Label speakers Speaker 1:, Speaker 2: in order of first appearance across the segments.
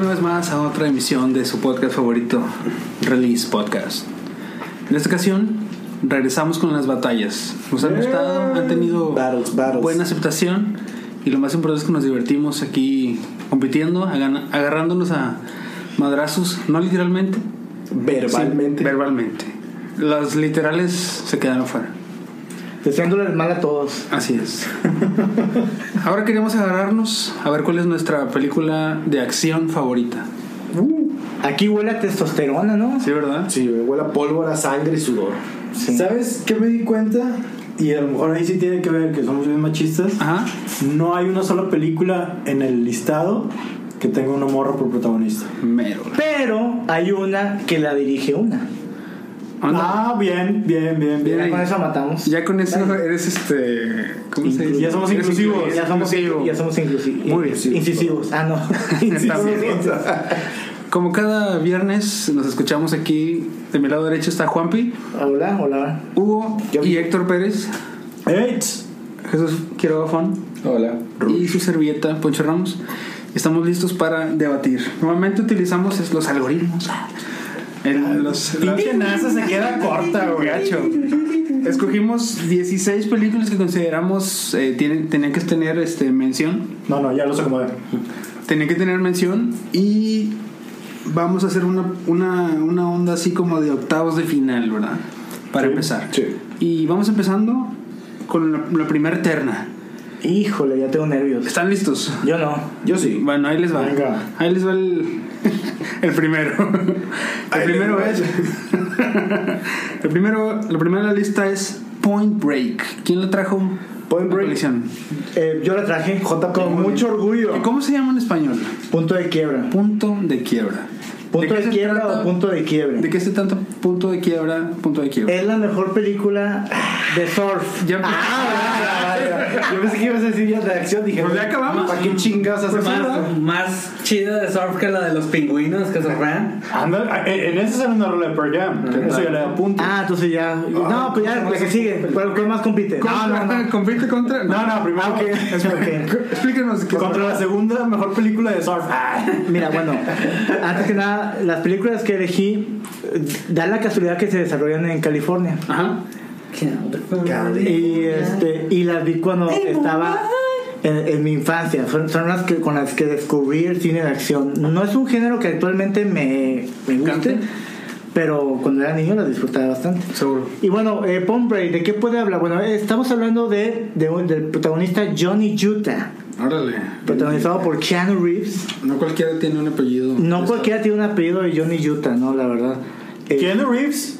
Speaker 1: una vez más a otra emisión de su podcast favorito, Release Podcast. En esta ocasión regresamos con las batallas. Nos han gustado, han tenido
Speaker 2: Battles, battles.
Speaker 1: buena aceptación y lo más importante es que nos divertimos aquí compitiendo, agan- agarrándonos a madrazos, no literalmente,
Speaker 2: Verbalmente.
Speaker 1: sí, verbalmente. Las literales se quedaron fuera.
Speaker 3: Deseándole el mal a todos.
Speaker 1: Así es. Ahora queremos agarrarnos a ver cuál es nuestra película de acción favorita.
Speaker 3: Uh, aquí huele a testosterona, ¿no?
Speaker 1: ¿Sí, verdad?
Speaker 2: Sí, güey, huele a pólvora, sangre y sudor.
Speaker 3: Sí.
Speaker 4: ¿Sabes qué me di cuenta? Y a lo mejor ahí sí tiene que ver que somos bien machistas.
Speaker 1: Ajá.
Speaker 4: No hay una sola película en el listado que tenga una morra por protagonista.
Speaker 1: Mero.
Speaker 3: Pero hay una que la dirige una.
Speaker 1: Anda.
Speaker 4: Ah, bien, bien,
Speaker 1: Bien
Speaker 4: bien, bien.
Speaker 3: Ya
Speaker 1: ahí.
Speaker 3: con eso matamos.
Speaker 1: Ya con eso eres este. ¿Cómo se dice?
Speaker 4: Ya somos
Speaker 1: Eres
Speaker 4: inclusivos.
Speaker 1: inclusivo.
Speaker 3: Ya somos, ya somos inclusivos.
Speaker 1: Muy bien.
Speaker 3: Incisivos. Ah, no.
Speaker 1: También. Como cada viernes nos escuchamos aquí, de mi lado derecho está Juanpi,
Speaker 3: Hola, hola.
Speaker 1: Hugo
Speaker 3: Yo-
Speaker 1: y Héctor Pérez,
Speaker 4: ¡Ey!
Speaker 1: Jesús Quiroga Fon
Speaker 2: Hola.
Speaker 1: y su servilleta Poncho Ramos. Estamos listos para debatir. Normalmente utilizamos es los algoritmos. El- los,
Speaker 4: Pinche
Speaker 1: la-
Speaker 4: NASA se queda corta, güey.
Speaker 1: Gacho. Escogimos 16 películas que consideramos eh, tienen, tenían que tener este, mención.
Speaker 4: No, no, ya los acomodé.
Speaker 1: tenía que tener mención y vamos a hacer una, una, una onda así como de octavos de final, ¿verdad? Para
Speaker 4: Sí,
Speaker 1: empezar.
Speaker 2: sí.
Speaker 1: Y vamos empezando con la, la primera terna.
Speaker 3: Híjole, ya tengo nervios.
Speaker 1: ¿Están listos?
Speaker 3: Yo no.
Speaker 2: Yo sí.
Speaker 1: Bueno, ahí les va.
Speaker 4: Venga.
Speaker 1: Ahí les va el, el primero. El
Speaker 2: Ahí
Speaker 1: primero
Speaker 2: les
Speaker 1: es. El primero, la primera lista es Point Break. ¿Quién lo trajo?
Speaker 2: Point
Speaker 1: a
Speaker 2: Break.
Speaker 1: colección?
Speaker 3: Eh, yo la traje. J.
Speaker 2: Con mucho orgullo.
Speaker 1: ¿Cómo se llama en español?
Speaker 3: Punto de quiebra.
Speaker 1: Punto de quiebra.
Speaker 3: Punto
Speaker 1: qué
Speaker 3: de,
Speaker 1: se
Speaker 3: quiebra
Speaker 1: trata?
Speaker 3: o punto de Eh, quiebre.
Speaker 1: ¿De qué se tanto punto de quiebra? Punto de quiebra.
Speaker 3: Es la mejor película de surf.
Speaker 1: Ya-
Speaker 3: Ah, vaya, vaya. Yo pensé que ibas a decir ya de acción. Dije,
Speaker 1: Pues ya acabamos. Pues
Speaker 3: ¿Para qué chingados hace más?
Speaker 5: Más, más chida de surf que la de los pingüinos que surfean.
Speaker 4: Anda, eh, en en esa sale una rola de Pearl Jam. Eso ya le da punto.
Speaker 3: Mm, Ah, entonces ya. No, pues ya, la que sigue. ¿Cuál cuál más compite?
Speaker 1: Contra- ¿Compite contra?
Speaker 4: No, no,
Speaker 3: Ah,
Speaker 4: primero
Speaker 3: ok. ok.
Speaker 1: Explíquenos qué
Speaker 4: Contra la segunda mejor película de surf. Ah.
Speaker 3: Mira, bueno, antes que nada, las películas que elegí eh, dan la casualidad que se desarrollan en California.
Speaker 1: Ajá.
Speaker 3: Y, este, y las vi cuando estaba en, en mi infancia. Son, son las que, con las que descubrí el cine de acción. No es un género que actualmente me, me guste,
Speaker 1: Encante.
Speaker 3: pero cuando era niño las disfrutaba bastante.
Speaker 1: Seguro.
Speaker 3: Y bueno, eh, Pom Break, ¿de qué puede hablar? Bueno, eh, estamos hablando de, de un- del protagonista Johnny Utah,
Speaker 1: Órale.
Speaker 3: protagonizado por Keanu Reeves.
Speaker 1: No cualquiera tiene un apellido.
Speaker 3: No cualquiera tiene un apellido de Johnny Utah, ¿no? La verdad. Eh,
Speaker 4: Keanu Reeves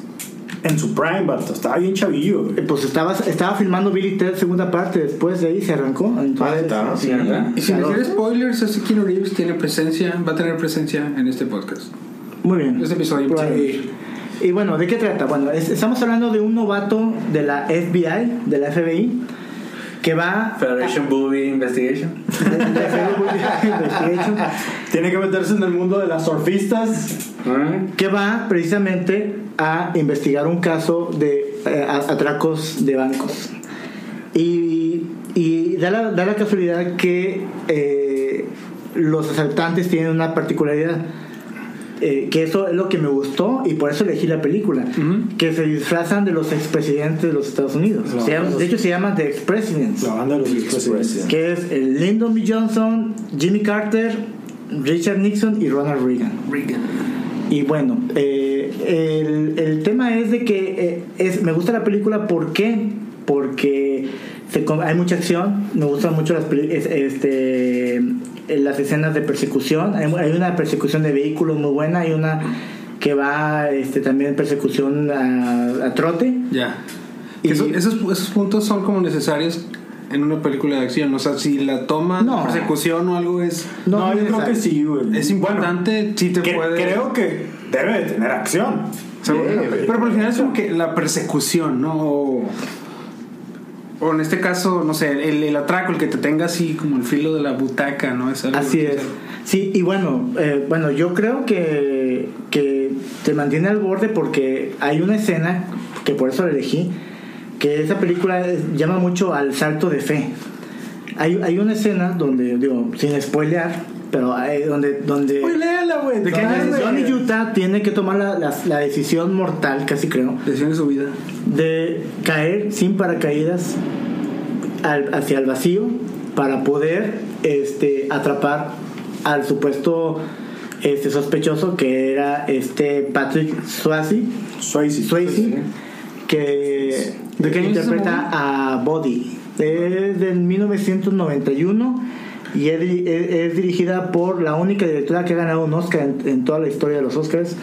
Speaker 4: en su prime, vato. Estaba bien chavillo, güey.
Speaker 3: eh, Pues estaba, estaba filmando Billy Ted segunda parte, después de ahí se arrancó. Entonces,
Speaker 2: neta,
Speaker 3: sí,
Speaker 1: Y si
Speaker 3: claro.
Speaker 1: le quiere spoilers, ese Keanu Reeves tiene presencia, va a tener presencia en este podcast.
Speaker 3: Muy bien.
Speaker 1: Este episodio.
Speaker 3: Por ahí. Y bueno, ¿de qué trata? Bueno, es- estamos hablando de un novato de la FBI, de la FBI, que va...
Speaker 5: Federation Booby Investigation.
Speaker 3: de hecho,
Speaker 4: Tiene que meterse en el mundo de las surfistas.
Speaker 5: ¿Mm?
Speaker 3: que va precisamente a investigar un caso de eh, a- atracos de bancos. Y, y da, la, da la casualidad que eh, los asaltantes tienen una particularidad, eh, que eso es lo que me gustó y por eso elegí la película,
Speaker 1: Ujú.
Speaker 3: que se disfrazan de los expresidentes de los Estados Unidos.
Speaker 4: Claro.
Speaker 3: Se llaman- de hecho se llaman The Expresidents,
Speaker 4: La banda de los
Speaker 2: Express,
Speaker 4: expresidentes.
Speaker 3: que es eh, Lyndon B. Johnson, Jimmy Carter, Richard Nixon y Ronald Reagan.
Speaker 1: Reagan.
Speaker 3: Y bueno, eh, el, el tema es de que eh, es, me gusta la película, ¿por qué? Porque se con- hay mucha acción, me gustan mucho las, peli- es- este, eh, las escenas de persecución, hay, hay una persecución de vehículos muy buena, hay una que va este, también persecución a, a trote.
Speaker 1: Ya.
Speaker 3: Y-
Speaker 1: Eso- esos, esos puntos son como necesarios en una película de acción. O sea, si la toma,
Speaker 3: No.
Speaker 1: la persecución o algo es.
Speaker 3: No,
Speaker 4: No,
Speaker 3: no
Speaker 4: yo
Speaker 3: es
Speaker 4: creo que
Speaker 3: necesario.
Speaker 4: sí, güey.
Speaker 1: Es importante, sí te
Speaker 4: Bueno, que-
Speaker 1: puede.
Speaker 4: Creo que debe de tener acción.
Speaker 1: Seguro.
Speaker 2: Sí, güey.
Speaker 1: pero por el final es como que la persecución, ¿no? O, o en este caso, no sé, el, el atraco, el que te tenga así como el filo de la butaca, ¿no? Es algo
Speaker 3: Así es. Sí, y bueno, eh, bueno, yo creo que, que te mantiene al borde porque hay una escena, que por eso la elegí, que esa película es- llama mucho al salto de fe. Hay, hay una escena donde, digo, sin spoilear, Pero ahí donde... donde
Speaker 4: Uy, léala, güey.
Speaker 3: de que
Speaker 4: Ay, güey.
Speaker 3: Johnny Utah tiene que tomar la, la- la decisión mortal, casi creo,
Speaker 1: Decisión de su vida.
Speaker 3: de caer sin paracaídas al- hacia el vacío para poder este, atrapar al supuesto este, sospechoso que era este Patrick Swayze,
Speaker 4: Swayze.
Speaker 3: Swayze que,
Speaker 1: ¿De qué
Speaker 3: que
Speaker 1: año es esa
Speaker 3: interpreta
Speaker 1: movie?
Speaker 3: a Body. Es del 1991 y es, diri- es- es dirigida por la única directora que ha ganado un Oscar en, en toda la historia de los Oscars,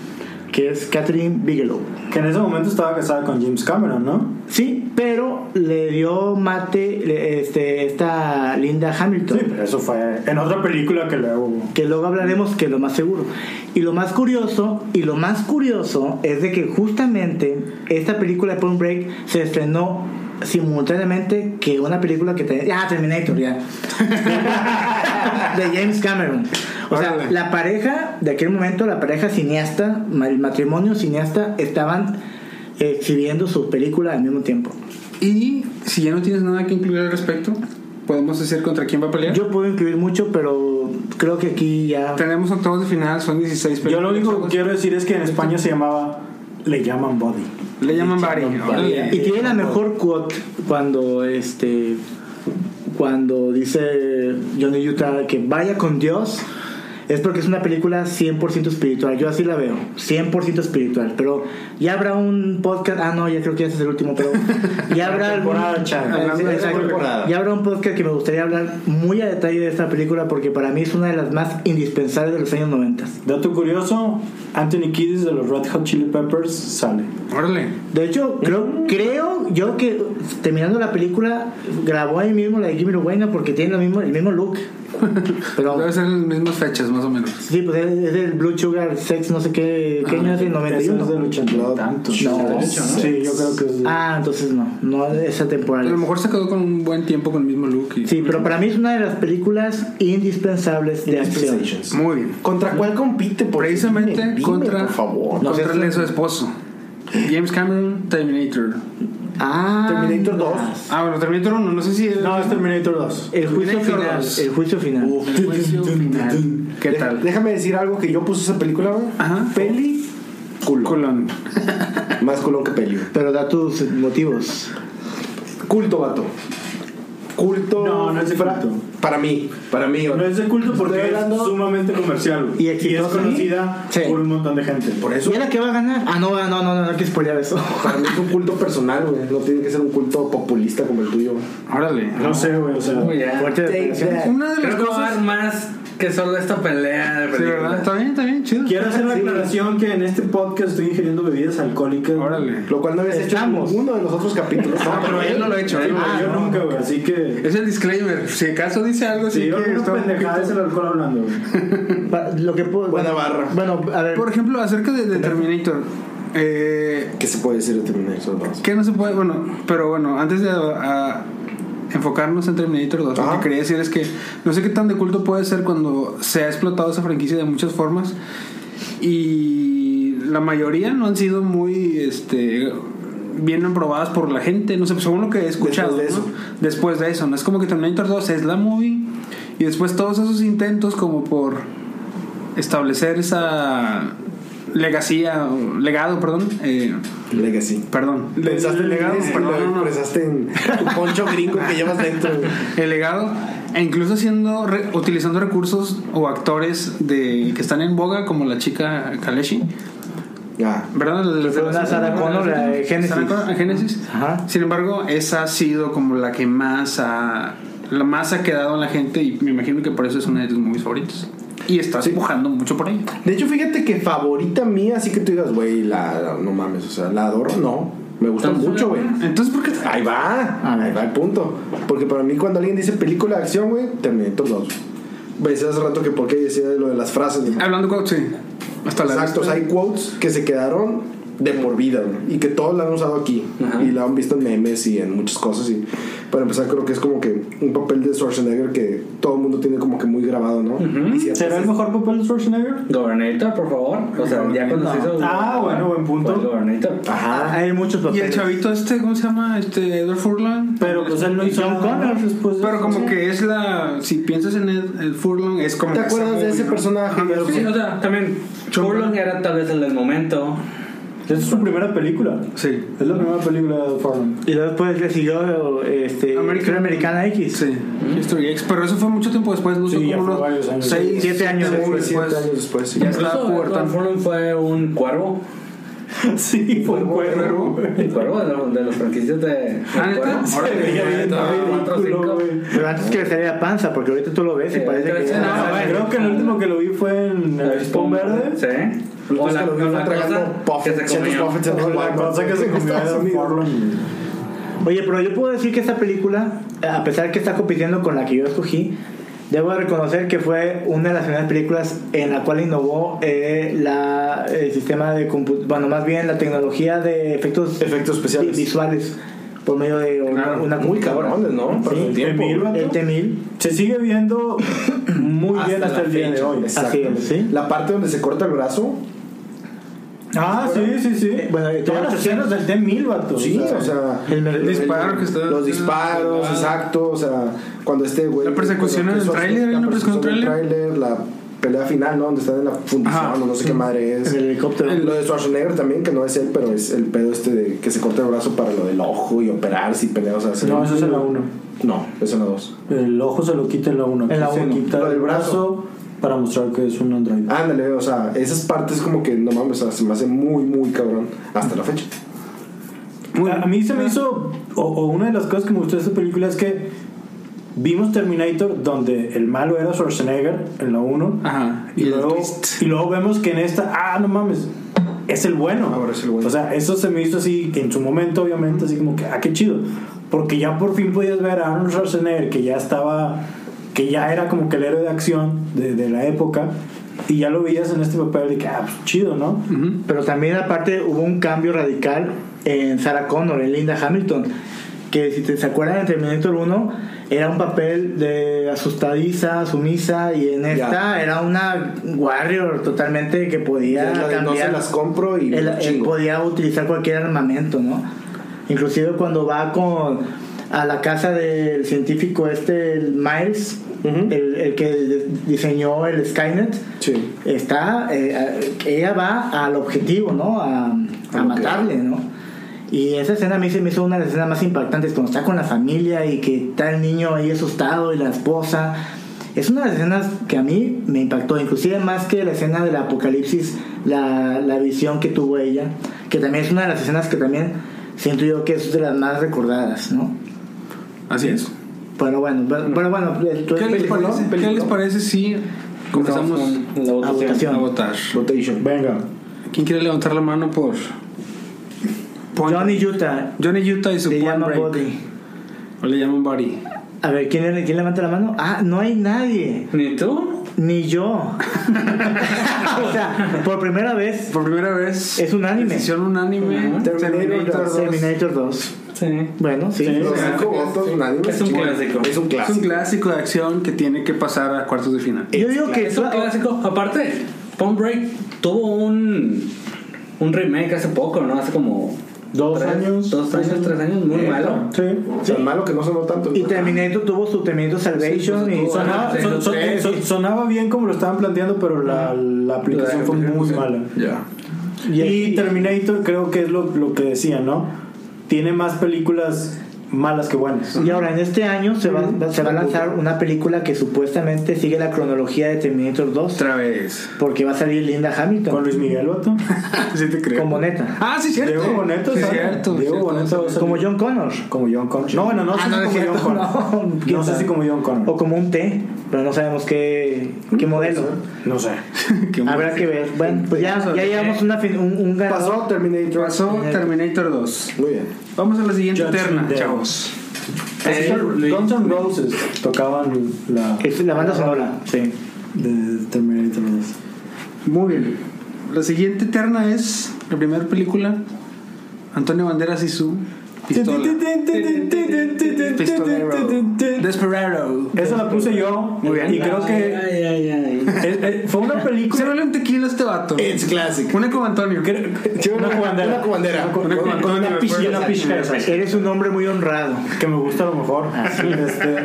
Speaker 3: que es Catherine Bigelow.
Speaker 4: Que en ese momento estaba casada con James Cameron, ¿no?
Speaker 3: Sí, pero le dio mate le- este, esta Linda Hamilton.
Speaker 4: Sí, pero eso fue en otra película que luego.
Speaker 3: que luego hablaremos que es lo más seguro. Y lo más curioso, y lo más curioso es de que justamente esta película de Point Break se estrenó simultáneamente que una película que te- ah Terminator ya de James Cameron o sea
Speaker 1: Órale.
Speaker 3: la pareja de aquel momento la pareja cineasta ma- el matrimonio cineasta estaban eh, exhibiendo su película al mismo tiempo
Speaker 1: Y si ya no tienes nada que incluir al respecto, podemos decir contra quién va a pelear.
Speaker 3: yo puedo incluir mucho pero creo que aquí ya
Speaker 1: Tenemos octavos de final, son 16
Speaker 4: Yo lo
Speaker 1: películas.
Speaker 4: único que quiero decir es que en España se llamaba Le llaman Body.
Speaker 1: Le llaman Bari. órale.
Speaker 3: Y tiene la mejor quote cuando este cuando dice Johnny Utah que vaya con Dios es porque es una película 100% espiritual. Yo así la veo, 100% espiritual. Pero ya habrá un podcast. Ah, no, ya creo que ya ese es el último, pero ya habrá. algún-
Speaker 4: Temporada, Chava.
Speaker 3: Ah, sí,
Speaker 1: Hablando de
Speaker 3: exacto.
Speaker 2: temporada.
Speaker 3: Ya habrá un podcast que me gustaría hablar muy a detalle de esta película porque para mí es una de las más indispensables de los años 90.
Speaker 4: Dato curioso: Anthony Kiedis de los Red Hot Chili Peppers sale.
Speaker 1: Órale.
Speaker 3: De hecho, creo, creo yo que terminando la película grabó ahí mismo la de Jimmy Bueno porque tiene lo mismo, el mismo look. Pero
Speaker 1: Debe ser en las mismas fechas, más o menos.
Speaker 3: sí, pues es, es el Blue Sugar Sex, no sé qué, ¿qué
Speaker 1: Ah,
Speaker 3: año es el
Speaker 4: Eso es
Speaker 3: 91?
Speaker 4: del 80 y
Speaker 2: No,
Speaker 4: tantos.
Speaker 2: no.
Speaker 4: Sí, yo creo que es. de-
Speaker 3: Ah, entonces no, no es esa
Speaker 1: A
Speaker 3: temporada.
Speaker 1: lo mejor se quedó con un buen tiempo con el mismo look. y-
Speaker 3: Sí, pero para mí es una de las películas indispensables de acción.
Speaker 1: Muy bien.
Speaker 2: ¿Contra cuál compite? Por
Speaker 1: Precisamente
Speaker 2: Dime, dime,
Speaker 1: contra,
Speaker 2: Por favor.
Speaker 3: No,
Speaker 1: contra
Speaker 3: sí,
Speaker 1: el de
Speaker 3: sí.
Speaker 1: su esposo. James Cameron, Terminator.
Speaker 3: Ah,
Speaker 2: Terminator 2.
Speaker 1: Ah, bueno, Terminator 1, no sé si...
Speaker 4: No, es Terminator 2.
Speaker 3: El juicio
Speaker 1: Terminator
Speaker 3: final.
Speaker 1: 2.
Speaker 3: El juicio final.
Speaker 1: El juicio final. ¿Qué
Speaker 2: Deja-
Speaker 1: tal?
Speaker 2: Déjame decir algo que yo puse esa película, güey.
Speaker 1: Ajá.
Speaker 2: Peli. Culo.
Speaker 1: Colón.
Speaker 2: Más culón que peli. güey.
Speaker 3: Pero da tus motivos.
Speaker 2: Culto, vato. Culto.
Speaker 4: No, no es de
Speaker 2: para,
Speaker 4: culto.
Speaker 2: para mí. Para mí. güey.
Speaker 4: No es de culto porque
Speaker 2: Estoy hablando-
Speaker 4: es sumamente comercial.
Speaker 3: Y
Speaker 4: güey. es
Speaker 3: exitosa, ¿sí?
Speaker 4: conocida
Speaker 3: Sí.
Speaker 4: por un montón de gente.
Speaker 2: Por eso.
Speaker 3: ¿Y era que va a ganar? Ah, no, no, no, no, no hay que spoilear eso.
Speaker 2: Para mí es un culto personal, güey. No tiene que ser un culto populista como el tuyo. güey.
Speaker 1: Órale.
Speaker 4: No sé, güey, o sea.
Speaker 5: Uy, ya.
Speaker 3: Fuerte
Speaker 2: Take
Speaker 3: declaraciones.
Speaker 2: that.
Speaker 1: Una de las
Speaker 5: Creo que va a
Speaker 1: cosas...
Speaker 5: haber más que solo esta pelea de
Speaker 1: Sí,
Speaker 5: películas.
Speaker 1: ¿verdad? Está bien, está bien, chido.
Speaker 4: Quiero hacer la
Speaker 2: Sí.
Speaker 4: aclaración que en este podcast estoy ingiriendo bebidas alcohólicas.
Speaker 1: Órale.
Speaker 2: Lo cual no habías
Speaker 3: Estamos.
Speaker 2: hecho en uno de los otros capítulos.
Speaker 1: Ah, pero él no lo ha hecho. él no lo ha
Speaker 4: Ah,
Speaker 1: hecho.
Speaker 4: yo nunca, güey, así que.
Speaker 1: Es el disclaimer. Si acaso dice algo,
Speaker 4: Si
Speaker 1: sí
Speaker 4: yo
Speaker 1: que
Speaker 4: una
Speaker 1: está un
Speaker 4: pendejada es el alcohol hablando, güey.
Speaker 3: Pa- lo que puedo-
Speaker 2: Buena
Speaker 3: bueno,
Speaker 2: barra.
Speaker 3: Bueno, a ver.
Speaker 1: Por ejemplo, acerca de, de Terminator, eh,
Speaker 2: ¿Qué se puede decir de Terminator 2?
Speaker 1: que no se puede, bueno, pero bueno, antes de a, enfocarnos en Terminator 2, lo
Speaker 2: Ajá.
Speaker 1: que quería decir es que no sé qué tan de culto puede ser cuando se ha explotado esa franquicia de muchas formas y la mayoría no han sido muy, este, bien aprobadas por la gente, no sé, según lo que he escuchado.
Speaker 2: Después de
Speaker 1: ¿no? Después de eso, no es como que Terminator 2 es la movie y después todos esos intentos como por establecer esa legacía, o legado, perdón, eh,
Speaker 2: Legacy.
Speaker 1: perdón,
Speaker 2: Pensaste en legado,
Speaker 1: Legacy,
Speaker 2: perdón,
Speaker 1: no, no, no.
Speaker 2: pensaste en tu poncho gringo que llevas dentro. güey.
Speaker 1: el legado e incluso haciendo re- utilizando recursos o actores de que están en boga como la chica Kaleshi,
Speaker 2: Ah,
Speaker 1: ¿verdad? La de-
Speaker 3: Que fue
Speaker 1: la-
Speaker 3: una Sarah Connor, la de Génesis.
Speaker 1: Sarah Connor, en Génesis.
Speaker 3: Ajá.
Speaker 1: Sin embargo, esa ha sido como la que más ha la más ha quedado en la gente y me imagino que por eso es una de tus movies favoritas. Y estás empujando mucho por ella.
Speaker 2: De hecho, fíjate que favorita mía, así que tú digas, güey, la, la- no mames, o sea, la adoro, no. Me gusta
Speaker 1: Entonces,
Speaker 2: mucho, güey.
Speaker 1: Entonces, ¿por qué?
Speaker 2: Ahí va,
Speaker 3: A ver.
Speaker 2: ahí va el punto. Porque para mí, cuando alguien dice película de acción, güey, Terminator 2. Ves Pues, hace rato que por qué decía lo de las frases. güey.
Speaker 1: Hablando con sí. Hasta la
Speaker 2: Exacto, o sea, hay quotes que se quedaron de por vida, güey, y que todos la han usado aquí
Speaker 5: Ajá.
Speaker 2: y la han visto en memes y en muchas cosas y para empezar creo que es como que un papel de Schwarzenegger que todo el mundo tiene como que muy grabado, ¿no? Y si
Speaker 4: ¿Será el
Speaker 2: haces-
Speaker 4: mejor papel de Schwarzenegger?
Speaker 5: Gobernator, por favor. O sea, ya cuando se hizo.
Speaker 4: Ah, bueno, buen punto.
Speaker 5: fue el Gobernator.
Speaker 2: Ajá.
Speaker 3: Ah, Hay muchos
Speaker 1: Y
Speaker 3: papeles.
Speaker 1: el chavito este, ¿cómo se llama? Este Edward Furlong.
Speaker 4: Pero pues él no hizo
Speaker 3: John
Speaker 4: nada
Speaker 3: Connor.
Speaker 4: más después de
Speaker 1: Pero
Speaker 4: eso.
Speaker 1: como que pues, es la. Si piensas en el, el Furlong, es como.
Speaker 2: ¿Te
Speaker 1: que
Speaker 2: acuerdas
Speaker 1: esa
Speaker 2: de ese
Speaker 1: movie, ¿no?
Speaker 2: personaje?
Speaker 1: Ajá.
Speaker 5: Sí, o sea, también. Furlong era tal vez en el momento.
Speaker 4: Esa es su primera película.
Speaker 1: Sí.
Speaker 4: Es la primera película de Farman.
Speaker 3: Y luego después le siguió este,
Speaker 1: American-
Speaker 3: Historia Americana X.
Speaker 1: Sí, History X. Pero eso fue mucho tiempo después, no
Speaker 4: Sí,
Speaker 1: son
Speaker 4: ya
Speaker 1: como
Speaker 4: fue
Speaker 1: unos
Speaker 4: varios años.
Speaker 1: seis,
Speaker 3: Siete años
Speaker 1: siete
Speaker 3: después,
Speaker 1: movies
Speaker 2: siete
Speaker 1: después.
Speaker 2: años después, sí.
Speaker 1: Ya estaba
Speaker 5: Incluso Edward
Speaker 1: pubertón.
Speaker 5: Furlong fue un cuervo.
Speaker 4: Sí, fue un cuervo.
Speaker 5: El cuervo de los, de los franquicias de.
Speaker 1: Ah, ¿neta?
Speaker 5: Cuervo.
Speaker 1: Ahora
Speaker 4: Se veía bien
Speaker 5: Ah, cuatro,
Speaker 4: ridículo,
Speaker 5: cinco.
Speaker 4: güey.
Speaker 3: Pero antes que le saliera la panza, porque ahorita tú lo ves y
Speaker 1: Eh,
Speaker 5: Sí,
Speaker 3: parece
Speaker 5: ahorita
Speaker 3: que.
Speaker 5: sí, no.
Speaker 4: Ah, Creo que el último que lo vi fue en el Spawn Verde.
Speaker 5: Sí.
Speaker 2: Entonces, que lo vi
Speaker 5: o
Speaker 2: fue
Speaker 5: la
Speaker 2: tragando
Speaker 5: cosa que
Speaker 2: Buffett,
Speaker 5: se
Speaker 2: ciertos
Speaker 5: comió.
Speaker 2: Buffett en
Speaker 4: O La
Speaker 2: Walmart,
Speaker 4: cosa que se
Speaker 2: en
Speaker 4: comió
Speaker 2: Estados
Speaker 4: era
Speaker 2: Unidos.
Speaker 4: Forlorn.
Speaker 3: Oye, pero yo puedo decir que esta película, a pesar que está compitiendo con la que yo escogí, debo de reconocer que fue una de las primeras películas en la cual innovó eh, la, el sistema de compu- bueno, más bien la tecnología de efectos,
Speaker 2: Efectos especiales.
Speaker 3: vi- visuales por medio de una,
Speaker 1: Claro,
Speaker 3: una
Speaker 2: Muy
Speaker 3: computadora.
Speaker 2: cabrones, ¿no? Para
Speaker 3: Sí,
Speaker 2: su tiempo.
Speaker 4: Emil,
Speaker 2: güey.
Speaker 3: El T-1000.
Speaker 4: Se sigue viendo muy bien hasta el día de hoy.
Speaker 3: Así es, ¿sí?
Speaker 2: La parte donde se corta el brazo.
Speaker 4: Ah, sí, sí, sí.
Speaker 3: Bueno, y
Speaker 4: todas
Speaker 3: todas
Speaker 4: las
Speaker 3: las
Speaker 4: escenas del T-1000, vato.
Speaker 2: Sí, o sea.
Speaker 3: El mer-
Speaker 1: El disparo que está-
Speaker 2: Los disparos,
Speaker 1: Ah.
Speaker 2: exacto. O sea, cuando este güey.
Speaker 1: La persecución
Speaker 2: cuando
Speaker 1: en el
Speaker 2: que su-
Speaker 1: tráiler, ¿hay
Speaker 2: La
Speaker 1: una
Speaker 2: persecución en
Speaker 1: persecución
Speaker 2: el
Speaker 1: en el
Speaker 2: tráiler, la pelea final, ¿no? Donde están en la fundición
Speaker 1: Ajá.
Speaker 2: o no sé qué madre es.
Speaker 3: el helicóptero.
Speaker 2: Lo de Schwarzenegger también, que no es él, pero es el pedo este de que se corta el brazo para lo del ojo y operarse y pelear. O sea, se-
Speaker 4: No, eso es en la 1.
Speaker 2: No, eso en la 2.
Speaker 4: El ojo se lo quita en la 1.
Speaker 3: En la
Speaker 4: Se
Speaker 3: uno.
Speaker 4: quita
Speaker 2: Lo
Speaker 4: el
Speaker 2: del
Speaker 4: brazo para mostrar que es un androide.
Speaker 2: Ándale, o sea, esas partes como que no mames, o sea, se me hace muy, muy cabrón hasta la fecha.
Speaker 4: A a mí se me hizo, o, o una de las cosas que me gustó de esta película es que vimos Terminator donde el malo era Schwarzenegger en la 1.
Speaker 1: Ajá.
Speaker 4: Y,
Speaker 1: Y el
Speaker 4: luego,
Speaker 1: twist.
Speaker 4: y luego vemos que en esta, ah, no mames, es el bueno.
Speaker 2: Ahora es el bueno.
Speaker 4: O sea, eso se me hizo así, en su momento obviamente, así como que, ah, qué chido. Porque ya por fin podías ver a Arnold Schwarzenegger, que ya estaba, que ya era como que el héroe de acción de, de la época. Y ya lo veías en este papel de que, ah, pues, chido, ¿no?
Speaker 1: Ujú.
Speaker 3: Pero también aparte hubo un cambio radical en Sarah Connor, en Linda Hamilton, que si te se acuerdan en Terminator 1 era un papel de asustadiza, sumisa y en esta
Speaker 2: Ya.
Speaker 3: era una warrior totalmente que podía
Speaker 2: Es la de no se
Speaker 3: cambiar,
Speaker 2: las compro y me
Speaker 3: Él-
Speaker 2: las
Speaker 3: él
Speaker 2: chingo.
Speaker 3: podía utilizar cualquier armamento, ¿no? Inclusive cuando va con a la casa del científico este el Miles,
Speaker 2: Ujú.
Speaker 3: el, el que de- diseñó el Skynet,
Speaker 2: Sí.
Speaker 3: está eh, a- ella va al objetivo no a, a
Speaker 2: A lo que-
Speaker 3: matarle no y esa escena a mí se me hizo una de las escenas más impactantes cuando está con la familia y que está el niño ahí asustado y la esposa es una de las escenas que a mí me impactó inclusive más que la escena del apocalipsis la, la visión que tuvo ella que también es una de las escenas que también siento yo que es de las más recordadas no
Speaker 1: Así es.
Speaker 3: pero bueno pero, pero bueno tú-
Speaker 1: ¿Qué les,
Speaker 3: película, ¿no?
Speaker 1: parece, ¿Qué
Speaker 3: Película.
Speaker 1: les parece si comenzamos
Speaker 5: la
Speaker 3: a votación.
Speaker 1: a votar?
Speaker 2: Rotation.
Speaker 4: Venga.
Speaker 1: ¿Quién quiere levantar la mano por Point-
Speaker 3: Johnny Utah
Speaker 1: Johnny Utah y su
Speaker 3: le
Speaker 1: Point
Speaker 3: llama
Speaker 1: Break?
Speaker 3: Body
Speaker 1: O le llaman Buddy.
Speaker 3: A ver, ¿quién, le- ¿quién levanta la mano? Ah, no hay nadie.
Speaker 5: ¿Ni tú?
Speaker 3: Ni yo. o sea, por primera vez,
Speaker 1: Por primera vez.
Speaker 3: Es unánime.
Speaker 1: Decisión unánime.
Speaker 5: Ujú.
Speaker 2: Terminator
Speaker 1: Terminator 2.
Speaker 3: Terminator 2.
Speaker 5: Sí.
Speaker 3: Bueno, sí.
Speaker 4: Sí.
Speaker 2: Los
Speaker 1: Sí.
Speaker 2: cinco votos, nadie me
Speaker 5: Es un
Speaker 2: chinga.
Speaker 5: clásico.
Speaker 2: Es un
Speaker 1: Es un
Speaker 2: clásico.
Speaker 1: clásico de acción que tiene que pasar a cuartos de final.
Speaker 3: Yo digo que
Speaker 5: Es un clásico. Aparte, Pump Break tuvo un, un remake hace poco, ¿no? Hace como.
Speaker 4: Dos años.
Speaker 5: Dos años, tres años, muy
Speaker 2: Eh,
Speaker 5: malo.
Speaker 4: Sí.
Speaker 2: Tan malo que no sonó tanto.
Speaker 3: Y Terminator tuvo su Terminator Salvation
Speaker 5: Sí, pues,
Speaker 3: y
Speaker 5: tuvo-
Speaker 4: Sonaba,
Speaker 5: Ajá,
Speaker 4: son- son-
Speaker 5: sí.
Speaker 4: son- sonaba bien como lo estaban planteando, pero la, la aplicación fue muy mala.
Speaker 2: Ya.
Speaker 3: Y-
Speaker 4: Y Terminator creo que es lo, lo que decían, ¿no? Tiene más películas malas que buenas.
Speaker 3: Y ahora en este año se va, va- se va a lanzar una película que supuestamente sigue la cronología de Terminator 2
Speaker 1: Otra vez.
Speaker 3: porque va a salir Linda
Speaker 4: Con
Speaker 3: Hamilton
Speaker 4: Luis Miguel Vato.
Speaker 1: Sí te creo.
Speaker 3: con Boneta,
Speaker 1: Ah, sí, cierto.
Speaker 4: Diego Boneta,
Speaker 1: Sí,
Speaker 4: ¿sabes?
Speaker 1: cierto.
Speaker 4: Diego
Speaker 1: cierto.
Speaker 4: Boneta va a salir.
Speaker 3: como John Connor.
Speaker 4: Como John Connor. No, bueno, no
Speaker 3: Ah,
Speaker 4: sé
Speaker 3: no,
Speaker 4: si
Speaker 3: no es
Speaker 4: como John
Speaker 3: cierto,
Speaker 4: Connor.
Speaker 3: no.
Speaker 4: No, sé si como John Connor.
Speaker 3: O como un té, pero no sabemos qué, qué modelo.
Speaker 4: No sé.
Speaker 1: Qué
Speaker 3: Habrá que ver. Bueno, pues ya, ya llevamos una fin- un, un ganador.
Speaker 2: Pasó Terminator.
Speaker 1: Pasó Terminator 2.
Speaker 2: Muy bien.
Speaker 1: Vamos a la siguiente
Speaker 4: Judgment
Speaker 1: terna,
Speaker 4: Day.
Speaker 1: chavos.
Speaker 5: Eh, Luis-
Speaker 4: Guns N' Roses tocaban la
Speaker 3: Es la banda sonora, sí.
Speaker 4: de Terminator 2.
Speaker 1: Muy bien. La siguiente terna es la primera película, Antonio Banderas y su pistola. Pistolero. Desperado.
Speaker 4: Esa la puse yo.
Speaker 1: Muy bien.
Speaker 4: Y creo que
Speaker 5: Ay, ay, ay.
Speaker 4: es- es- fue una película.
Speaker 1: Se vale un tequila a este vato.
Speaker 2: It's classic.
Speaker 1: Una como Antonio.
Speaker 2: Yo
Speaker 4: Una cubandera.
Speaker 2: Una cubandera.
Speaker 1: Una
Speaker 2: Con-
Speaker 1: cubandera.
Speaker 2: con una
Speaker 1: Una
Speaker 2: pizca.
Speaker 4: una pizca de sal.
Speaker 3: Eres un hombre muy honrado.
Speaker 4: que me gusta a lo mejor.
Speaker 2: Ah,
Speaker 4: Este,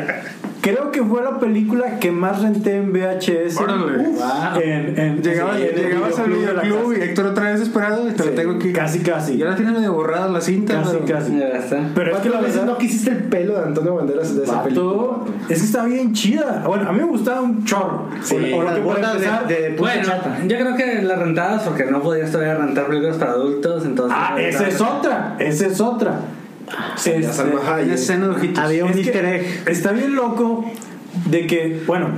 Speaker 4: creo que fue la película que más renté en VHS.
Speaker 1: Órale.
Speaker 4: Uf. En, en-
Speaker 1: Llegaba,
Speaker 4: sí, en el
Speaker 1: llegabas al
Speaker 4: videoclub de la
Speaker 1: videoclub
Speaker 4: casa.
Speaker 1: y Héctor otra vez esperado y te lo
Speaker 4: Sí,
Speaker 1: tengo aquí.
Speaker 4: Casi, casi.
Speaker 1: Ya la tienes medio borrada la cinta.
Speaker 4: Casi,
Speaker 1: pero-
Speaker 4: casi.
Speaker 5: Ya está.
Speaker 4: Pero es que la
Speaker 2: ¿Cuántas veces
Speaker 4: verdad,
Speaker 2: no quisiste el pelo de Antonio Banderas de esa
Speaker 4: vato,
Speaker 2: película? vato?
Speaker 4: es que está bien chida. Bueno, a mí me gustaba un chorro.
Speaker 3: Sí,
Speaker 4: O- o lo
Speaker 3: las
Speaker 4: que para
Speaker 3: botas de-
Speaker 4: empezar-
Speaker 3: de- Puse
Speaker 5: Bueno,
Speaker 3: chata.
Speaker 5: yo creo que las rentadas, porque no podías todavía rentar películas para adultos, entonces.
Speaker 4: Ah, esa es otra. Esa es otra.
Speaker 2: Ah, Ya Salma
Speaker 4: Este,
Speaker 1: Hay
Speaker 2: Hayek.
Speaker 1: una escena de ojitos.
Speaker 3: Había un
Speaker 4: Es que
Speaker 3: easter egg.
Speaker 4: Está bien loco de que, bueno,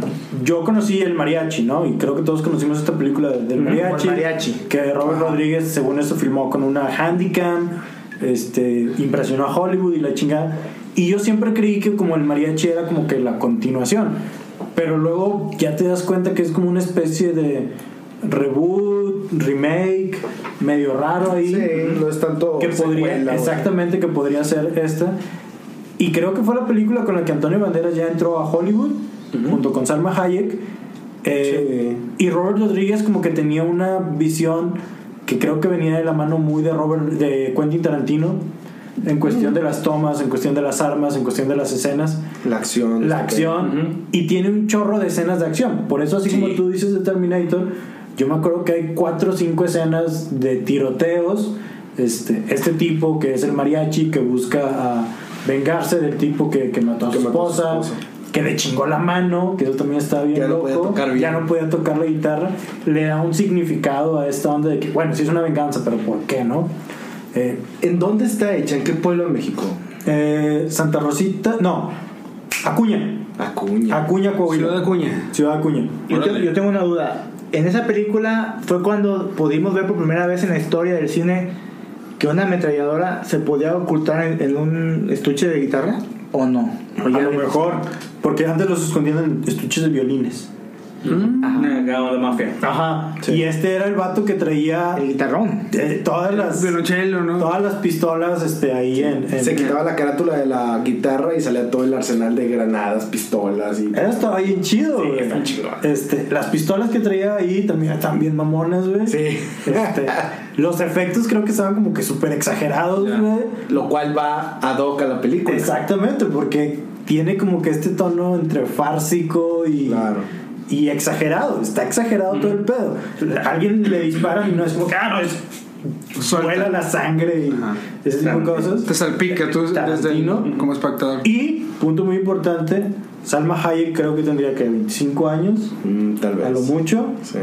Speaker 4: yo conocí el mariachi, ¿no? Y creo que todos conocimos esta película del mariachi.
Speaker 3: por mariachi.
Speaker 4: Que Robert Rodríguez, según eso, filmó con una handycam. Este, impresionó a Hollywood y la chingada. Y yo siempre creí que como el mariachi era como que la continuación. Pero luego ya te das cuenta que es como una especie de reboot, remake, medio raro ahí
Speaker 2: Sí, no es tanto
Speaker 4: que podría
Speaker 2: secuela, güey.
Speaker 4: exactamente que podría ser esta y creo que fue la película con la que Antonio Banderas ya entró a Hollywood junto con Salma Hayek eh, y Robert Rodríguez como que tenía una visión que creo que venía de la mano muy de Robert de Quentin Tarantino en cuestión de las tomas en cuestión de las armas en cuestión de las escenas
Speaker 2: La acción. este
Speaker 4: la acción
Speaker 5: Ujú.
Speaker 4: y tiene un chorro de escenas de acción. Por eso, así como tú dices de Terminator, yo me acuerdo que hay cuatro o cinco escenas de tiroteos. Este, este tipo que es el mariachi que busca ah, vengarse del tipo que, que mató a
Speaker 2: Que
Speaker 4: su
Speaker 2: mató a su
Speaker 4: esposa,
Speaker 2: esposa.
Speaker 4: que le chingó la mano, que eso también está bien
Speaker 2: Ya no
Speaker 4: loco,
Speaker 2: podía tocar bien.
Speaker 4: ya no podía tocar la guitarra, le da un significado a esta onda de que, bueno, sí es una venganza, pero ¿por qué no? Eh,
Speaker 2: ¿En dónde está hecha? ¿En qué pueblo de México?
Speaker 4: eh, Santa Rosita, no, Acuña,
Speaker 2: Acuña.
Speaker 4: Acuña, Coahuila.
Speaker 1: Ciudad de Acuña.
Speaker 4: Ciudad Acuña.
Speaker 3: Yo, te- yo tengo una duda. En esa película fue cuando pudimos ver por primera vez en la historia del cine que una ametralladora se podía ocultar en, en un estuche de guitarra o no. O ya
Speaker 4: a lo
Speaker 3: había-
Speaker 4: mejor, porque antes los escondían en estuches de violines.
Speaker 5: Una de mafia.
Speaker 4: Ajá. Y este era el vato que traía
Speaker 3: El guitarrón.
Speaker 4: eh, todas las
Speaker 1: Violonchelo, ¿no?
Speaker 4: todas las pistolas este ahí en, en-
Speaker 2: Se quitaba la carátula de la guitarra y salía todo el arsenal de granadas, pistolas y.
Speaker 4: Eso estaba bien chido, güey.
Speaker 2: está chingón.
Speaker 4: Este, las pistolas que traía ahí también estaban bien mamones, güey.
Speaker 2: Sí.
Speaker 4: Este, los efectos creo que estaban como que súper exagerados, güey.
Speaker 2: Lo cual va ad hoc a la película.
Speaker 4: Exactamente, porque tiene como que este tono entre fársico y,
Speaker 2: Claro.
Speaker 4: y exagerado. Está exagerado todo el pedo. Alguien le dispara y no es como, que, ah, no, es.
Speaker 1: Suelta.
Speaker 4: Vuela la sangre y
Speaker 1: Ajá.
Speaker 4: ese tipo de cosas.
Speaker 1: Te salpica tú desde el-
Speaker 4: Tarantino.
Speaker 1: como espectador.
Speaker 4: Y, punto muy importante, Salma Hayek creo que tendría que 25 años,
Speaker 2: Mm, tal vez.
Speaker 4: a lo mucho.
Speaker 2: Sí.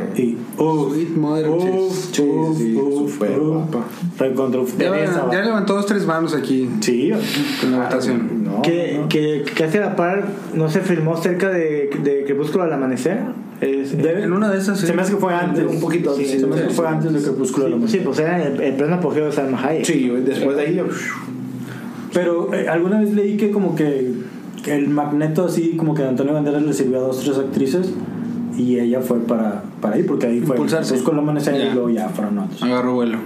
Speaker 4: Y, uff,
Speaker 1: Sweet mother of Jesus.
Speaker 4: uff,
Speaker 2: Sí,
Speaker 4: uff,
Speaker 2: sí,
Speaker 4: uff,
Speaker 2: súper
Speaker 4: uff.
Speaker 2: guapa.
Speaker 4: Reencontró
Speaker 1: Ya,
Speaker 4: Teresa,
Speaker 1: ya levantó dos, tres manos aquí
Speaker 4: Sí,
Speaker 1: con la votación.
Speaker 4: no,
Speaker 3: que,
Speaker 4: no.
Speaker 3: que casi a la par no se filmó cerca de, de Crepúsculo al amanecer. Es- eh,
Speaker 4: Debe-
Speaker 1: En una de esas, sí.
Speaker 4: Se me hace que fue antes.
Speaker 2: Un poquito antes,
Speaker 4: Sí, se me hace que
Speaker 2: sí,
Speaker 4: fue
Speaker 2: sí.
Speaker 4: antes de Crepúsculo de la
Speaker 3: sí,
Speaker 4: Mujer.
Speaker 3: pues era el, el pleno apogeo de Salma Hayek.
Speaker 2: Sí, güey, después de ahí. yo-
Speaker 4: Pero eh, alguna vez leí que como que el magneto así, como que de Antonio Banderas le sirvió a dos, tres actrices y ella fue para, para ahí, porque ahí fue
Speaker 1: Impulsarse.
Speaker 4: Crepúsculo al amanecer
Speaker 1: Ya.
Speaker 4: y luego ya fueron otros.
Speaker 1: Agarro vuelo.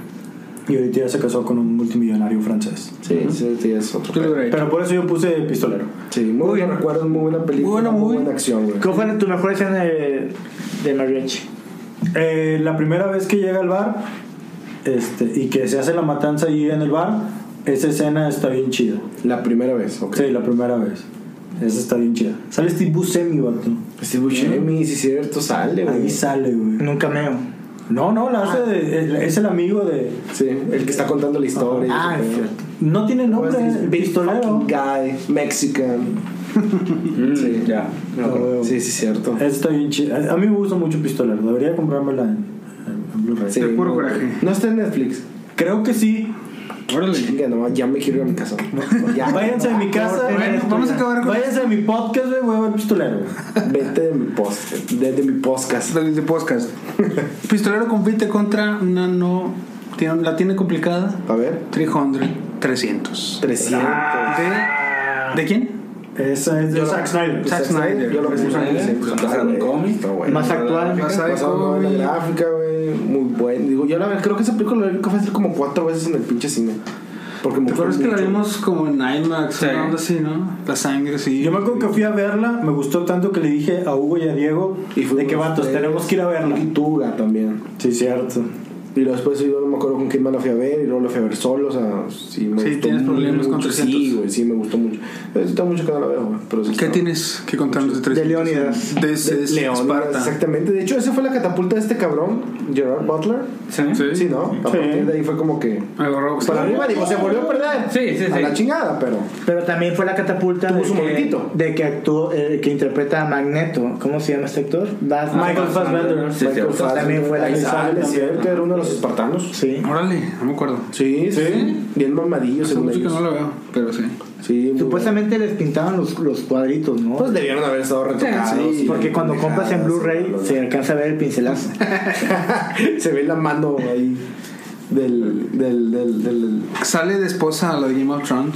Speaker 4: Y ahorita ya se casó con un multimillonario francés.
Speaker 2: Sí, sí, sí, es otro.
Speaker 1: ¿Qué le
Speaker 2: pedo.
Speaker 1: hubiera hecho?
Speaker 4: Pero por eso yo puse pistolero.
Speaker 2: Sí, muy buenos recuerdos, muy buena película.
Speaker 1: Muy buena
Speaker 2: muy
Speaker 1: movie.
Speaker 2: buena acción, güey.
Speaker 3: ¿Cuál fue tu mejor escena de, de Mariachi?
Speaker 4: Eh, la primera vez que llega al bar este, y que se hace la matanza ahí en el bar, esa escena está bien chida.
Speaker 2: La primera vez, ok.
Speaker 4: Sí, la primera vez. Esa está bien chida. Sale Steve Buscemi, vato.
Speaker 2: Steve Buscemi, si es cierto, sale,
Speaker 4: Ahí
Speaker 2: güey.
Speaker 4: sale, güey.
Speaker 3: Nunca meo.
Speaker 4: No, no, la hace de- el- es el amigo de.
Speaker 2: Sí, el que está contando la historia.
Speaker 3: Ah,
Speaker 2: Ese
Speaker 3: es
Speaker 2: pedo.
Speaker 3: cierto.
Speaker 4: No tiene nombre, el pistolero.
Speaker 2: Fucking guy, Mexican. sí,
Speaker 5: ya.
Speaker 2: Me acuerdo.
Speaker 4: Ah,
Speaker 2: Mm, Sí, sí, cierto.
Speaker 4: Esa Está bien chida. A mí me gusta mucho pistolero. Debería comprármela en, en- en Blu-ray.
Speaker 2: Sí,
Speaker 1: de puro
Speaker 2: no,
Speaker 1: coraje.
Speaker 2: No está en Netflix.
Speaker 4: Creo que sí.
Speaker 1: Órale.
Speaker 2: Chinga, no, ya me quiero ir a mi casa. Ya.
Speaker 4: Váyanse de mi casa. eh,
Speaker 1: Bueno, vamos a acabar con
Speaker 4: Váyanse de mi podcast, güey. Voy a ver pistolero. güey.
Speaker 2: Vete de mi post, de, de mi podcast.
Speaker 1: de podcast. Pistolero compite contra una no. tiene- la tiene complicada.
Speaker 2: A ver,
Speaker 1: 300. 300.
Speaker 2: 300.
Speaker 4: Ah.
Speaker 1: ¿De, ¿De quién?
Speaker 4: Esa es de Zack Snyder.
Speaker 1: Ah, Zack Snyder.
Speaker 2: Yo lo puse en
Speaker 5: Snyder.
Speaker 2: 300.
Speaker 5: Entonces, era un cómic.
Speaker 2: Está bueno.
Speaker 3: Más actual.
Speaker 1: Más
Speaker 2: Basado en
Speaker 1: cómic.
Speaker 2: novela gráfica, güey. Muy buena. Digo, yo la verdad, creo que esa película la vi fácil como cuatro veces en el pinche cine. Porque me
Speaker 1: ¿Te acuerdas que
Speaker 2: gustó
Speaker 1: la
Speaker 2: mucho.
Speaker 1: vimos como en IMAX?
Speaker 5: Sí.
Speaker 1: Una onda así, ¿no? La sangre, sí.
Speaker 4: Yo me acuerdo que fui a verla, me gustó tanto que le dije a Hugo y a Diego
Speaker 2: Y fuimos
Speaker 4: de que vatos,
Speaker 2: ustedes.
Speaker 4: tenemos que ir a verla.
Speaker 2: Y Tuga también.
Speaker 4: Sí, cierto.
Speaker 2: Y luego después yo no me acuerdo con quién más la fui a ver y luego la fui a ver solo, o sea, sí me
Speaker 1: Sí,
Speaker 2: gustó
Speaker 1: tienes problemas
Speaker 2: mucho.
Speaker 1: con 300.
Speaker 2: Sí, güey, sí me gustó mucho. Necesito mucho que no la veo, güey, pero sí
Speaker 1: ¿Qué
Speaker 2: está-
Speaker 1: tienes que contarnos de tres?
Speaker 2: De Leónidas.
Speaker 1: De, de- de
Speaker 2: Leónidas,
Speaker 1: Esparta.
Speaker 2: Exactamente. De hecho, esa fue la catapulta de este cabrón, Gerard Butler.
Speaker 5: ¿Sí?
Speaker 1: Sí.
Speaker 2: Sí, ¿no? A
Speaker 4: Sí.
Speaker 2: partir de ahí fue como que...
Speaker 1: Agarró.
Speaker 2: Para arriba, digo, se volvió a perder.
Speaker 5: Sí, sí,
Speaker 2: A
Speaker 5: sí.
Speaker 2: la chingada, pero...
Speaker 3: Pero también fue la catapulta
Speaker 2: Tuvo
Speaker 3: de
Speaker 2: su
Speaker 3: que,
Speaker 2: momentito.
Speaker 3: de que actuó, eh, que interpreta a Magneto. ¿Cómo se llama este actor? Bas-
Speaker 4: Michael Fassbender.
Speaker 5: Sí,
Speaker 2: Michael
Speaker 5: cierto.
Speaker 2: Fassbender.
Speaker 3: También fue la
Speaker 2: Ahí
Speaker 3: que
Speaker 2: sale,
Speaker 4: sale
Speaker 2: cierto, era uno de los espartanos.
Speaker 3: Sí.
Speaker 1: Órale, no me acuerdo.
Speaker 2: Sí, sí. Bien mamadillo,
Speaker 1: Hace
Speaker 2: según
Speaker 1: mucho que
Speaker 2: ellos.
Speaker 1: no la veo, pero sí.
Speaker 2: Sí, muy
Speaker 3: Supuestamente les pintaban los, los cuadritos, ¿no?
Speaker 2: bueno. Pues debieron haber estado retocados.
Speaker 5: Sí,
Speaker 2: y
Speaker 3: Porque cuando compras en Blu-ray
Speaker 2: pendejadas,
Speaker 3: se alcanza a ver el pincelazo.
Speaker 2: se ve la mano ahí del, del, del, del-
Speaker 1: Sale de esposa la de Game of Thrones,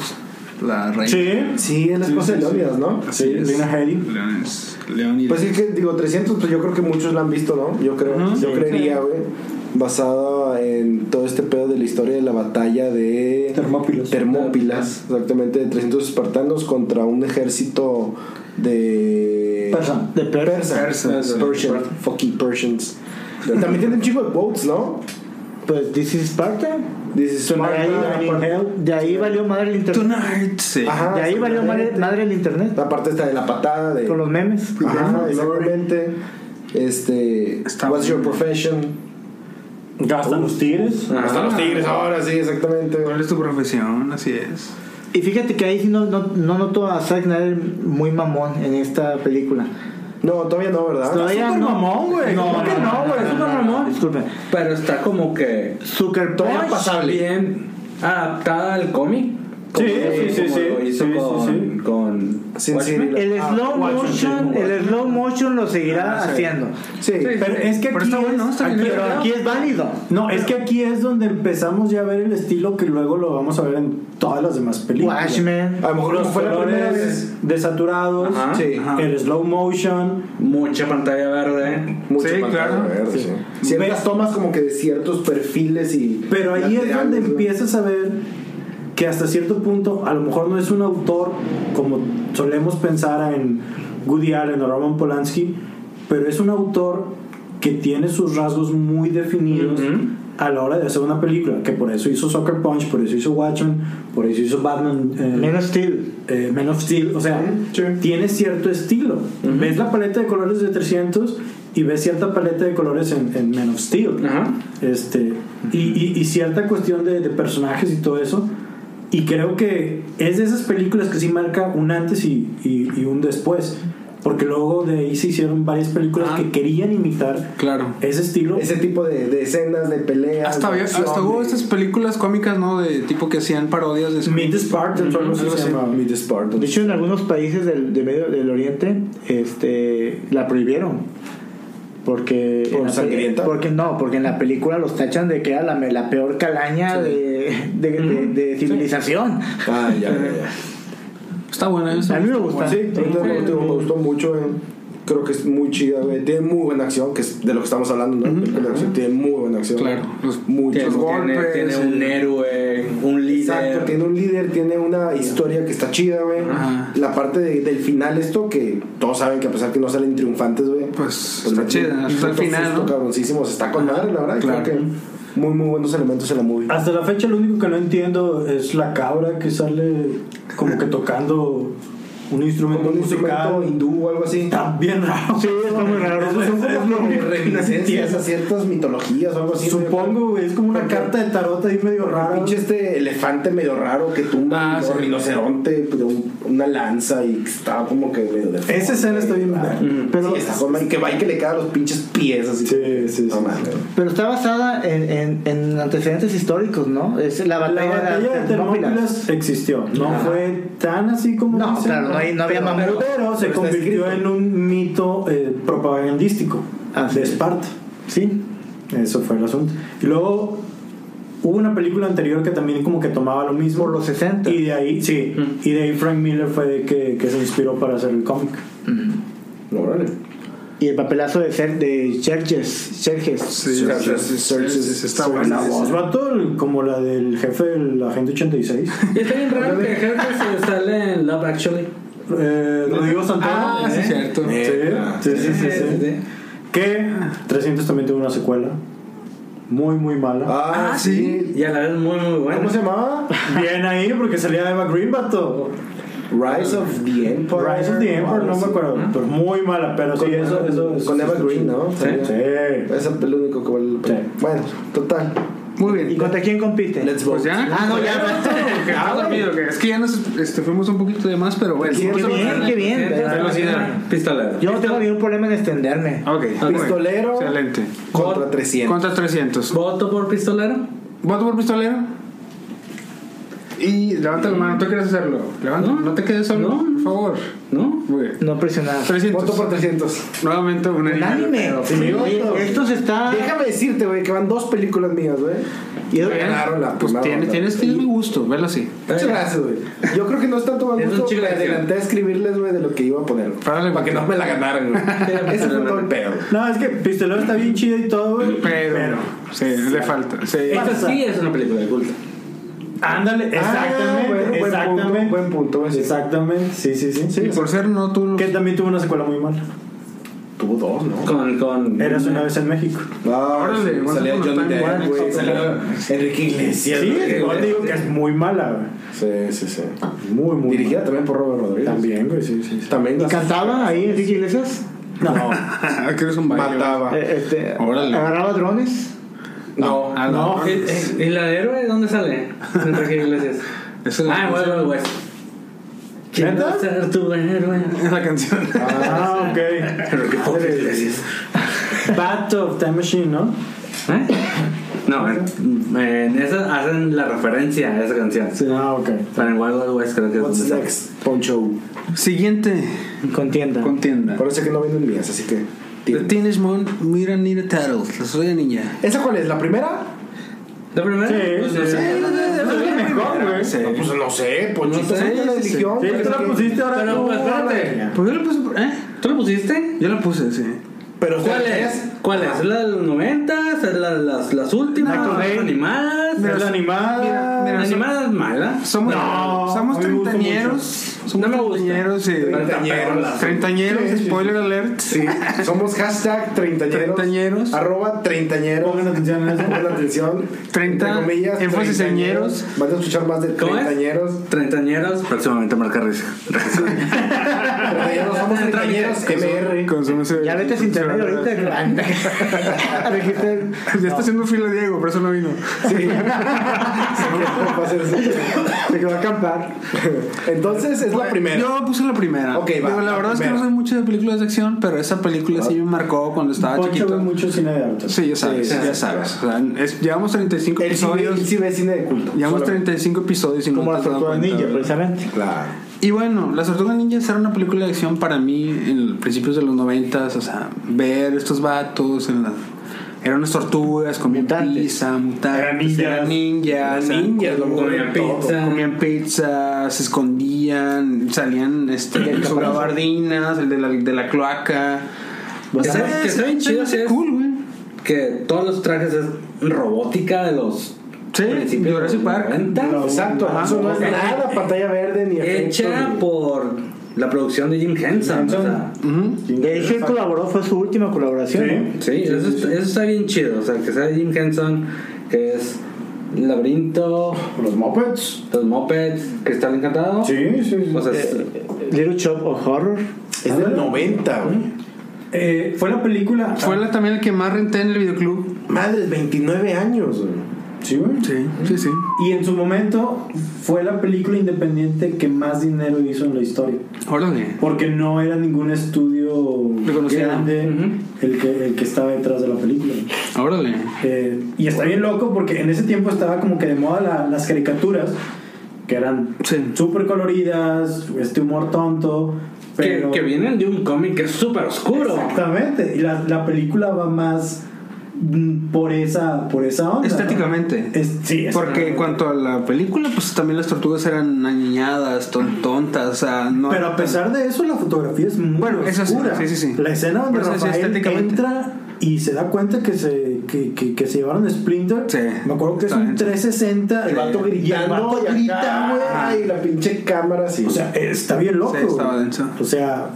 Speaker 1: la reina.
Speaker 4: Sí.
Speaker 2: Sí, es la esposa de Leonidas, ¿no?
Speaker 1: Así
Speaker 4: Sí,
Speaker 1: es.
Speaker 4: Lina Headey.
Speaker 1: Leones- Leónidas.
Speaker 2: Pues sí que, digo, 300, pues yo creo que muchos la han visto, ¿no? Yo creo,
Speaker 1: Ujú.
Speaker 2: yo creería, güey, basado en todo este pedo de la historia de la batalla de
Speaker 4: Termópilas.
Speaker 2: Termópilas, exactamente, de 300 espartanos contra un ejército de...
Speaker 4: Persa.
Speaker 3: De per-
Speaker 2: Persa.
Speaker 1: Persas.
Speaker 2: Persian. Fucking Persians. Y también tiene un chico de quotes, ¿no?
Speaker 3: Pues This is Sparta.
Speaker 2: Dices,
Speaker 3: De ahí, de ahí valió madre el internet.
Speaker 1: Tonight, sí.
Speaker 2: Ajá.
Speaker 3: De ahí valió madre, madre el internet.
Speaker 2: La parte esta de la patada de...
Speaker 3: Con los memes.
Speaker 2: Ajá, exactamente. Este.
Speaker 1: Está
Speaker 2: what's your
Speaker 1: bueno.
Speaker 2: profession?
Speaker 4: Hasta los tigres.
Speaker 5: Ah.
Speaker 2: Hasta los tigres ahora, sí, exactamente.
Speaker 1: ¿Cuál es tu profesión? Así es.
Speaker 3: Y fíjate que ahí sí no, no, no noto a Zack Snyder muy mamón en esta película.
Speaker 2: No, todavía no, ¿verdad?
Speaker 3: Todavía
Speaker 4: súper
Speaker 3: Ah, no.
Speaker 4: mamón, güey. ¿Cómo que no, güey? Súper mamón.
Speaker 3: Disculpe.
Speaker 5: Pero está como que
Speaker 3: Zucker
Speaker 2: Todavía
Speaker 3: Punch.
Speaker 2: pasa. Pasable.
Speaker 5: bien adaptada al cómic. Como-
Speaker 4: Sí, sí, sí,
Speaker 5: como
Speaker 4: sí.
Speaker 5: Lo hizo
Speaker 4: Sí, sí,
Speaker 5: con,
Speaker 4: sí.
Speaker 5: con
Speaker 2: Sin
Speaker 5: Watchmen.
Speaker 2: Siri.
Speaker 3: El
Speaker 2: Ah,
Speaker 3: slow
Speaker 2: Watchmen,
Speaker 3: motion,
Speaker 2: sí,
Speaker 3: el slow motion lo seguirá
Speaker 1: Ah, sí.
Speaker 3: haciendo.
Speaker 2: Sí.
Speaker 5: Sí.
Speaker 4: Pero es que
Speaker 1: Pero
Speaker 4: aquí
Speaker 1: está bueno,
Speaker 4: es-
Speaker 1: está bien.
Speaker 4: aquí-
Speaker 3: Pero aquí es válido.
Speaker 4: No, es que aquí es donde empezamos ya a ver el estilo que luego lo vamos a ver en todas las demás películas.
Speaker 3: Watchmen.
Speaker 2: A lo mejor
Speaker 4: Los
Speaker 2: como fue la primera
Speaker 4: colores
Speaker 2: vez.
Speaker 4: desaturados,
Speaker 5: Ajá.
Speaker 2: Sí.
Speaker 1: Ajá.
Speaker 4: el slow motion.
Speaker 5: Mucha pantalla verde.
Speaker 2: Mucho
Speaker 1: Sí,
Speaker 2: pantalla
Speaker 1: claro.
Speaker 2: verde, sí. Ciertas
Speaker 4: Ve-
Speaker 2: tomas como que de ciertos perfiles y.
Speaker 4: Pero ahí es donde
Speaker 2: laterales, ¿no?
Speaker 4: empiezas a ver que hasta cierto punto a lo mejor no es un autor como solemos pensar en Woody Allen o Roman Polanski, pero es un autor que tiene sus rasgos muy definidos
Speaker 5: Ujú.
Speaker 4: a la hora de hacer una película, que por eso hizo Soccer Punch, por eso hizo Watchmen, por eso hizo Batman. eh,
Speaker 3: Menos Steel.
Speaker 4: eh, Man of Steel, o sea,
Speaker 2: Sí.
Speaker 4: tiene cierto estilo. Ves la paleta de colores de 300 y ves cierta paleta de colores en, en Man of Steel.
Speaker 5: Ajá.
Speaker 4: Este, y, y- y cierta cuestión de, de personajes y todo eso. Y creo que es de esas películas que sí marca un antes y, y- y un después. Porque luego de ahí se hicieron varias películas
Speaker 1: Ah.
Speaker 4: que querían imitar
Speaker 1: Claro.
Speaker 4: ese estilo.
Speaker 2: Ese tipo de, de escenas, de peleas.
Speaker 1: Hasta,
Speaker 2: de
Speaker 1: había-
Speaker 2: acción,
Speaker 1: hasta hubo
Speaker 2: de-
Speaker 1: estas películas cómicas, ¿no? De tipo que hacían parodias de
Speaker 4: Meet the Spartans, o algo así
Speaker 1: Algo
Speaker 4: se
Speaker 1: así.
Speaker 4: llamaba.
Speaker 2: Meet the Spartans.
Speaker 3: De hecho, en algunos países del, de medio, del Oriente este, la prohibieron. Porque,
Speaker 2: ¿Por
Speaker 3: en la peli-
Speaker 2: sangrienta?
Speaker 3: porque no, porque en la película los tachan de que era la, me- la peor calaña de, de, de- de civilización.
Speaker 2: Ah, ya, ya, ya.
Speaker 1: Está buena eso.
Speaker 3: A mí me gusta.
Speaker 2: Sí, ahorita me gustó- me gustó mucho, eh. creo que es muy chida, güey. Tiene muy buena acción, que es de lo que estamos hablando, ¿no? Película de acción, Tiene muy buena acción.
Speaker 1: Claro, los-
Speaker 2: muchos
Speaker 5: Tiene, tiene,
Speaker 2: golpes.
Speaker 5: tiene un héroe, un líder.
Speaker 2: Pues, Exacto, tiene un líder, tiene una historia que está chida, güey.
Speaker 1: Ajá.
Speaker 2: La parte de- del final, esto que todos saben que a pesar que no salen triunfantes, güey.
Speaker 1: Pues, está chida, hasta el final, ¿no?
Speaker 2: cabroncísimos, está con madre, la verdad. y
Speaker 1: Claro.
Speaker 2: Creo que muy, muy buenos elementos en la movie.
Speaker 4: Hasta la fecha lo único que no entiendo es la cabra que sale como que tocando un instrumento
Speaker 2: Como un instrumento
Speaker 4: musical.
Speaker 2: hindú o algo así.
Speaker 4: Está bien raro.
Speaker 3: Sí, está muy raro.
Speaker 4: Eso es un poco
Speaker 2: Como
Speaker 4: lo que
Speaker 2: Reminiscencias a ciertas mitologías o algo así. güey.
Speaker 4: Supongo, güey, es como una
Speaker 2: Porque-
Speaker 4: carta de tarot ahí medio
Speaker 2: Raro.
Speaker 4: rara.
Speaker 2: Pinche este elefante medio raro que tumba
Speaker 1: Ah,
Speaker 2: un
Speaker 1: sí.
Speaker 2: rinoceronte, pero un- una lanza y que estaba como que medio de
Speaker 4: Esa escena está bien rara.
Speaker 2: Pero
Speaker 3: Pero-
Speaker 2: esa forma en que va y que le cae a los pinches pies así.
Speaker 4: Sí, sí,
Speaker 2: No
Speaker 4: sí.
Speaker 2: mames.
Speaker 3: Pero está basada en, en- en antecedentes históricos, ¿no? Es
Speaker 4: La
Speaker 3: la batalla,
Speaker 4: batalla de
Speaker 3: las Termópilas.
Speaker 4: Termópilas existió. No
Speaker 3: Ajá.
Speaker 4: fue tan así como.
Speaker 3: No,
Speaker 4: dicen,
Speaker 3: claro, no hay- no había
Speaker 4: pero-
Speaker 3: mamuts.
Speaker 4: Pero se
Speaker 2: Pero está
Speaker 4: convirtió
Speaker 2: escrito.
Speaker 4: en un mito eh, propagandístico
Speaker 3: Así
Speaker 4: de
Speaker 3: es.
Speaker 4: Esparta.
Speaker 3: Sí.
Speaker 4: Eso fue el asunto. Y luego hubo una película anterior que también como que tomaba lo mismo.
Speaker 3: Por los 60.
Speaker 4: Y de ahí, sí. Y de ahí Frank Miller fue de que, que se inspiró para hacer el cómic.
Speaker 2: No, órale.
Speaker 3: Y el papelazo de ser de Cherges. Cherges.
Speaker 1: Sí,
Speaker 2: Searches,
Speaker 1: o sea,
Speaker 2: searches,
Speaker 1: es- está buena.
Speaker 4: La voz, vato, el- como la del jefe de la gente 86.
Speaker 5: Y está bien raro que Hercules sale en Love Actually.
Speaker 4: Eh, Rodrigo Santana.
Speaker 1: Ah, sí,
Speaker 4: ¿eh?
Speaker 1: cierto.
Speaker 4: Sí, sí, sí, sí. Que 300 también tuvo una secuela. Muy, muy mala.
Speaker 2: Ah, sí.
Speaker 5: Y a la vez muy, muy
Speaker 4: ¿Cómo
Speaker 5: bueno.
Speaker 4: se llamaba? Bien ahí, porque salía Eva Green, vato.
Speaker 2: Rise of the Empire.
Speaker 4: Rise of the Emperor, no me acuerdo. Pero muy mala, pero sí, eso, eso, eso-
Speaker 2: Con
Speaker 4: eso
Speaker 2: Eva
Speaker 4: está
Speaker 2: Green,
Speaker 4: chido.
Speaker 2: ¿no? Salía.
Speaker 4: Sí.
Speaker 2: Ese es el único que vale la pena.
Speaker 4: Sí.
Speaker 2: Bueno, total.
Speaker 1: Muy
Speaker 3: ¿Y
Speaker 1: bien.
Speaker 3: contra quién compite?
Speaker 2: Let's vote.
Speaker 1: Pues ya.
Speaker 3: Ah, no, ya.
Speaker 1: Que estaba dormido, que es que ya nos este, fuimos un poquito de más, pero bueno.
Speaker 3: Qué
Speaker 1: vamos a
Speaker 3: bien,
Speaker 1: darle.
Speaker 3: qué bien.
Speaker 1: Velocidad.
Speaker 5: Pistolero.
Speaker 3: Yo no tengo ningún problema en extenderme.
Speaker 1: Ok. muy bien.
Speaker 2: Pistolero.
Speaker 1: Excelente.
Speaker 2: Contra 300.
Speaker 1: Contra 300.
Speaker 5: ¿Voto por pistolero?
Speaker 1: ¿Voto por pistolero? Y levanta la mano, tú quieres hacerlo. Levanta, no,
Speaker 5: No.
Speaker 1: te quedes solo,
Speaker 5: No.
Speaker 1: por favor.
Speaker 5: ¿No?
Speaker 1: Muy bien.
Speaker 3: No presionar.
Speaker 1: 300.
Speaker 2: Voto por 300.
Speaker 1: Nuevamente un
Speaker 3: Unánime.
Speaker 1: anime.
Speaker 3: Sí, oye, Esto se está.
Speaker 2: Déjame decirte, güey, que van dos películas mías, güey.
Speaker 3: y-
Speaker 2: Ganaron la
Speaker 1: Pues
Speaker 2: primera
Speaker 1: tienes,
Speaker 2: ronda.
Speaker 1: tienes que ir mi gusto, velo así.
Speaker 2: Muchas gracias, güey. Yo creo que no es tanto mal
Speaker 5: Es un
Speaker 2: gusto.
Speaker 5: chicle
Speaker 2: Me
Speaker 5: de acción.
Speaker 2: adelanté a escribirles, güey, de lo que iba a poner. güey.
Speaker 1: Párale,
Speaker 2: Para que no me la ganaran, güey. Ese fue todo el pedo. güey.
Speaker 4: No, es que Pistolero está bien chido y todo, güey.
Speaker 1: Pero, sí, le falta. Sí.
Speaker 5: Esta sí es una película de culto.
Speaker 4: Ándale,
Speaker 2: Ah,
Speaker 4: exactamente.
Speaker 2: bueno, buen punto,
Speaker 4: exactamente.
Speaker 2: buen punto, güey, sí.
Speaker 4: Exactamente. Sí, sí, sí.
Speaker 1: Y por ser no tú.
Speaker 4: Que también tuvo una secuela muy mala.
Speaker 2: Tuvo dos, ¿no?
Speaker 5: Con, con...
Speaker 4: Eras
Speaker 2: Mm.
Speaker 4: una vez en México.
Speaker 2: No,
Speaker 1: Órale,
Speaker 2: Ah, sí,
Speaker 1: once
Speaker 2: salía
Speaker 1: upon a
Speaker 2: Johnny
Speaker 1: time,
Speaker 2: Depp,
Speaker 1: one,
Speaker 2: güey.
Speaker 1: once
Speaker 2: Salía Enrique Iglesias.
Speaker 4: Sí,
Speaker 2: güey.
Speaker 4: no digo que es muy mala, güey.
Speaker 2: Sí, sí, sí.
Speaker 4: Muy, muy
Speaker 2: Dirigida
Speaker 4: mala.
Speaker 2: también por Robert Rodríguez.
Speaker 4: También, güey, sí, sí. sí.
Speaker 2: También
Speaker 3: ¿Y
Speaker 2: las-
Speaker 3: cantaba ahí Enrique Iglesias?
Speaker 4: No,
Speaker 1: que eres un baile.
Speaker 2: mataba.
Speaker 3: Eh, este,
Speaker 1: Órale.
Speaker 3: ¿Agarraba drones?
Speaker 2: No,
Speaker 1: Ah, no.
Speaker 4: no.
Speaker 5: ¿Y, y- y eh, la de héroe dónde sale? Enrique Iglesias.
Speaker 1: Esa es la
Speaker 5: ah, en Wild Wild West.
Speaker 4: ¿Neta?
Speaker 5: Quiero ser tu héroe.
Speaker 1: Es la canción.
Speaker 4: Ah, ok. Bat of Time Machine, ¿no?
Speaker 5: ¿Eh? No, en, en esa hacen la referencia a esa canción.
Speaker 4: Ah, ok.
Speaker 5: Pero en Wild Wild West creo que es
Speaker 2: What's
Speaker 5: donde sale.
Speaker 2: next, Poncho?
Speaker 1: Siguiente
Speaker 3: Contienda.
Speaker 1: contienda.
Speaker 2: Parece que no vienen mías, así que.
Speaker 1: The Teenage Moon, Mira Nina Tattles. La soy de niña.
Speaker 2: ¿Esa cuál es? ¿La primera?
Speaker 5: ¿La primera?
Speaker 4: Sí,
Speaker 5: Pues no
Speaker 4: sí.
Speaker 5: sé.
Speaker 1: Sí.
Speaker 2: No, pues no sé, Poncho.
Speaker 5: No
Speaker 2: ¿Tú
Speaker 5: sé,
Speaker 2: sabes la
Speaker 1: sí,
Speaker 2: religión?
Speaker 4: Sí, tú la pusiste ahora
Speaker 5: Pero,
Speaker 4: tú,
Speaker 5: pues, espérate.
Speaker 4: Ale.
Speaker 1: Pues yo la puse. por- ¿Eh?
Speaker 5: ¿Tú la pusiste?
Speaker 1: Yo la puse, sí.
Speaker 2: Pero
Speaker 5: ¿Cuál es? ¿Cuál es? ¿Es la de los 90? ¿Es la, las, las últimas?
Speaker 4: Michael Bay.
Speaker 5: ¿Las animadas?
Speaker 4: Es la
Speaker 1: Mira,
Speaker 4: animada.
Speaker 1: mira,
Speaker 5: ¿Las animadas malas?
Speaker 1: Somos,
Speaker 4: No,
Speaker 1: somos
Speaker 4: a mí me gusta
Speaker 1: treintañeros.
Speaker 5: No
Speaker 1: Somos
Speaker 5: me gusta.
Speaker 1: treintañeros. sí.
Speaker 2: Treintañeros.
Speaker 1: Treintañeros,
Speaker 2: Sí, sí, sí.
Speaker 1: spoiler alert.
Speaker 2: Sí, somos hashtag treintañeros.
Speaker 1: Treintañeros.
Speaker 2: Arroba treintañeros.
Speaker 4: Pongan atención a eso.
Speaker 2: Pongan atención.
Speaker 1: Treinta,
Speaker 2: Entre comillas,
Speaker 1: énfasis en
Speaker 2: treintañeros.
Speaker 1: ñeros.
Speaker 2: Vas a escuchar más de
Speaker 5: ¿Cómo es?
Speaker 2: treintañeros.
Speaker 5: Treintañeros, próximamente marca risa.
Speaker 2: Treintañeros, somos treintañeros. MR.
Speaker 1: Consúmese-
Speaker 3: Ya vete sin internet ahorita. Dijiste,
Speaker 1: Ya está haciendo fila Diego, por eso no vino.
Speaker 2: Va a ser así.
Speaker 3: se quedó a acampar.
Speaker 2: Entonces es la primera.
Speaker 1: Yo puse la primera.
Speaker 2: Ok, va,
Speaker 1: Digo, la,
Speaker 2: la
Speaker 1: verdad es que
Speaker 2: primera.
Speaker 1: no soy mucho de películas de acción, pero esa película sí me marcó cuando estaba
Speaker 4: Poncho ve
Speaker 1: Ah, chiquito.
Speaker 4: mucho cine de autos.
Speaker 1: Sí, ya sabes,
Speaker 2: Sí,
Speaker 1: ya
Speaker 2: sí,
Speaker 1: sabes. O sea, es- llevamos 35
Speaker 2: Él sí, ve,
Speaker 1: episodios.
Speaker 2: él sí ve cine de culto.
Speaker 1: Llevamos
Speaker 2: Solamente.
Speaker 1: 35 episodios y no
Speaker 3: Como
Speaker 1: te
Speaker 3: la
Speaker 1: has dado
Speaker 3: tortuga
Speaker 1: cuenta,
Speaker 3: ninja,
Speaker 1: ¿verdad?
Speaker 3: precisamente.
Speaker 2: Claro.
Speaker 1: Y bueno, Las Tortugas Ninjas era una película de acción para mí en principios de los 90, o sea, ver estos vatos en las eran unas tortugas comían
Speaker 3: Mutantes.
Speaker 1: pizza, mutantes,
Speaker 4: Eran ninjas.
Speaker 1: eran ninjas, o sea,
Speaker 2: Ninja, lo mejor
Speaker 5: Comían
Speaker 2: de todo.
Speaker 5: pizza.
Speaker 1: comían pizza, se escondían, salían este, sobre gabardinas, el de la, de la cloaca.
Speaker 5: Que
Speaker 1: Ese-
Speaker 5: sabe- que
Speaker 1: ese-
Speaker 5: saben chido
Speaker 1: ese
Speaker 5: que es.
Speaker 1: cool, güey.
Speaker 5: que todos los trajes es robótica de los
Speaker 1: Sí,
Speaker 5: principios de
Speaker 1: Jurassic
Speaker 5: los
Speaker 1: Park.
Speaker 5: 90,
Speaker 2: Exacto.
Speaker 1: Ajá.
Speaker 2: eso no es
Speaker 4: Ah,
Speaker 5: Ajá.
Speaker 2: nada pantalla verde ni
Speaker 5: hecha
Speaker 2: efectos,
Speaker 5: por la producción de Jim Henson. o sea,
Speaker 1: Ujú.
Speaker 3: De hecho, él colaboró, fue su última colaboración.
Speaker 4: Sí.
Speaker 5: sí, eso, está, eso está bien chido. O sea, que sea Jim Henson, que es Laberinto,
Speaker 4: Los Muppets.
Speaker 5: los Mopeds, Cristal Encantado.
Speaker 4: Sí, sí, sí. Eh,
Speaker 5: O sea, es-
Speaker 3: Little Shop of Horror.
Speaker 2: Es del 90, güey.
Speaker 4: Eh, fue la película.
Speaker 1: Fue la, también el que más renté en el videoclub.
Speaker 2: Madres, 29 años, güey.
Speaker 4: Ah, Sí, güey.
Speaker 1: Sí, sí, sí.
Speaker 4: Y en su momento fue la película independiente que más dinero hizo en la historia.
Speaker 1: Órale.
Speaker 4: Porque no era ningún estudio
Speaker 1: Reconocido.
Speaker 4: grande
Speaker 5: Ujú.
Speaker 4: el, que, el que estaba detrás de la película.
Speaker 1: Órale.
Speaker 4: Eh, y está bien loco porque en ese tiempo estaba como que de moda la- las caricaturas, que eran
Speaker 1: Sí.
Speaker 4: súper coloridas, este humor tonto.
Speaker 5: que,
Speaker 4: Pero
Speaker 5: que vienen de un cómic que es súper oscuro.
Speaker 4: Exactamente. Y la, la película va más mm, por esa, por esa onda. ¿no?
Speaker 1: Estéticamente.
Speaker 4: Es- sí,
Speaker 1: Porque
Speaker 4: estéticamente.
Speaker 1: en cuanto a la película, pues también las tortugas eran aniñadas, ton- tontas, o sea, no...
Speaker 4: Pero a pesar de eso, la fotografía es muy
Speaker 1: Bueno, eso sí,
Speaker 4: oscura.
Speaker 1: sí, sí, sí.
Speaker 4: La escena donde
Speaker 1: Por eso decía
Speaker 4: Rafael
Speaker 1: estéticamente.
Speaker 4: entra y se da cuenta que se, que, que, que se llevaron Splinter.
Speaker 1: Sí,
Speaker 4: Me acuerdo que es un
Speaker 1: exactamente.
Speaker 4: 360.
Speaker 2: El vato
Speaker 3: El
Speaker 2: gritando,
Speaker 3: vato y acá.
Speaker 2: grita, güey, y la pinche cámara así.
Speaker 4: Ah. O sea, está bien loco.
Speaker 1: Sí, estaba
Speaker 4: güey.
Speaker 1: denso.
Speaker 4: O sea,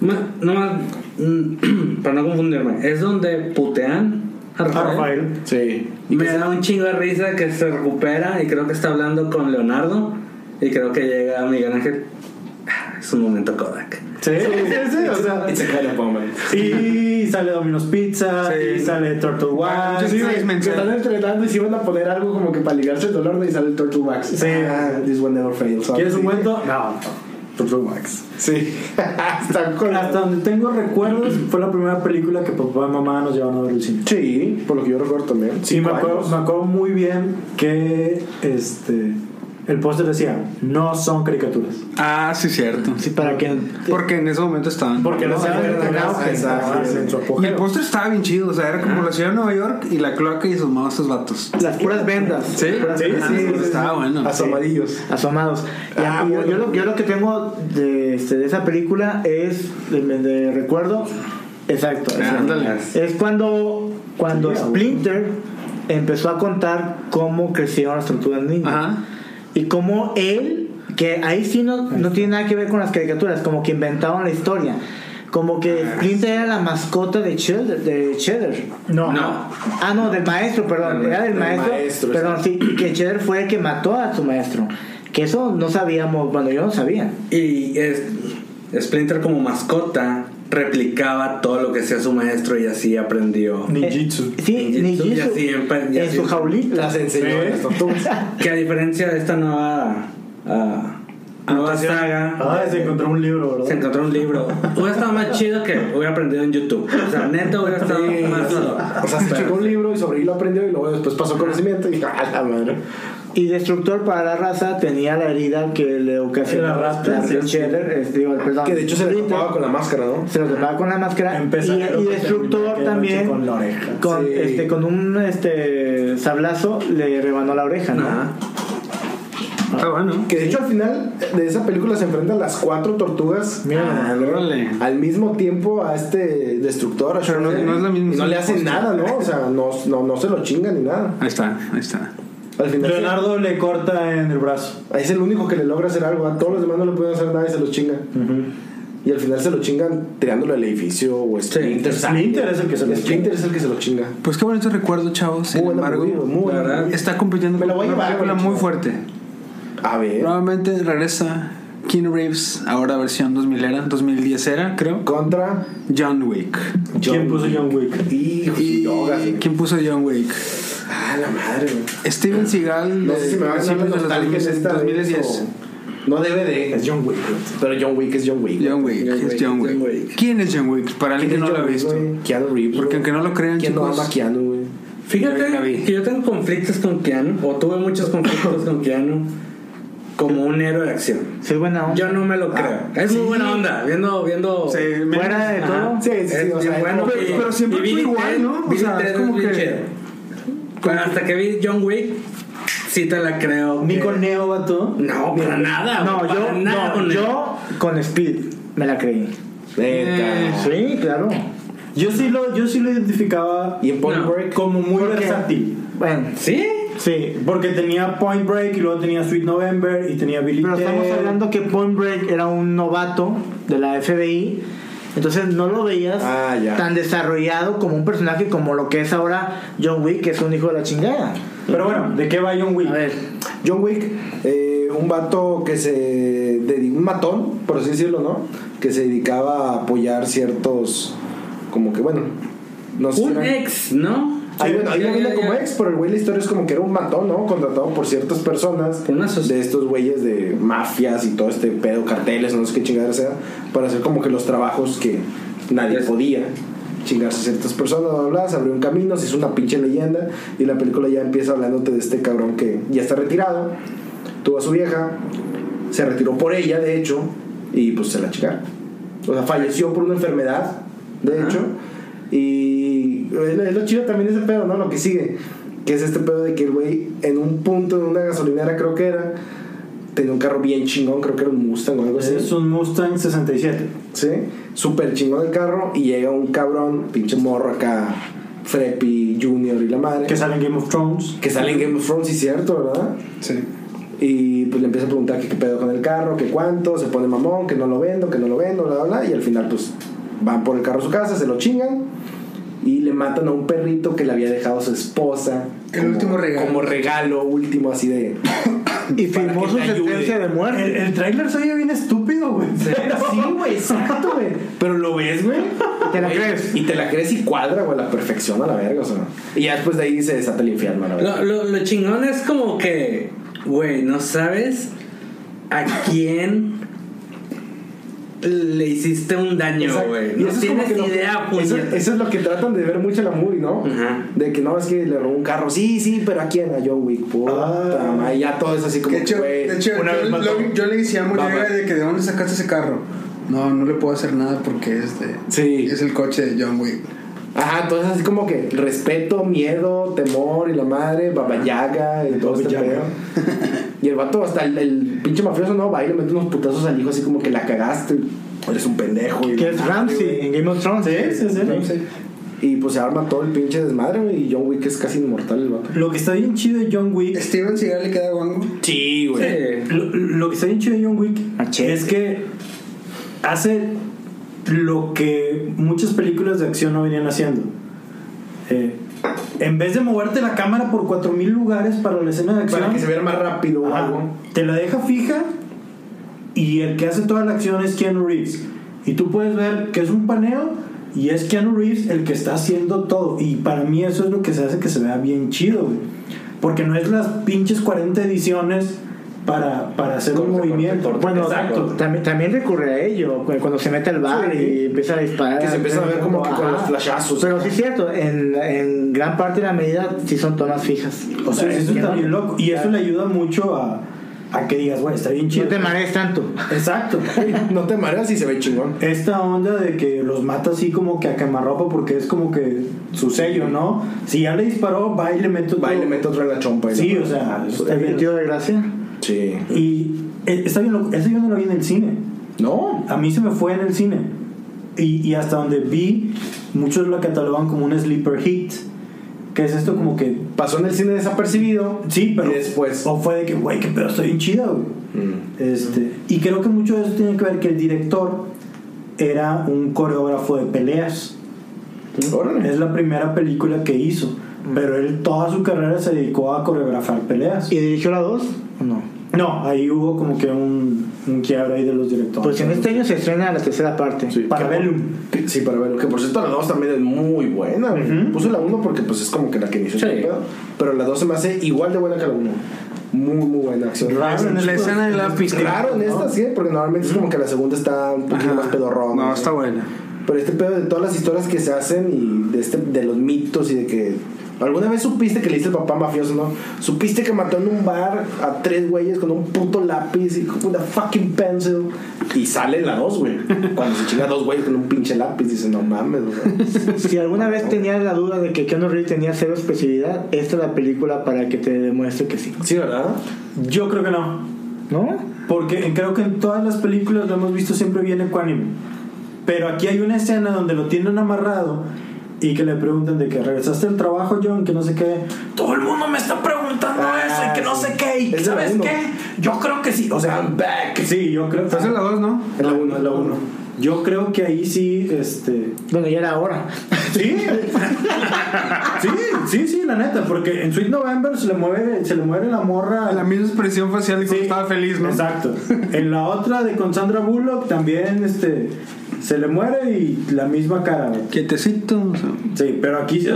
Speaker 5: Ma- No más, mm, para no confundirme, es donde putean a
Speaker 4: a
Speaker 5: Rafael.
Speaker 4: Rafael.
Speaker 2: sí.
Speaker 5: Me pues da un chingo de risa que se recupera y creo que está hablando con Leonardo y creo que llega Miguel Ángel. Ah, Es un momento Kodak.
Speaker 4: Sí, sí, sí, o sea.
Speaker 6: It's a kind of moment.
Speaker 4: Y sale Domino's Pizza,
Speaker 1: Sí.
Speaker 4: y sale Turtle
Speaker 1: Ah,
Speaker 4: Wax.
Speaker 1: sí,
Speaker 2: Sí, güey,
Speaker 1: Seis
Speaker 2: que
Speaker 1: mensajes.
Speaker 2: están entrenando y se iban a poner algo como que para aliviarse el dolor, güey, y sale el Turtle Wax.
Speaker 4: Sí.
Speaker 2: Ah, this one never fails.
Speaker 4: ¿Quieres un
Speaker 2: Sí.
Speaker 4: cuento? No. Turtle Wax.
Speaker 2: Sí. Están con
Speaker 4: Hasta donde tengo recuerdos, fue la primera película que papá y mamá nos llevaron a ver al cine.
Speaker 2: Sí, por lo que yo recuerdo también.
Speaker 4: Sí, me
Speaker 2: Cinco
Speaker 4: acuerdo,
Speaker 2: años.
Speaker 4: me acuerdo muy bien que este el póster decía, no son caricaturas.
Speaker 1: Ah, sí, cierto.
Speaker 3: Sí, para que.
Speaker 1: Porque en ese momento estaban...
Speaker 4: Porque no,
Speaker 2: No,
Speaker 4: saben de
Speaker 2: era
Speaker 4: Ah,
Speaker 2: la
Speaker 4: nada,
Speaker 2: casa,
Speaker 4: estaban
Speaker 2: exacto.
Speaker 4: en su
Speaker 1: Y el
Speaker 4: apogeo.
Speaker 1: póster estaba bien chido, o sea, era como la ciudad de Nueva York y la cloaca y sus estos vatos.
Speaker 4: pues,
Speaker 3: Las puras vendas.
Speaker 1: Sí,
Speaker 4: sí, sí, sí.
Speaker 1: estaba bueno.
Speaker 2: Asomadillos.
Speaker 3: Asomados. Ya,
Speaker 2: Ah,
Speaker 3: yo,
Speaker 2: bueno.
Speaker 3: yo lo, yo lo que tengo de, este, de esa película es, de, de recuerdo, exacto.
Speaker 1: Ah,
Speaker 3: exacto.
Speaker 1: ándale.
Speaker 3: Es cuando, cuando
Speaker 2: Sí, ya,
Speaker 3: Splinter empezó a contar cómo crecieron las tortugas ninja.
Speaker 1: Ajá.
Speaker 3: Y cómo él, que ahí sí no, no tiene nada que ver con las caricaturas, como que inventaron la historia. Como que Splinter era la mascota de Cheddar. De Cheddar.
Speaker 4: No,
Speaker 5: No,
Speaker 3: Ah, no, del maestro, perdón.
Speaker 5: Del
Speaker 3: era del
Speaker 2: del
Speaker 3: maestro.
Speaker 2: maestro,
Speaker 3: perdón, sí. Que Cheddar fue el que mató a su maestro. Que eso no sabíamos, bueno, yo no sabía.
Speaker 5: Y es- Splinter como mascota replicaba todo lo que hacía su maestro y así aprendió.
Speaker 4: ninjitsu.
Speaker 3: Eh, Sí,
Speaker 5: Ninjitsu,
Speaker 3: Ninjitsu.
Speaker 5: ya sí, en pa- ya
Speaker 3: en
Speaker 5: sí.
Speaker 3: su jaulita.
Speaker 2: Las enseñó
Speaker 4: Sí.
Speaker 2: las tortugas.
Speaker 5: Que a diferencia de esta nueva, ah, nueva saga,
Speaker 4: Ah, se encontró un libro,
Speaker 5: se
Speaker 4: ¿verdad?
Speaker 5: encontró un libro. Hubiera estado más chido que hubiera aprendido en YouTube. O sea, neta hubiera estado más chido.
Speaker 2: O sea, se checó un libro y sobre ahí lo aprendió y luego después pasó conocimiento y a la madre.
Speaker 3: Y Destructor para la raza tenía la herida que le ocasionó
Speaker 4: La raspa,
Speaker 3: la-
Speaker 4: sí.
Speaker 3: Cheddar. es- digo, perdón,
Speaker 2: Que de hecho se le
Speaker 3: Splinter.
Speaker 2: tapaba con la máscara, ¿no?
Speaker 3: se lo tapaba con la máscara
Speaker 4: Empezó
Speaker 3: y,
Speaker 4: a-
Speaker 3: y destructor
Speaker 4: que
Speaker 3: también
Speaker 4: con la oreja.
Speaker 3: con,
Speaker 2: Sí.
Speaker 3: este con un este sablazo le rebanó la oreja no
Speaker 5: Ajá.
Speaker 1: Está bueno.
Speaker 2: Que de hecho al final de esa película se enfrentan las cuatro tortugas
Speaker 1: Mira,
Speaker 2: al,
Speaker 1: órale.
Speaker 2: al mismo tiempo a este destructor. a
Speaker 1: Pero no-
Speaker 2: Schwarzenegger.
Speaker 1: no es la misma-
Speaker 2: Y no le hacen
Speaker 1: hostia.
Speaker 2: nada, ¿no? O sea, no, no, no se lo chingan ni nada.
Speaker 1: Ahí está, ahí está.
Speaker 2: Al final sí,
Speaker 4: Leonardo le corta en el brazo.
Speaker 2: es el único que le logra hacer algo. A todos los demás no le pueden hacer nada y se los chingan. Y al final se lo chingan tirándolo al edificio o Splinter.
Speaker 4: Splinter es el que se lo
Speaker 2: Splinter es el que se lo chinga.
Speaker 1: Pues qué bonito recuerdo, chavos. Sin
Speaker 2: Muy buena
Speaker 1: embargo,
Speaker 2: película, muy buena
Speaker 5: la verdad,
Speaker 2: película.
Speaker 1: está compitiendo
Speaker 2: Me la
Speaker 1: con
Speaker 2: voy a
Speaker 1: una
Speaker 2: llevar,
Speaker 1: película
Speaker 2: güey,
Speaker 1: muy
Speaker 2: chaval.
Speaker 1: fuerte.
Speaker 2: A ver.
Speaker 1: Probablemente regresa Keanu Reeves, ahora versión 2000 era, 2010 era, creo.
Speaker 2: Contra
Speaker 1: John Wick.
Speaker 4: ¿Quién puso John Wick?
Speaker 2: Hijo,
Speaker 1: ¿Y
Speaker 2: yoga.
Speaker 1: quién puso John Wick?
Speaker 2: Ah, la madre, güey.
Speaker 1: Steven Seagal.
Speaker 2: No sé si me va a ganar la
Speaker 1: de los
Speaker 2: nostalgia en esta
Speaker 1: 2010.
Speaker 2: vez o- No debe de. Es John Wick. Pero John Wick es John Wick.
Speaker 1: John Wick,
Speaker 5: John
Speaker 1: es
Speaker 5: Wick,
Speaker 1: John
Speaker 5: John
Speaker 1: Wick.
Speaker 5: Wick.
Speaker 1: ¿Quién es John Wick? Para alguien que no lo ha visto.
Speaker 2: Keanu Reeves.
Speaker 1: Porque
Speaker 2: güey.
Speaker 1: aunque no lo crean,
Speaker 2: ¿Quién no
Speaker 1: chicos.
Speaker 2: ama a Keanu, güey?
Speaker 1: Yo la vi.
Speaker 5: Fíjate que yo tengo conflictos con Keanu, o tuve muchos conflictos con Keanu, como un héroe de acción.
Speaker 3: soy buena onda
Speaker 5: Yo no me lo creo. es muy buena onda, viendo, viendo.
Speaker 1: Ah, Sí, me-
Speaker 3: fuera de
Speaker 5: Ajá.
Speaker 3: todo
Speaker 2: Sí, sí,
Speaker 5: Es
Speaker 2: sí, o
Speaker 5: bien
Speaker 2: sea,
Speaker 5: bueno,
Speaker 2: pero-
Speaker 5: y-
Speaker 1: pero siempre
Speaker 5: y Billy
Speaker 1: fue igual,
Speaker 5: Ted-
Speaker 1: ¿no? O
Speaker 5: Billy
Speaker 1: sea, es
Speaker 5: Ted
Speaker 1: como
Speaker 5: bien
Speaker 1: que-
Speaker 5: chido. Pero hasta que vi John Wick, sí te la creo.
Speaker 4: Ni
Speaker 5: que-
Speaker 4: con Neo, vato.
Speaker 5: No, para nada.
Speaker 3: eh, no
Speaker 5: para
Speaker 3: yo
Speaker 5: nada
Speaker 3: no,
Speaker 5: con él.
Speaker 3: yo con Speed me la creí
Speaker 2: Neta.
Speaker 3: sí claro
Speaker 4: Yo sí lo, yo sí lo identificaba
Speaker 2: Y en Point
Speaker 5: No.
Speaker 2: Break.
Speaker 4: como muy
Speaker 3: ¿Por qué?
Speaker 4: versátil.
Speaker 3: bueno
Speaker 5: ¿Sí?
Speaker 3: sí
Speaker 4: Porque tenía Point Break y luego tenía Sweet November y tenía Billy
Speaker 3: pero
Speaker 4: Ted.
Speaker 3: estamos hablando que Point Break era un novato de la FBI entonces no lo veías
Speaker 2: Ah, ya.
Speaker 3: tan desarrollado como un personaje como lo que es ahora John Wick que es un hijo de la chingada
Speaker 4: Pero bueno, ¿de qué va John Wick?
Speaker 3: a ver
Speaker 2: John Wick, eh, un vato que se. dedi- un matón, por así decirlo, ¿no? Que se dedicaba a apoyar ciertos. Como que bueno. No sé si
Speaker 5: Un
Speaker 2: eran-
Speaker 5: ex, ¿no?
Speaker 2: Ahí, bueno, ahí
Speaker 5: Ya, ya,
Speaker 2: lo venden como
Speaker 5: ya.
Speaker 2: ex, pero el güey la historia es como que era un matón, ¿no? Contratado por ciertas personas.
Speaker 5: Por una soci-
Speaker 2: de estos güeyes de mafias y todo este pedo, carteles, no sé qué chingadera sea, para hacer como que los trabajos que nadie
Speaker 5: Yes.
Speaker 2: podía. Chingarse a ciertas personas, bla, bla, bla, se abrió un camino, se hizo una pinche leyenda y la película ya empieza hablándote de este cabrón que ya está retirado, tuvo a su vieja, se retiró por ella, de hecho, y pues se la chicaron. O sea, falleció por una enfermedad, de hecho, y es lo- es lo chido también de ese pedo, ¿no? Lo que sigue. Que es este pedo de que el güey, en un punto, en una gasolinera, creo que era, tenía un carro bien chingón, creo que era un Mustang o algo así.
Speaker 4: Pues Es un Mustang 67.
Speaker 2: ¿sí? Súper chingón el carro y llega un cabrón, pinche morro acá, Freppy Junior y la madre.
Speaker 4: Que sale en Game of Thrones.
Speaker 2: que sale en Game of Thrones, sí, cierto, ¿verdad?
Speaker 1: Sí.
Speaker 2: Y pues le empieza a preguntar que qué pedo con el carro, que cuánto, se pone mamón, que no lo vendo, que no lo vendo, bla, bla, bla. Y al final, pues van por el carro a su casa, se lo chingan y le matan a un perrito que le había dejado su esposa.
Speaker 1: El último regalo.
Speaker 2: Como regalo último, así de.
Speaker 3: Y firmó su
Speaker 2: que te ayude.
Speaker 3: sentencia de
Speaker 4: El,
Speaker 3: muerte.
Speaker 4: el tráiler se oye bien estúpido, güey.
Speaker 2: Sí, güey, exacto, güey. Pero lo ves, güey.
Speaker 3: ¿Te la
Speaker 2: Güey,
Speaker 3: crees?
Speaker 2: Y te la crees y cuadra, güey, la perfección a la verga, o sea. Y ya después de ahí se desata el infierno, la verga.
Speaker 5: Lo, lo, lo chingón es como que, güey, no sabes a quién le hiciste un daño,
Speaker 2: Exacto.
Speaker 5: güey.
Speaker 2: Y
Speaker 5: No
Speaker 2: eso es como
Speaker 5: tienes
Speaker 2: que lo-
Speaker 5: idea,
Speaker 2: eso,
Speaker 5: puñeta.
Speaker 2: eso es lo que tratan de ver mucho en la movie, ¿no?
Speaker 5: Ajá.
Speaker 2: De que no, es que le robó un carro. Sí, sí, pero ¿a quién? A John Wick. Puta
Speaker 4: Ah.
Speaker 2: madre. Y ya todo es así como
Speaker 1: De hecho,
Speaker 2: que, güey,
Speaker 1: de hecho,
Speaker 2: una
Speaker 1: yo,
Speaker 2: vez más.
Speaker 1: lo- yo le decía a Moriega
Speaker 2: Va, va.
Speaker 1: de que de dónde sacaste ese carro. No, no le puedo hacer nada porque es de-
Speaker 2: Sí.
Speaker 1: es el coche de John Wick.
Speaker 2: Ajá, entonces así como que respeto, miedo, temor y la madre, Baba Yaga y todo
Speaker 4: Baba
Speaker 2: este
Speaker 4: Yaga.
Speaker 2: pedo. Y el vato, hasta el, el pinche mafioso, no, va y le mete unos putazos al hijo así como que la cagaste. Eres un pendejo. y
Speaker 3: Que
Speaker 2: la
Speaker 3: es
Speaker 2: madre,
Speaker 3: Ramsey
Speaker 2: güey.
Speaker 3: en Game of Thrones.
Speaker 4: Sí, sí, sí.
Speaker 2: Y pues se arma todo el pinche desmadre, güey. Y John Wick es casi inmortal el vato.
Speaker 4: Lo que está bien chido de John Wick
Speaker 1: Steven Seagal le queda guango.
Speaker 2: Sí, Ah,
Speaker 5: Sí.
Speaker 4: Lo, lo que está bien chido de John Wick
Speaker 3: Machete.
Speaker 4: es que hace lo que muchas películas de acción no venían haciendo. Eh, en vez de moverte la cámara por 4000 lugares para la escena de acción,
Speaker 2: Para que se viera más rápido o
Speaker 4: ajá,
Speaker 2: algo.
Speaker 4: te la deja fija y el que hace toda la acción es Keanu Reeves. Y tú puedes ver que es un paneo y es Keanu Reeves el que está haciendo todo. Y para mí eso es lo que se hace que se vea bien chido, güey. Porque no es las pinches 40 ediciones para, para hacer un
Speaker 2: Corte, corte,
Speaker 4: movimiento.
Speaker 2: corte,
Speaker 4: bueno,
Speaker 2: exacto.
Speaker 4: exacto.
Speaker 3: También, también recurre a ello, cu- cuando se mete al bar
Speaker 4: Sí.
Speaker 3: y empieza a disparar.
Speaker 2: Que se empieza a ver como que con
Speaker 3: Ajá.
Speaker 2: los flashazos.
Speaker 3: Pero sí es cierto, en, en gran parte de la medida sí son tomas fijas.
Speaker 4: O sea, eso
Speaker 3: Que
Speaker 4: está
Speaker 3: no-
Speaker 4: bien loco. Y eso le ayuda mucho a, a que digas, güey, está bien chido.
Speaker 3: No te marees tanto.
Speaker 4: Exacto.
Speaker 2: No te mareas y se ve chingón.
Speaker 4: Esta onda de que los mata así como que a camarropa porque es como que su sello, ¿no? Si ya le disparó, va y le mete otro.
Speaker 2: Pues Va y le mete otro en la chompa. y
Speaker 4: Sí,
Speaker 2: la- Ah,
Speaker 4: o sea, eso está
Speaker 3: El
Speaker 4: bien.
Speaker 3: sentido de gracia.
Speaker 2: Sí.
Speaker 4: Y eh, está bien loco. Eso yo no lo vi en el cine.
Speaker 2: No.
Speaker 4: A mí se me fue en el cine. Y, y hasta donde vi, muchos lo catalogan como un sleeper hit. Que es esto como que.
Speaker 2: Pasó en el cine desapercibido.
Speaker 4: Sí, pero.
Speaker 2: Y después.
Speaker 4: O fue de que, güey, que pedo, estoy bien chida, güey.
Speaker 2: Mm.
Speaker 4: Este, y creo que mucho de eso tiene que ver que el director era un coreógrafo de peleas.
Speaker 2: Órale.
Speaker 4: Es la primera película que hizo.
Speaker 3: Mm.
Speaker 4: Pero él toda su carrera se dedicó a coreografar peleas.
Speaker 3: ¿Y dirigió la 2? No.
Speaker 4: No, ahí hubo como que un, un quiebre ahí de los directores.
Speaker 3: Pues en este año se estrena la tercera parte.
Speaker 2: Sí.
Speaker 4: Para Bellum.
Speaker 2: Que- Sí, para verlo. Que por cierto, la 2 también es muy buena. güey.
Speaker 4: Ujú.
Speaker 2: Puse la 1 porque pues es como que la que inició
Speaker 5: Sí.
Speaker 2: el pedo. Pero la 2 se me hace igual de buena que la 1. Muy, muy buena acción.
Speaker 4: Raro en
Speaker 1: La
Speaker 4: estos-
Speaker 1: escena de la piscina.
Speaker 2: Claro, en esta sí, porque normalmente es como que la segunda está un poquito más pedorrón.
Speaker 1: No, está buena.
Speaker 2: Pero este pedo de todas las historias que se hacen y de, este, de los mitos y de que... ¿Alguna vez supiste que le hice el papá mafioso, no? ¿Supiste que mató en un bar a tres güeyes con un puto lápiz y con una fucking pencil? Y sale la dos, güey. Cuando se chinga dos güeyes con un pinche lápiz, dice, no mames, güey.
Speaker 3: Si alguna vez tenías la duda de que Keanu Reeves tenía cero expresividad, esta es la película para que te demuestre que sí.
Speaker 2: Sí, ¿verdad?
Speaker 4: Yo creo que no.
Speaker 3: ¿No?
Speaker 4: Porque creo que en todas las películas lo hemos visto siempre bien ecuánime. Pero aquí hay una escena donde lo tienen amarrado y que le preguntan de que regresaste al trabajo, John, que no sé qué. Todo el mundo me está preguntando
Speaker 2: Ah,
Speaker 4: eso y que no
Speaker 2: sí.
Speaker 4: sé qué.
Speaker 2: Es
Speaker 4: Y
Speaker 2: de
Speaker 4: ¿sabes
Speaker 2: uno.
Speaker 4: qué? Yo creo que sí. O sea,
Speaker 2: I'm back.
Speaker 4: Sí, yo creo. Ah,
Speaker 1: Estás en la 2, ¿no?
Speaker 2: Es la uno, es la uno.
Speaker 4: Yo creo que ahí sí, este.
Speaker 3: Bueno, ya era hora.
Speaker 4: Sí. sí, sí, sí, la neta. Porque en Sweet November se le mueve, se le mueve la morra.
Speaker 1: La misma expresión facial de
Speaker 4: Sí,
Speaker 1: cuando estaba feliz, ¿no?
Speaker 4: Exacto. En la otra de con Sandra Bullock también este, se le muere y la misma cara. güey.
Speaker 1: Quietecito. o sea.
Speaker 4: Sí, pero aquí se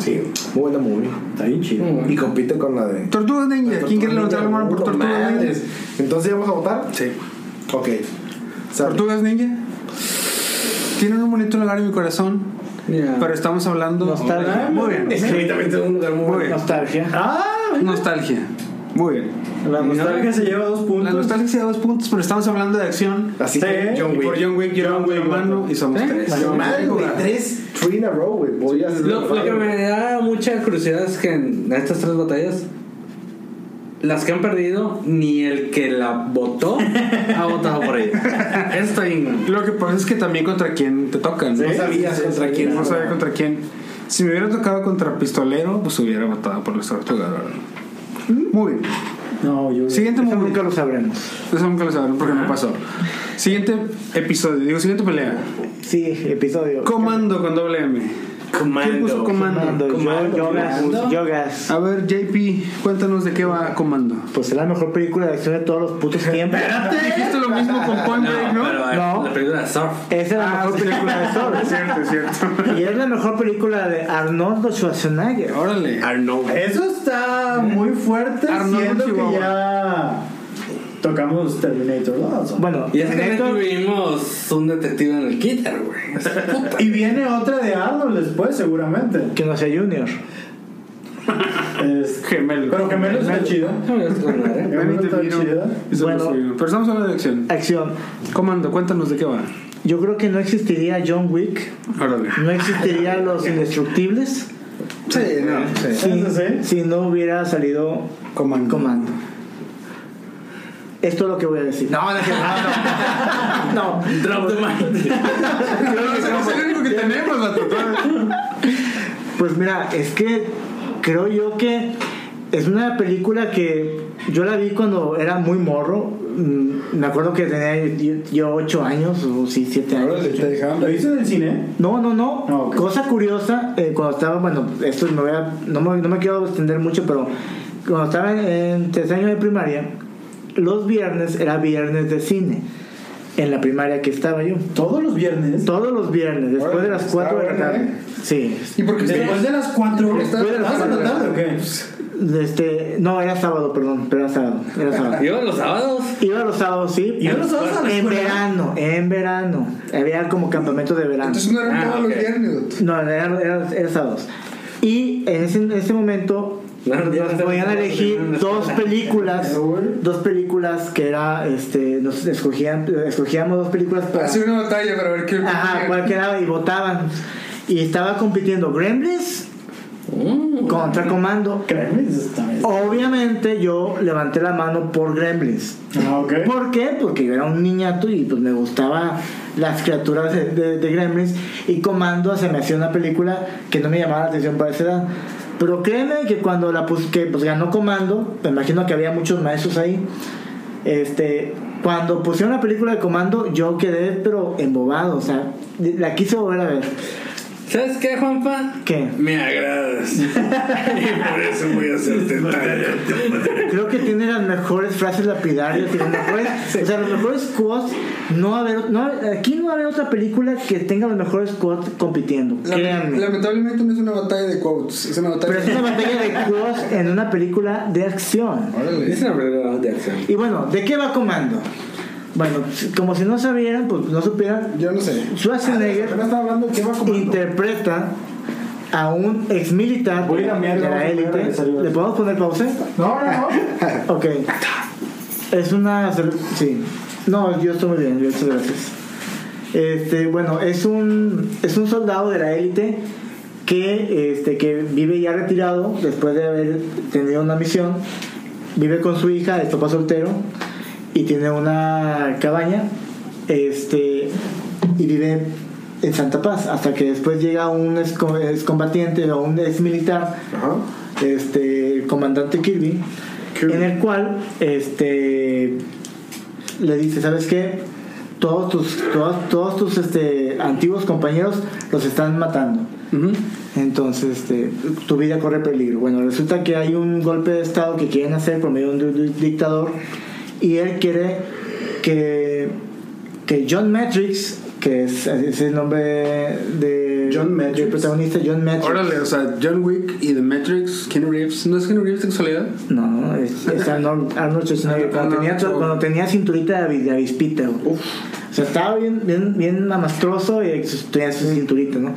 Speaker 4: Sí,
Speaker 2: Muy buena movie.
Speaker 4: está bien chido.
Speaker 2: Y compite con la de...
Speaker 1: Tortugas Ninja. ¿Quién quiere levantar la mano por Tortugas Ninja?
Speaker 2: Madres. Entonces, ¿ya vamos a votar?
Speaker 1: Sí.
Speaker 2: Ok. Sale.
Speaker 1: Tortugas Ninja. Tienen un bonito lugar en mi corazón.
Speaker 2: Ah.
Speaker 5: Ya.
Speaker 1: Pero estamos hablando.
Speaker 3: Nostalgia.
Speaker 1: Muy bien.
Speaker 2: Es que a mí también tengo un lugar muy
Speaker 1: Muy
Speaker 2: bueno.
Speaker 1: bien.
Speaker 3: Nostalgia.
Speaker 4: Ah,
Speaker 1: Nostalgia. Muy bien.
Speaker 4: la nostalgia se lleva dos puntos.
Speaker 1: La nostalgia se da dos puntos, pero estamos hablando de acción.
Speaker 2: Así
Speaker 4: Sí.
Speaker 2: que John
Speaker 1: Y
Speaker 2: Wick.
Speaker 1: por John Wick, yo
Speaker 4: John
Speaker 1: John Wick,
Speaker 4: Wick,
Speaker 1: mano, y somos
Speaker 5: ¿Eh?
Speaker 1: tres.
Speaker 2: Madre,
Speaker 1: Vamos a
Speaker 2: güey,
Speaker 1: jugar.
Speaker 2: tres. three in a row, güey. Voy a hacer-
Speaker 5: Lo, lo que me da mucha curiosidad es que en estas tres batallas, las que han perdido, ni el que la votó ha votado por ella. Esto en
Speaker 1: Lo que pasa es que también contra quién te tocan.
Speaker 2: Sí,
Speaker 1: no sabías
Speaker 2: sí, sí,
Speaker 1: contra
Speaker 2: sí,
Speaker 1: quién.
Speaker 2: sí,
Speaker 1: No
Speaker 2: sí.
Speaker 1: sabía contra quién. Si me hubiera tocado contra pistolero, pues hubiera votado por el tortuga. la verdad. Muy bien.
Speaker 4: No, yo.
Speaker 1: Siguiente
Speaker 3: Eso
Speaker 1: movimiento.
Speaker 3: nunca lo sabremos.
Speaker 1: Eso nunca lo sabrán porque no pasó. Siguiente episodio, digo, siguiente pelea.
Speaker 3: Sí, episodio.
Speaker 1: Comando con doble M. ¿Quién puso comando? Ah.
Speaker 3: Comando, yo-
Speaker 5: Comando.
Speaker 3: Yogas,
Speaker 5: Comando.
Speaker 3: yogas.
Speaker 1: A ver, JP, cuéntanos de qué va Comando.
Speaker 3: Pues es la mejor película de acción de todos los putos tiempos.
Speaker 1: Dijiste lo mismo con Point Break, ¿no?
Speaker 5: pero, eh,
Speaker 3: No.
Speaker 5: la película de Surf.
Speaker 3: Esa es la
Speaker 1: Ah,
Speaker 3: mejor película de
Speaker 1: es
Speaker 3: todos.
Speaker 1: cierto, es cierto.
Speaker 3: Y es la mejor película de Arnoldo Schwarzenegger.
Speaker 1: Órale.
Speaker 5: Arnold.
Speaker 4: Eso está muy fuerte,
Speaker 1: Arnoldo
Speaker 4: siendo
Speaker 1: Chihuahua.
Speaker 4: que ya tocamos Terminator 2.
Speaker 3: Bueno,
Speaker 5: Y es
Speaker 3: en
Speaker 5: que
Speaker 3: esto-
Speaker 5: tuvimos un detective en el killer, güey. Puta.
Speaker 4: y viene otra de Arnold después, seguramente.
Speaker 3: que no sea Junior.
Speaker 4: Es-
Speaker 1: Gemelo.
Speaker 4: Pero Gemelo está chido.
Speaker 5: Déjame ver esta madre.
Speaker 1: Danny
Speaker 4: Gemelo está
Speaker 1: DeVito.
Speaker 4: chido.
Speaker 1: Eso
Speaker 3: Bueno.
Speaker 1: no soy yo. Pero estamos hablando de acción.
Speaker 3: Acción.
Speaker 1: Comando, cuéntanos de qué va.
Speaker 3: Yo creo que no existiría John Wick,
Speaker 1: Órale.
Speaker 3: no existirían los indestructibles
Speaker 1: Sí, no.
Speaker 4: Sí.
Speaker 3: si,
Speaker 4: Eso sí.
Speaker 3: si no hubiera salido
Speaker 1: Comando.
Speaker 3: comando. Esto es lo que voy a decir. No, no, no. no.
Speaker 5: Drop the mic.
Speaker 1: Pero ese no es el único que tenemos, vato.
Speaker 3: Pues mira, es que creo yo que es una película que yo la vi cuando era muy morro. Mm, Me acuerdo que tenía yo- yo 8 años o sí, 7 años.
Speaker 2: Órale, te dejaban
Speaker 4: ¿Lo hizo en el cine?
Speaker 3: No, no, no.
Speaker 4: Ah, ok.
Speaker 3: Cosa curiosa, eh, cuando estaba, bueno, esto me voy a- no, me, no me quiero extender mucho, pero cuando estaba en, en tercer año de primaria, los viernes era viernes de cine, en la primaria que estaba yo.
Speaker 4: Todos los viernes.
Speaker 3: Todos los viernes, después
Speaker 2: Órale,
Speaker 3: de las 4 de la
Speaker 2: está
Speaker 3: tarde.
Speaker 2: buena, ¿eh?
Speaker 3: Sí.
Speaker 1: ¿Y por
Speaker 4: Después de las 4.
Speaker 3: Después de las
Speaker 4: ¿Estabas en la
Speaker 3: cuatro.
Speaker 4: tarde o qué?
Speaker 3: Este, no, era sábado, perdón, pero era sábado. Era sábado.
Speaker 5: Yo los sábados.
Speaker 3: Iba los sábados, sí.
Speaker 4: ¿Iba los sábados a la
Speaker 3: En
Speaker 4: escuela?
Speaker 3: verano, en verano. Había como campamento de verano.
Speaker 2: Entonces no eran
Speaker 5: Ah,
Speaker 2: todos
Speaker 5: ok.
Speaker 2: los viernes, dude.
Speaker 3: No, eran era, era sábados. Y en ese, en ese momento
Speaker 5: No, no,
Speaker 3: nos
Speaker 5: no,
Speaker 3: podían
Speaker 5: no, no, no, no,
Speaker 3: elegir
Speaker 5: no.
Speaker 3: dos películas, dos películas que era, este, nos escogían, escogíamos dos películas para,
Speaker 2: Hace una batalla para ver quién.
Speaker 3: ajá, cuál quedaba y votaban. Y estaba compitiendo Gremlins
Speaker 5: Mm.
Speaker 3: contra Comando.
Speaker 4: Gremlins también.
Speaker 3: Obviamente yo levanté la mano por Gremlins.
Speaker 4: Ah, ok.
Speaker 3: ¿Por qué? Porque yo era un niñato y pues me gustaba las criaturas de, de- de Gremlins y Comando se me hacía una película que no me llamaba la atención para esa edad. Pero créeme que cuando la pus- que, pues, ganó Comando, me imagino que había muchos maestros ahí, este, cuando pusieron la película de Comando yo quedé pero embobado, o sea, la quise volver a ver.
Speaker 5: ¿Sabes qué, Juanpa?
Speaker 3: ¿Qué?
Speaker 5: Me agradas. y por eso voy a hacerte tal.
Speaker 3: Creo que tiene las mejores frases lapidarias y los mejores, o sea, los mejores quotes. No va a haber, no, aquí no va a haber otra película que tenga los mejores quotes compitiendo.
Speaker 2: Lame-
Speaker 3: Créanme.
Speaker 2: Lamentablemente no es una batalla de quotes, es una batalla
Speaker 3: Pero es una
Speaker 2: de.
Speaker 3: batalla de quotes en una película de acción.
Speaker 2: Órale.
Speaker 5: Es una película de acción.
Speaker 3: Y bueno, ¿de qué va Comando? Bueno, como si no sabieran, pues no supieran,
Speaker 2: Yo no sé.
Speaker 3: Schwarzenegger
Speaker 2: Apenas estaba hablando de qué va como.
Speaker 3: interpreta a un ex militar
Speaker 4: Voy a ir a miar,
Speaker 3: de
Speaker 4: vamos a
Speaker 3: la
Speaker 4: poner
Speaker 3: élite.
Speaker 4: el celular.
Speaker 3: ¿Le podemos poner pausa?
Speaker 4: No, no, no.
Speaker 3: Ok. Es una. cel- Sí. No, yo estoy muy bien, yo muchas gracias. Este, bueno, es un, es un soldado de la élite que, este, que vive ya retirado después de haber tenido una misión. Vive con su hija, es papá soltero, y tiene una cabaña. Este, y vive en Santa Paz hasta que después llega un exco- excombatiente o un ex militar
Speaker 2: Ajá.
Speaker 3: este, el comandante Kirby, en el cual este, le dice, ¿sabes qué? Todos tus, todos, todos tus este, antiguos compañeros los están matando. Entonces, este, tu vida corre peligro. Bueno, resulta que hay un golpe de Estado que quieren hacer por medio de un di- dictador y él quiere que, que John Matrix, que es, es el nombre de,
Speaker 2: John
Speaker 3: del
Speaker 2: Matrix.
Speaker 3: protagonista, John Matrix.
Speaker 1: Órale, o sea, John Wick y The Matrix, Keanu Reeves. ¿No es Keanu Reeves de casualidad?
Speaker 3: No, no, es, es Arnold, Arnold Schwarzenegger. Cuando tenía,
Speaker 1: Arnold.
Speaker 3: cuando tenía cinturita de, avi- de avispita, güey. O sea, estaba bien, bien, bien mamastroso y tenía su cinturita, ¿no?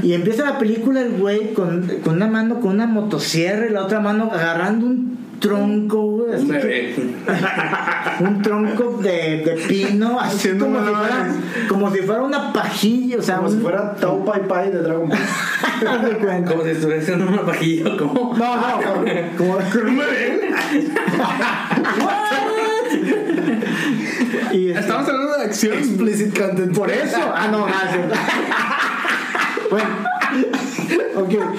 Speaker 3: Y empieza la película el güey con, con una mano con una motosierra y la otra mano agarrando un tronco, güey. así
Speaker 5: Un
Speaker 3: que-
Speaker 5: bebé.
Speaker 3: un tronco de, de pino, así
Speaker 1: Haciendo
Speaker 3: como si,
Speaker 1: malabares.
Speaker 3: fuera, como si fuera una pajilla, o sea,
Speaker 2: Como
Speaker 3: un-
Speaker 2: si fuera Tau Pai Pai de Dragon Ball.
Speaker 3: haz de cuenta.
Speaker 5: Como si estuviera haciendo una pajilla, como.
Speaker 3: No, Ah, no, como- y este-
Speaker 1: Estamos hablando de acción.
Speaker 2: Explicit content.
Speaker 3: por eso, ah, no, gracias. bueno, ok.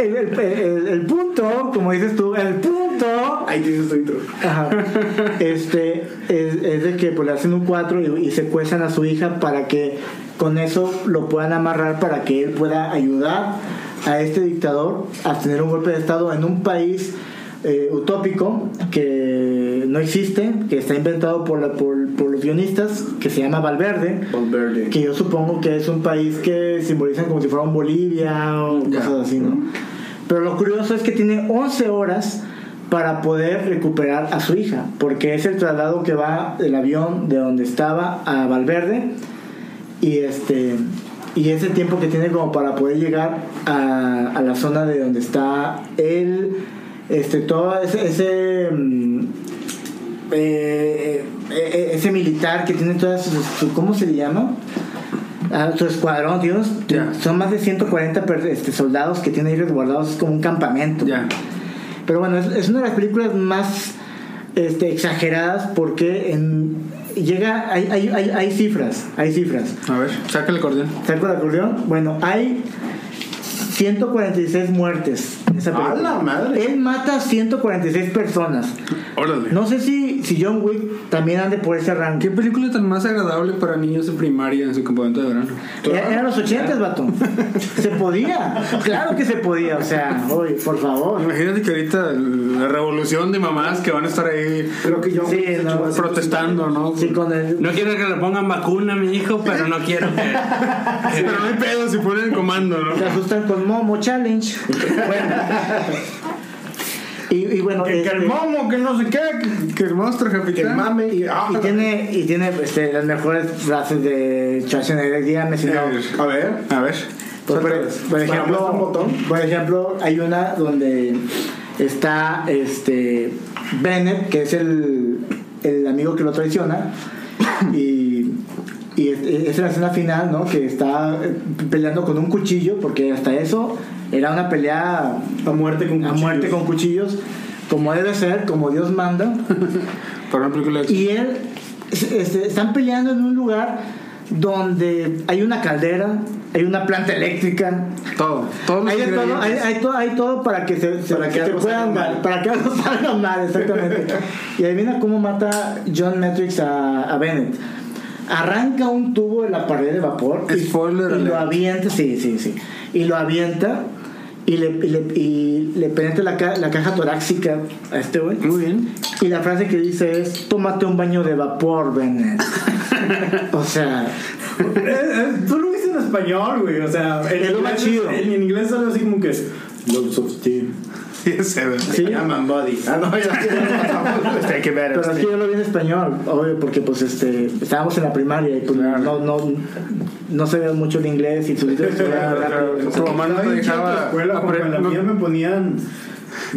Speaker 3: El, el- el- el punto, como dices tú, el punto
Speaker 2: Ahí tienes tu intro.
Speaker 3: Ajá. Este es, es de que pues, le hacen un 4 y, y secuestran a su hija para que con eso lo puedan amarrar para que él pueda ayudar a este dictador a tener un golpe de estado en un país eh, utópico que no existe, que está inventado por, la- por, por los guionistas, que se llama Valverde,
Speaker 2: Valverde.
Speaker 3: que yo supongo que es un país que simbolizan como si fuera un Bolivia o
Speaker 1: Ya.
Speaker 3: cosas así, ¿no? Pero lo curioso es que tiene 11 horas para poder recuperar a su hija, porque es el traslado que va el avión de donde estaba a Valverde y este y es el tiempo que tiene como para poder llegar a, a la zona de donde está él, este todo ese, ese mm, eh, eh, eh, ese militar que tiene todas sus, su- ¿cómo se le llama? Ah, su escuadrón, Dios,
Speaker 1: Ya.
Speaker 3: son más de 140 per- este, soldados que tiene ahí resguardados, es como un campamento.
Speaker 1: Ya.
Speaker 3: Pero bueno, es, es una de las películas más este, exageradas porque en- llega, hay, hay, hay, hay cifras, hay cifras.
Speaker 1: A ver, saca el acordeón.
Speaker 3: ¿Saco el acordeón? Bueno, hay 146 muertes en esa
Speaker 2: ¡A
Speaker 3: película.
Speaker 2: la madre!
Speaker 3: Él mata a 146 personas.
Speaker 1: Órale.
Speaker 3: No sé si, si John Wick también ande por ese rango.
Speaker 1: ¿Qué película tan más agradable para niños de primaria en su campamento de verano?
Speaker 3: Era- Eh, Eran los 80, vato. Se podía. Claro que se podía. O sea, oye, por favor.
Speaker 1: Imagínate que ahorita la revolución de mamás que van a estar ahí
Speaker 2: Creo que yo.
Speaker 3: Sí, no,
Speaker 1: protestando, ¿no?
Speaker 3: Sí, con el,
Speaker 5: No quiero que le pongan vacuna a mi hijo, pero no quiero que.
Speaker 1: Pero no hay pedo si ponen el comando, ¿no?
Speaker 3: Se asustan con Momo Challenge. Bueno. Y, y bueno,
Speaker 1: Que, que
Speaker 3: este,
Speaker 1: el momo, que no sé qué, que, que el monstruo capitán.
Speaker 2: Que mame.
Speaker 3: y, y tiene, y tiene este, las mejores frases de Schwarzenegger. Dígame si no.
Speaker 1: Eh,
Speaker 2: A ver.
Speaker 1: A ver.
Speaker 3: Por, por-
Speaker 2: suéltalas.
Speaker 3: por
Speaker 2: Para
Speaker 3: ejemplo,
Speaker 2: muestra un botón.
Speaker 3: por ejemplo, hay una donde está este Bennett, que es el, el amigo que lo traiciona, y, y es, es la escena final, ¿no? Que está eh, peleando con un cuchillo, porque hasta eso era una pelea
Speaker 4: A muerte con
Speaker 3: a
Speaker 4: cuchillos.
Speaker 3: muerte con cuchillos, como debe ser, como Dios manda.
Speaker 1: Para una película de
Speaker 3: y él, este, están peleando en un lugar donde hay una caldera, hay una planta eléctrica,
Speaker 1: todo. Todo
Speaker 3: hay, de todo, hay, hay to- hay todo para que se, se-
Speaker 2: Para que
Speaker 3: se
Speaker 2: algo
Speaker 3: puedan
Speaker 2: salga mal.
Speaker 3: dar, para que algo salga mal, exactamente. y adivina cómo mata John Matrix a, a Bennett. Arranca un tubo de la pared de vapor y,
Speaker 1: Spoiler
Speaker 3: y lo
Speaker 1: alert.
Speaker 3: avienta, sí, sí, sí. Y lo avienta y le, y le- y le penetra la, ca- la caja torácica a este güey.
Speaker 1: Muy bien.
Speaker 3: Y la frase que dice es, tómate un baño de vapor, Bennett. o sea,
Speaker 4: Eh, eh, Tú lo viste en español, güey. O sea,
Speaker 3: Es lo más chido.
Speaker 4: En inglés sale así como que es. Loves of Steam.
Speaker 1: Sí, se ve.
Speaker 3: sí.
Speaker 2: Llaman body. Ah, no, ya.
Speaker 1: Pues Hay que ver. este.
Speaker 3: Pero es que yo lo vi en español, obvio, porque pues este, estábamos en la primaria y pues no, no, no sabía mucho el inglés y tuviste que estudiar rápido.
Speaker 1: claro. Tu mamá no
Speaker 4: Estaba
Speaker 1: te
Speaker 4: bien chida
Speaker 1: dejaba
Speaker 4: tu escuela, como
Speaker 1: apre-
Speaker 4: en la
Speaker 1: no-
Speaker 4: mía me ponían.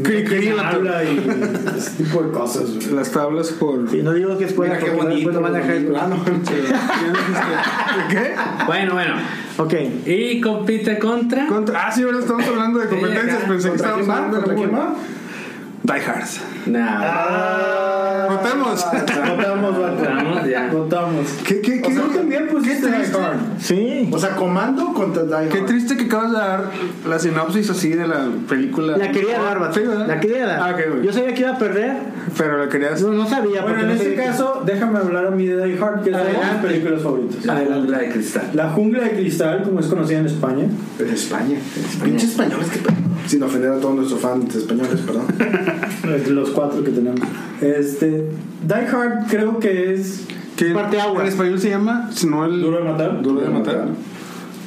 Speaker 1: Que- quería la-
Speaker 4: habla y ese tipo de cosas, güey.
Speaker 1: Las tablas por.
Speaker 3: Sí, no digo que escuela,
Speaker 2: Mira qué
Speaker 3: porque después
Speaker 2: bonito.
Speaker 3: lo van a dejar
Speaker 2: Ah, no.
Speaker 1: ¿Qué?
Speaker 5: Bueno, bueno.
Speaker 3: Ok,
Speaker 5: Y compite contra.
Speaker 1: Contra- ah, sí, ahora estamos hablando de
Speaker 5: Sí,
Speaker 1: competencias.
Speaker 5: acá.
Speaker 1: Pensé que
Speaker 2: ¿Contra
Speaker 1: estábamos
Speaker 2: quién va?
Speaker 1: hablando de
Speaker 2: ¿Contra
Speaker 1: la
Speaker 2: quién
Speaker 1: Die Hard.
Speaker 5: Nada.
Speaker 1: Votemos.
Speaker 2: Votamos, vato.
Speaker 5: Vamos ya.
Speaker 4: Contamos.
Speaker 1: ¿Qué, qué,
Speaker 2: O
Speaker 1: qué?
Speaker 2: sea, tú también pusiste Die
Speaker 1: triste.
Speaker 2: Hard.
Speaker 3: sí.
Speaker 2: O sea, comando contra Die Hard.
Speaker 1: Qué triste que acabas de dar la sinopsis así de la película.
Speaker 3: La quería dar, vato.
Speaker 1: Sí, ¿verdad?
Speaker 3: La quería
Speaker 1: Ah,
Speaker 3: dar.
Speaker 1: ok, güey.
Speaker 3: Yo sabía que iba a perder.
Speaker 1: Pero la querías.
Speaker 3: No, no sabía.
Speaker 4: Bueno,
Speaker 3: porque
Speaker 4: en
Speaker 3: no
Speaker 4: ese
Speaker 3: sabía que-
Speaker 4: caso, déjame hablar a mí de Die Hard, que es una de mis
Speaker 3: Adelante.
Speaker 4: películas favoritas.
Speaker 5: La jungla de cristal.
Speaker 4: La jungla de cristal, como es conocida en España.
Speaker 2: En España. Pinches españoles que. Sin ofender a todos nuestros fans españoles, perdón.
Speaker 4: Entre los cuatro que tenemos. Este, Die Hard creo que es,
Speaker 1: que
Speaker 3: Parte agua.
Speaker 1: En español se llama, si no el.
Speaker 4: Duro de matar.
Speaker 1: Duro de matar.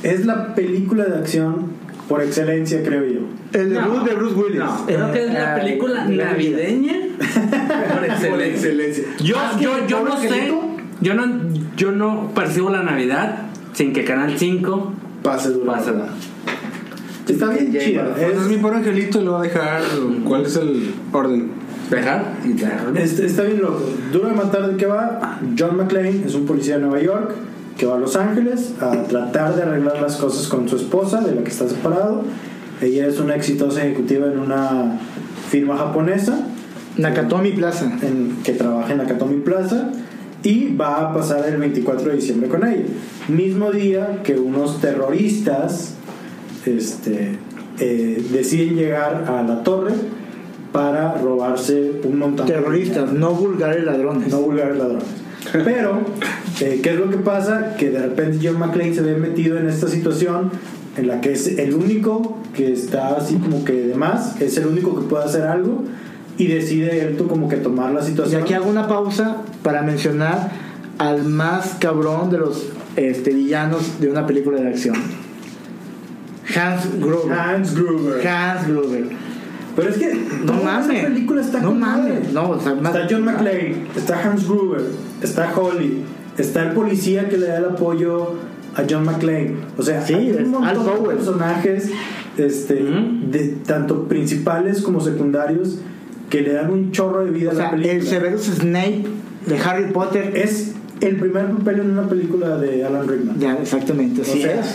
Speaker 4: es la película de acción por excelencia, creo yo.
Speaker 3: El
Speaker 5: No.
Speaker 3: debut de Bruce Willis.
Speaker 5: No, creo que es la
Speaker 3: Eh,
Speaker 5: película
Speaker 3: de la vida.
Speaker 5: navideña por excelencia. Yo,
Speaker 2: Más que
Speaker 5: yo, yo
Speaker 2: Pobre
Speaker 5: no sé,
Speaker 2: Angelito,
Speaker 5: yo no, yo no percibo la Navidad sin que Canal 5
Speaker 2: Pase duro.
Speaker 5: Pásala.
Speaker 4: Está bien
Speaker 2: Jay
Speaker 4: chido.
Speaker 2: Barra.
Speaker 1: Pues es
Speaker 4: es-
Speaker 1: mi pobre angelito y lo va a dejar. ¿Cuál es el orden?
Speaker 5: Dejar y dejar.
Speaker 4: Este- está bien loco. Duro de matar de qué va. John McClane es un policía de Nueva York que va a Los Ángeles a tratar de arreglar las cosas con su esposa, de la que está separado. Ella es una exitosa ejecutiva en una firma japonesa
Speaker 3: Nakatomi Plaza.
Speaker 4: en- que trabaja en Nakatomi Plaza y va a pasar el 24 de diciembre con ella. Mismo día que unos terroristas este, eh, deciden llegar a la torre para robarse un montón de
Speaker 3: Terroristas, no vulgares ladrones.
Speaker 4: no vulgares ladrones. Pero, eh, ¿qué es lo que pasa? Que de repente John McClane se ve metido en esta situación en la que es el único que está así como que de más, es el único que puede hacer algo y decide él tú como que tomar la
Speaker 3: Y
Speaker 4: situación.
Speaker 3: aquí hago una pausa para mencionar al más cabrón de los este, villanos de una película de acción. Hans Gruber.
Speaker 4: Hans Gruber.
Speaker 3: Hans Gruber.
Speaker 4: Pero es que
Speaker 3: No
Speaker 4: toda esa
Speaker 3: mames.
Speaker 4: película está
Speaker 3: no
Speaker 4: con madre.
Speaker 3: mames. No, o sea, más-
Speaker 4: Está John McClane, está Hans Gruber, está Holly, está el policía que le da el apoyo a John McClane. O sea,
Speaker 3: Sí,
Speaker 4: hay
Speaker 3: es
Speaker 4: un montón
Speaker 3: Al
Speaker 4: de
Speaker 3: Powell.
Speaker 4: personajes, este,
Speaker 5: Ujú.
Speaker 4: de, tanto principales como secundarios, que le dan un chorro de vida
Speaker 3: O
Speaker 4: a la
Speaker 3: sea,
Speaker 4: película.
Speaker 3: el Severus Snape de Harry Potter.
Speaker 4: Es el primer papel en una película de Alan Rickman.
Speaker 3: Ya, exactamente.
Speaker 4: O
Speaker 3: Así
Speaker 4: sea,
Speaker 3: es.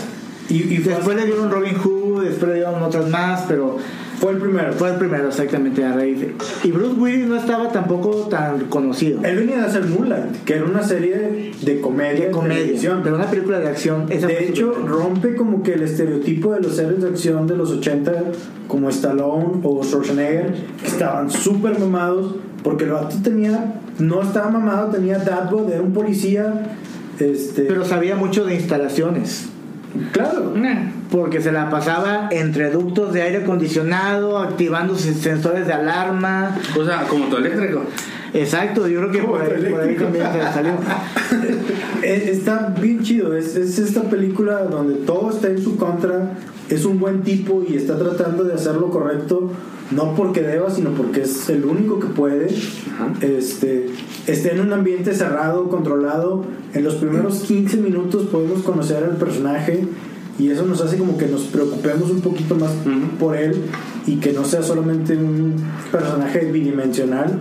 Speaker 4: Y, y fue,
Speaker 3: Después le dieron Robin Hood, después le dieron otras más, pero
Speaker 4: fue el primero.
Speaker 3: fue el primero, exactamente, a raíz de- Y Bruce Willis no estaba tampoco tan conocido.
Speaker 4: Él venía de hacer Moonlight, que era una serie de comedia.
Speaker 3: de
Speaker 4: en
Speaker 3: comedia,
Speaker 4: televisión.
Speaker 3: pero una película de acción. esa fue
Speaker 4: De
Speaker 3: su
Speaker 4: hecho,
Speaker 3: primera.
Speaker 4: rompe como que el estereotipo de los héroes de acción de los 80, como Stallone o Schwarzenegger, que estaban súper mamados, porque el vato tenía, no estaba mamado, tenía dadbot, era un policía, este...
Speaker 3: pero sabía mucho de instalaciones.
Speaker 4: claro,
Speaker 3: Porque se la pasaba entre ductos de aire acondicionado, activando sus sensores de alarma.
Speaker 5: O sea, como tu eléctrico.
Speaker 3: Exacto, yo creo que por ahí, por ahí también se la salió.
Speaker 4: e- está bien chido, es, es esta película donde todo está en su contra, es un buen tipo y está tratando de hacer lo correcto, no porque deba, sino porque es el único que puede.
Speaker 5: Ajá.
Speaker 4: este, esté en un ambiente cerrado, controlado. En los primeros 15 minutos podemos conocer al personaje y eso nos hace como que nos preocupemos un poquito más
Speaker 5: Ujú.
Speaker 4: por él y que no sea solamente un personaje bidimensional.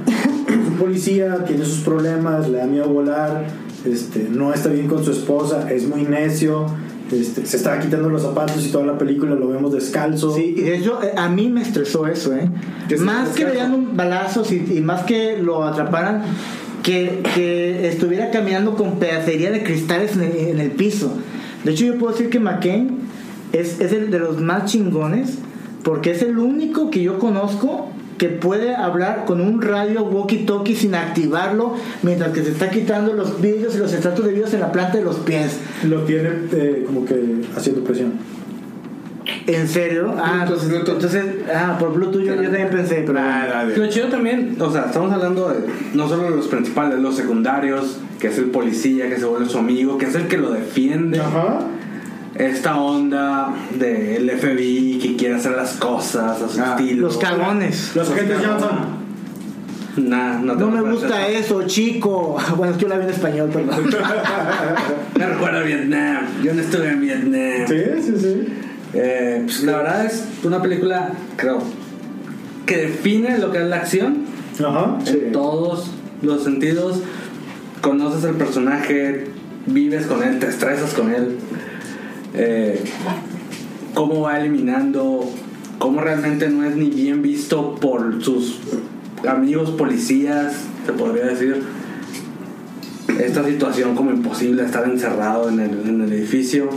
Speaker 4: es un policía, tiene sus problemas, le da miedo volar, este, no está bien con su esposa, es muy necio. este, se está quitando los zapatos y toda la película lo vemos descalzo.
Speaker 3: Sí, y de hecho, eh, a mí me estresó eso, ¿eh?
Speaker 4: Que se
Speaker 3: Más que le
Speaker 4: estresara.
Speaker 3: dieran un balazos y, y más que lo atraparan, que, que estuviera caminando con pedacería de cristales en el, en el piso. De hecho, yo puedo decir que McCain es, es el de los más chingones, porque es el único que yo conozco que puede hablar con un radio walkie-talkie sin activarlo, mientras que se está quitando los vidrios y los estratos de vidrios en la planta de los pies.
Speaker 4: Lo tiene eh, como que haciendo presión.
Speaker 3: ¿En serio? Ah,
Speaker 5: Bluetooth, Bluetooth.
Speaker 3: entonces, ah, por Bluetooth yo, yo también pensé, pero...
Speaker 5: Lo chido también, o sea, estamos hablando de no solo de los principales, los secundarios, que es el policía, que se vuelve su amigo, que es el que lo defiende.
Speaker 4: Ajá.
Speaker 5: Esta onda del FBI que quiere hacer las cosas a su
Speaker 1: Ah,
Speaker 5: estilo.
Speaker 3: Los cagones.
Speaker 4: Los agentes Johnson.
Speaker 5: Nah, no, te
Speaker 3: No me
Speaker 5: recuerdas
Speaker 3: gusta eh. eso, chico. Ah, Bueno, es que yo la vi en español, perdón.
Speaker 5: Me recuerda a Vietnam. Yo no estuve en Vietnam.
Speaker 4: Sí, sí, sí.
Speaker 5: Eh, pues, la verdad es una película, creo, que define lo que es la acción
Speaker 4: Ajá.
Speaker 5: en todos los sentidos. Conoces al personaje, vives con él, te estresas con él. Eh, cómo va eliminando, cómo realmente no es ni bien visto por sus amigos policías, se podría decir. Esta situación como imposible, estar encerrado en el, en el edificio.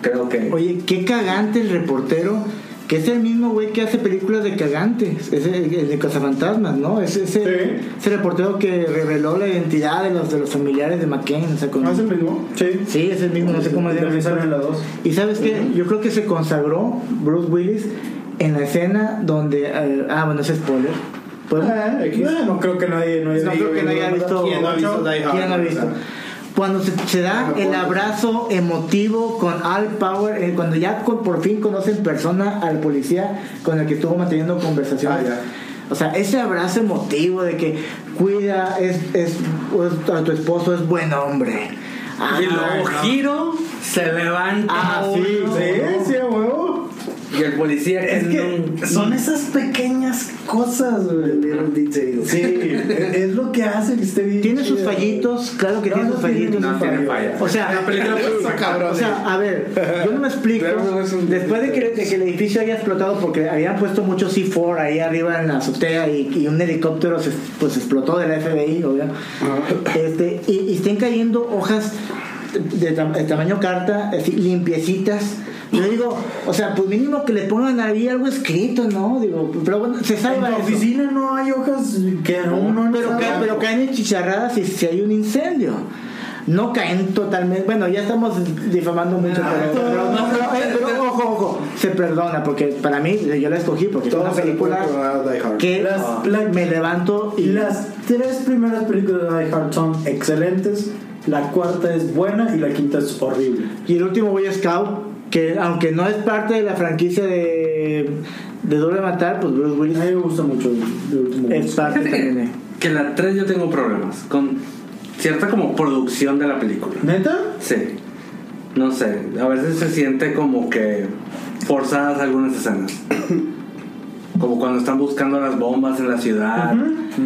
Speaker 5: Creo que...
Speaker 3: Oye, qué cagante el reportero. Que es el mismo güey que hace películas de cagantes. Es el, el de Cazafantasmas, ¿no? Es ese,
Speaker 4: Sí.
Speaker 3: ese reportero que reveló la identidad de los, de los familiares de McCain. o sea, con-
Speaker 4: ¿No es el mismo? Ah, Sí.
Speaker 3: Sí, es el mismo, no sé cómo
Speaker 4: Y
Speaker 3: se llama.
Speaker 4: También salen las dos.
Speaker 3: Y sabes qué, yo creo que se consagró Bruce Willis en la escena donde... eh, ah, bueno, es spoiler. ¿Podemos-
Speaker 4: Ah, X. Ah, no creo que nadie no haya
Speaker 3: No creo que no haya visto.
Speaker 2: ¿Quién no ha visto Die Hard?
Speaker 3: ¿Quién no ha visto? Cuando se, se da el abrazo emotivo con Al Power, eh, cuando ya con- por fin conoce en persona al policía con el que estuvo manteniendo conversaciones.
Speaker 2: Ah, ya.
Speaker 3: O sea, ese abrazo emotivo de que cuida es, es, es- a tu esposo, es buen hombre. Ah,
Speaker 5: y luego
Speaker 3: no. Ah,
Speaker 5: giro se levanta.
Speaker 2: Ah,
Speaker 5: uno,
Speaker 4: sí, a huevo.
Speaker 5: Y el policía que
Speaker 4: Es que son esas pequeñas cosas, güey.
Speaker 2: Dieron didgeridoo.
Speaker 4: Sí, es es lo que hace que esté bien.
Speaker 3: Tiene sus
Speaker 4: chido.
Speaker 3: fallitos, claro que
Speaker 4: No,
Speaker 3: tiene
Speaker 4: no
Speaker 3: sus
Speaker 4: tiene
Speaker 3: fallitos.
Speaker 4: ningún
Speaker 5: no tiene falla.
Speaker 3: O sea,
Speaker 5: la película
Speaker 2: Está cabrón.
Speaker 3: O sea, a ver, yo no me explico.
Speaker 1: Claro, no es un-
Speaker 3: Después de que, de que el edificio haya explotado, porque habían puesto mucho C4 ahí arriba en la azotea y, y un helicóptero se, pues explotó de la FBI, obvio. Este, y, y estén cayendo hojas de, tam- de tamaño carta, así, limpiecitas. Yo digo, o sea, pues mínimo que le pongan ahí algo escrito, ¿no? Digo, pero bueno, se
Speaker 4: En
Speaker 3: salva
Speaker 4: la
Speaker 3: eso.
Speaker 4: oficina no hay hojas que aún no han
Speaker 3: Pero,
Speaker 4: usado.
Speaker 3: caen, pero caen en chicharradas si, si hay un incendio. No caen totalmente. Bueno, ya estamos difamando mucho,
Speaker 4: Ah,
Speaker 3: pero, pero- no, pero- eh, pero ojo, ojo. Se perdona, porque para mí, yo la escogí porque es una
Speaker 2: Todos se le pueden
Speaker 3: película
Speaker 2: perdonar a Die Hard.
Speaker 3: que
Speaker 4: Las- la-
Speaker 3: me levanto y
Speaker 4: Y las tres primeras películas de Die Hard son excelentes, la cuarta es buena y la quinta es horrible.
Speaker 3: Y el último Boy Scout, que aunque no es parte de la franquicia de, de Doble Matar, pues Bruce
Speaker 4: A
Speaker 3: Willis
Speaker 4: mí me gusta mucho el último.
Speaker 3: es parte también. de-
Speaker 5: que en la 3 yo tengo problemas con cierta como producción de la película.
Speaker 4: ¿Neta?
Speaker 5: Sí. No sé, a veces se siente como que forzadas algunas escenas. Como cuando están buscando las bombas en la ciudad.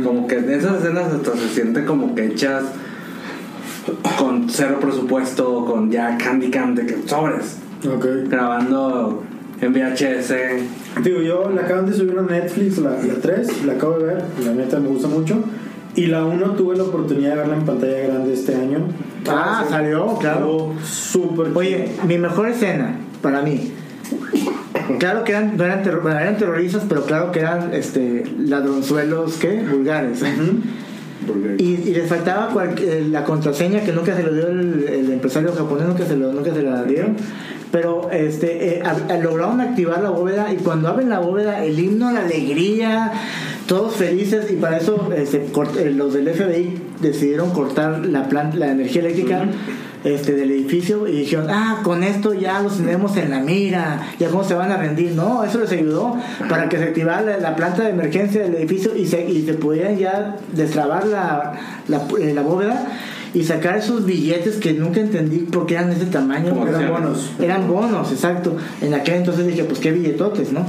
Speaker 5: Como que esas escenas hasta se sienten como que hechas con cero presupuesto, con ya candy cam de que sobres.
Speaker 4: Ok.
Speaker 5: Grabando en VHS.
Speaker 4: Digo, yo la acaban de subir a Netflix, la, la 3, la acabo de ver, la neta me gusta mucho. Y la 1 tuve la oportunidad de verla en pantalla grande este año.
Speaker 3: Ah,
Speaker 4: Sí.
Speaker 3: salió, claro.
Speaker 4: Estuvo Súper
Speaker 3: Oye,
Speaker 4: chido.
Speaker 3: mi mejor escena para mí. Claro que eran, no eran, terro- bueno, eran terroristas, pero claro que eran este, ladronzuelos, ¿qué? Vulgares.
Speaker 2: Porque-
Speaker 3: Y, y les faltaba cual- eh, la contraseña que nunca se lo dio el, el empresario japonés, nunca se, lo, nunca se la dieron. Pero este, eh, a- a- lograron activar la bóveda y cuando abren la bóveda, el himno, la alegría, todos felices. Y para eso este, cort- eh, los del FBI decidieron cortar la, plan- la energía eléctrica. Este, del edificio y dijeron, ah, con esto ya los tenemos en la mira, ya cómo se van a rendir. No, eso les ayudó para que se activara la, la planta de emergencia del edificio y se, y se pudieran ya destrabar la, la, eh, la bóveda y sacar esos billetes que nunca entendí por qué eran de ese tamaño.
Speaker 5: Como
Speaker 3: eran
Speaker 5: acciones.
Speaker 3: bonos. Eran bonos, exacto. En aquel entonces dije, pues qué billetotes, ¿no?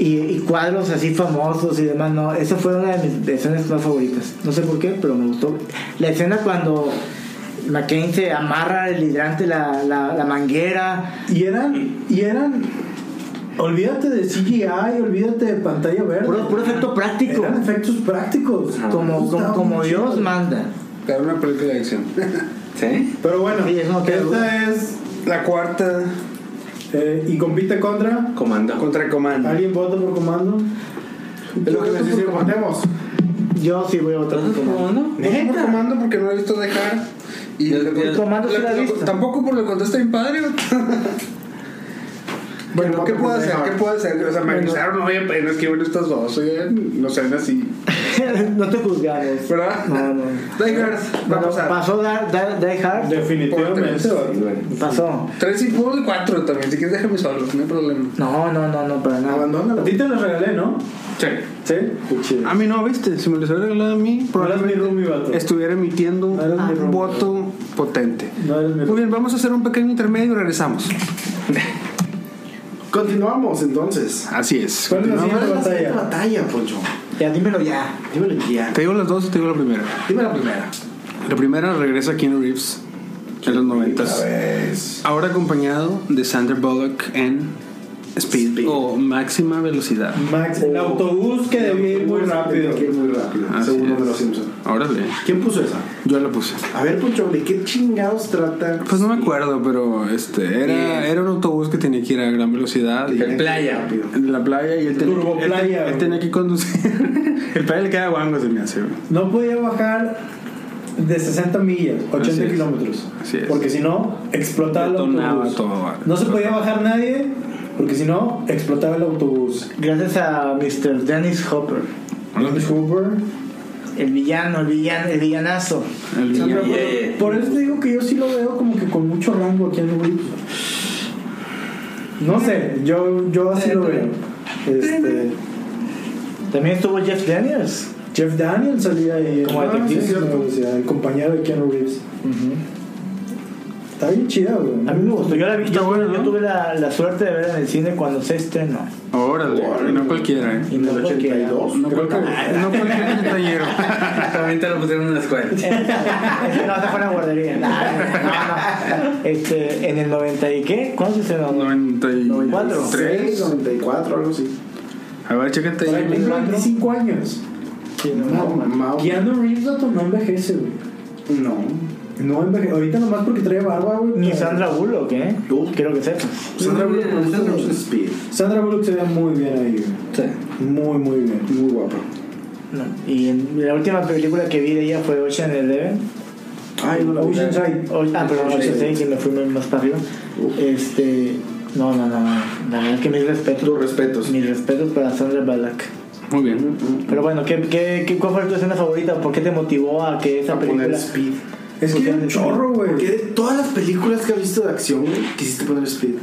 Speaker 3: Y, y cuadros así famosos y demás, no, esa fue una de mis escenas más favoritas. No sé por qué, pero me gustó. La escena cuando McCain se amarra el hidrante, la, la, la manguera.
Speaker 4: Y eran, y eran, olvídate de CGI, olvídate de pantalla verde.
Speaker 3: Puro, puro efecto práctico.
Speaker 4: Eran efectos prácticos.
Speaker 3: Como,
Speaker 4: Estaba
Speaker 3: como, como
Speaker 4: muy
Speaker 3: Dios
Speaker 4: chido.
Speaker 3: manda.
Speaker 1: Era una película de acción.
Speaker 5: ¿Sí?
Speaker 4: Pero bueno,
Speaker 3: Sí, eso no queda
Speaker 4: esta es.
Speaker 1: La cuarta
Speaker 4: eh, y compite contra.
Speaker 5: Comando.
Speaker 1: contra Comando.
Speaker 4: ¿Alguien vota por comando?
Speaker 1: Es lo que les decía,
Speaker 4: votemos.
Speaker 3: Yo sí voy a votar por
Speaker 5: ¿Entonces
Speaker 3: Comando.
Speaker 5: comando?
Speaker 1: No por Comando porque no lo he visto dejar. Y
Speaker 5: Yo-
Speaker 1: lo que-
Speaker 5: yo-
Speaker 3: Comando sí
Speaker 1: lo-
Speaker 3: la he
Speaker 1: lo-
Speaker 3: visto.
Speaker 1: Tampoco por lo que contaste mi padre. Bueno, ¿qué
Speaker 4: puedo
Speaker 1: puedo hacer? ¿Qué puedo hacer? O sea, me avisaron, oye, pues, no es que bueno estas dos, oye, no sean así.
Speaker 3: no te juzgamos.
Speaker 1: ¿Verdad?
Speaker 3: No, no.
Speaker 1: Die Hard, va a
Speaker 3: Bueno,
Speaker 1: pasar.
Speaker 3: pasó Dar- Dar- Die Hard.
Speaker 1: Por
Speaker 4: Definitivamente.
Speaker 1: tres. Sí, güey.
Speaker 3: Pasó.
Speaker 1: Tres y puedo el cuatro también, si quieres déjame solo, no hay problema.
Speaker 3: No, no, no, no, para nada.
Speaker 4: A ti te los regalé, ¿no?
Speaker 1: Sí.
Speaker 4: Sí. Qué chido.
Speaker 1: A mí no, viste, si me les hubiera regalado a mí,
Speaker 4: No eres mi roomie, vato.
Speaker 1: estuviera emitiendo
Speaker 4: No eres mi
Speaker 1: un
Speaker 4: roomie.
Speaker 1: voto potente.
Speaker 4: No eres mi
Speaker 1: Muy bien, vamos a hacer un pequeño intermedio y regresamos.
Speaker 2: Continuamos entonces.
Speaker 1: Así es.
Speaker 4: ¿Cuál es la siguiente
Speaker 2: ¿Cuál es la siguiente
Speaker 4: batalla?
Speaker 2: batalla, Poncho?
Speaker 3: Ya, dímelo ya.
Speaker 2: Dímelo ya.
Speaker 1: ¿Te digo las dos o te digo la primera?
Speaker 2: Dime la primera.
Speaker 1: La primera regresa a Keanu Reeves en los noventas.
Speaker 2: Pues.
Speaker 1: Ahora acompañado de Sandra Bullock en Speed,
Speaker 2: Speed.
Speaker 1: o Máxima Velocidad.
Speaker 4: Max, el autobús que debía ir muy rápido.
Speaker 2: Tenía que ir muy rápido,
Speaker 1: Así
Speaker 2: según
Speaker 1: es.
Speaker 2: de los Simpson.
Speaker 1: Órale,
Speaker 2: ¿Quién puso esa?
Speaker 1: yo la puse.
Speaker 2: A ver, Poncho, ¿de qué chingados trata?
Speaker 1: Pues no me acuerdo, pero este era, era un autobús que tenía que ir a gran velocidad. y-
Speaker 5: De playa.
Speaker 2: Rápido.
Speaker 1: en la playa y él tenía,
Speaker 4: Turbo
Speaker 1: él-
Speaker 4: playa,
Speaker 1: él
Speaker 4: güey.
Speaker 1: tenía que conducir. el playa le queda guango, se me hace. güey.
Speaker 4: No podía bajar de 60 millas, 80
Speaker 1: Así es.
Speaker 4: kilómetros.
Speaker 1: Así es.
Speaker 4: Porque si no, explotaba el
Speaker 1: Detonaba
Speaker 4: autobús.
Speaker 1: todo, vale.
Speaker 4: No se podía bajar nadie, porque si no, explotaba el autobús.
Speaker 3: Gracias a Mr. Dennis Hopper.
Speaker 4: Uber.
Speaker 3: El villano, el villano, el villanazo.
Speaker 1: El villano.
Speaker 5: Yeah, yeah, yeah.
Speaker 4: Por eso te digo que yo sí lo veo como que con mucho rango aquí en Uber. No sé, yo, yo así lo veo. Este,
Speaker 3: También estuvo Jeff Daniels.
Speaker 4: Jeff Daniels salía ahí
Speaker 3: Como
Speaker 4: Ah,
Speaker 3: detective.
Speaker 4: sí, es cierto. O sea, el compañero de Keanu Reeves. Está bien chida, güey.
Speaker 3: A mí me gustó. Yo, la vi,
Speaker 1: Está
Speaker 3: yo,
Speaker 1: bueno,
Speaker 3: yo
Speaker 1: ¿no?
Speaker 3: tuve la, la suerte de verla en el cine cuando se estrenó.
Speaker 1: Órale, no cualquiera, ¿eh?
Speaker 3: Y no
Speaker 2: ¿Del
Speaker 3: porque-
Speaker 2: 82?
Speaker 1: No
Speaker 2: Creo que-
Speaker 1: cualquiera, no cualquier compañero.
Speaker 5: También te lo pusieron en la escuela.
Speaker 3: no, esa fue la guardería. No, no, no. Este, en el 90 y qué? ¿Cuándo se estrenó? 94.
Speaker 1: 93.
Speaker 2: 96, 94, algo así.
Speaker 1: A ver, chécate.
Speaker 4: Pero
Speaker 1: ahí.
Speaker 4: tiene 25 años.
Speaker 2: No, mamá.
Speaker 4: Keanu Reeves vato, no envejece, güey.
Speaker 2: No.
Speaker 4: No envejece. Ahorita nomás porque trae barba, güey.
Speaker 3: Ni
Speaker 4: pero-
Speaker 3: Sandra Bullock, ¿eh?
Speaker 2: Yo.
Speaker 3: Quiero que sepas.
Speaker 2: Sandra Bullock me gusta mucho Speed.
Speaker 4: Sandra Bullock se ve muy bien ahí, güey.
Speaker 5: Sí.
Speaker 4: Muy, muy bien.
Speaker 2: Muy guapa.
Speaker 3: No. Y en la última película que vi de ella fue Ocean Eleven.
Speaker 2: Ay, no la vi.
Speaker 4: Oceanside.
Speaker 3: O- ah, perdón,
Speaker 2: Sí.
Speaker 3: Ocean Eleven, que me fui más para arriba.
Speaker 2: Uf.
Speaker 3: Este. No, no, no, no. La verdad que mis
Speaker 2: Tus
Speaker 3: respetos.
Speaker 2: respetos.
Speaker 3: Mis respetos para Sandra Bullock.
Speaker 1: Muy bien.
Speaker 3: Pero bueno, ¿qué, qué, qué, ¿cuál fue tu escena favorita? ¿Por qué te motivó a que esa
Speaker 2: A poner
Speaker 3: película.
Speaker 2: Speed.
Speaker 4: Es que
Speaker 3: Ocean
Speaker 4: hay un
Speaker 3: Eleven.
Speaker 4: chorro,
Speaker 2: Porque
Speaker 4: güey.
Speaker 2: de todas las películas que has visto de acción, güey, quisiste poner Speed.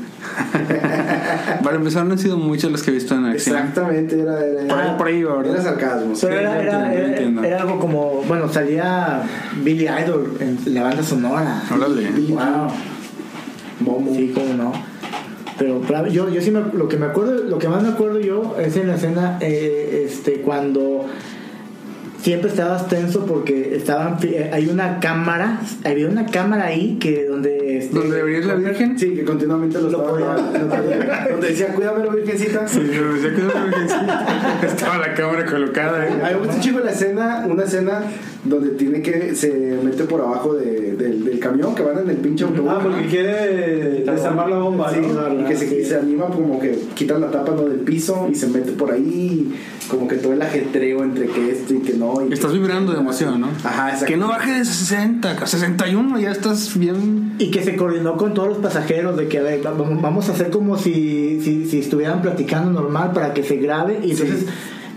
Speaker 1: Para empezar, no pues han sido muchas las que he visto en acción.
Speaker 2: Exactamente, era. era
Speaker 1: Por ahí, por ahí, ¿verdad?
Speaker 2: Era sarcasmo.
Speaker 3: Pero
Speaker 1: Sí, ya
Speaker 3: era, era,
Speaker 1: entiendo, ya
Speaker 3: era-
Speaker 1: entiendo.
Speaker 3: era algo como. Bueno, salía Billy Idol en la banda sonora.
Speaker 1: Órale.
Speaker 3: Wow.
Speaker 2: Momo.
Speaker 3: Sí, cómo no. Pero pra- yo, yo sí me, lo que me acuerdo, lo que más me acuerdo yo es en la escena eh, este, cuando siempre estabas tenso porque estaban fi- eh, hay una cámara, había una cámara ahí que donde este,
Speaker 1: ¿Dónde debería ir la Virgen?
Speaker 2: Sí, que continuamente
Speaker 3: Lo
Speaker 2: lo, estaba
Speaker 3: podía-
Speaker 2: lo podía- Donde decía, cuídame la virgencita.
Speaker 1: Sí, yo decía que era una virgencita. Estaba la cámara colocada.
Speaker 2: A mí
Speaker 1: ¿eh?
Speaker 2: me gusta un chico la escena, una escena donde tiene que se mete por abajo de- del, del camión que van en el pinche autobús.
Speaker 4: Ah, porque quiere desarmar la bomba,
Speaker 2: Sí,
Speaker 4: ¿no?
Speaker 2: y que se, se anima como que quita la tapa ¿no? del piso y se mete por ahí, como que todo el ajetreo entre que esto y que no. Y
Speaker 1: Estás
Speaker 2: que-
Speaker 1: vibrando de emoción, ¿no?
Speaker 2: Ajá, exacto.
Speaker 1: Que no baje de 60, a 61, ya estás bien.
Speaker 3: y que se coordinó con todos los pasajeros de que a ver, va- va- vamos a hacer como si, si, si estuvieran platicando normal para que se grabe y entonces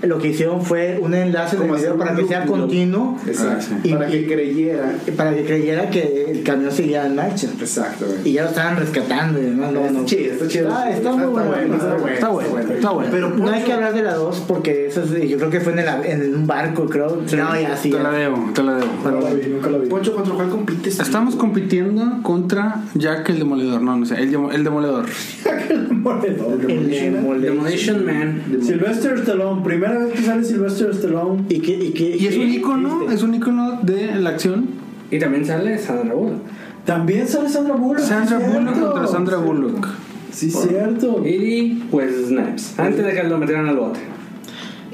Speaker 3: lo que hicieron fue un enlace de
Speaker 2: Como hacer
Speaker 3: video
Speaker 2: un
Speaker 3: para que
Speaker 2: loop,
Speaker 3: sea
Speaker 2: un loop.
Speaker 3: continuo
Speaker 2: Exacto.
Speaker 1: Ah, sí.
Speaker 3: Y-
Speaker 2: Para
Speaker 3: y-
Speaker 2: que creyera.
Speaker 3: para que creyera que el camión seguía en marcha.
Speaker 2: Exacto, güey.
Speaker 3: Y ya lo estaban rescatando y demás. No, no.
Speaker 2: Está chido, está chido.
Speaker 3: Ah, está muy bueno, está bueno,
Speaker 1: Está bueno, está bueno.
Speaker 3: Pero no hay
Speaker 2: Poncho-
Speaker 3: que hablar de la 2 porque eso es- yo creo que fue en, el, av- en un barco, creo. no, ya sí.
Speaker 1: Te
Speaker 3: ya.
Speaker 1: la debo, te la debo.
Speaker 4: Nunca la vi, nunca la vi.
Speaker 2: Poncho, ¿contra cuál compites?
Speaker 1: Estamos compitiendo contra Jack el Demoledor. No, no sé, el, Demo- el Demoledor.
Speaker 4: Moledo.
Speaker 3: El Demolition.
Speaker 5: Demolition Man.
Speaker 4: Sylvester Stallone, primera vez que sale Sylvester Stallone.
Speaker 3: Y que, y que,
Speaker 1: Y es un icono, es un icono de la acción.
Speaker 5: Y también sale Sandra Bullock.
Speaker 4: También sale Sandra Bullock.
Speaker 1: Sandra
Speaker 4: sí,
Speaker 1: Bullock
Speaker 4: cierto.
Speaker 1: contra Sandra Bullock.
Speaker 4: Sí, cierto.
Speaker 5: Y pues Snipes. Antes de que lo metieran al bote.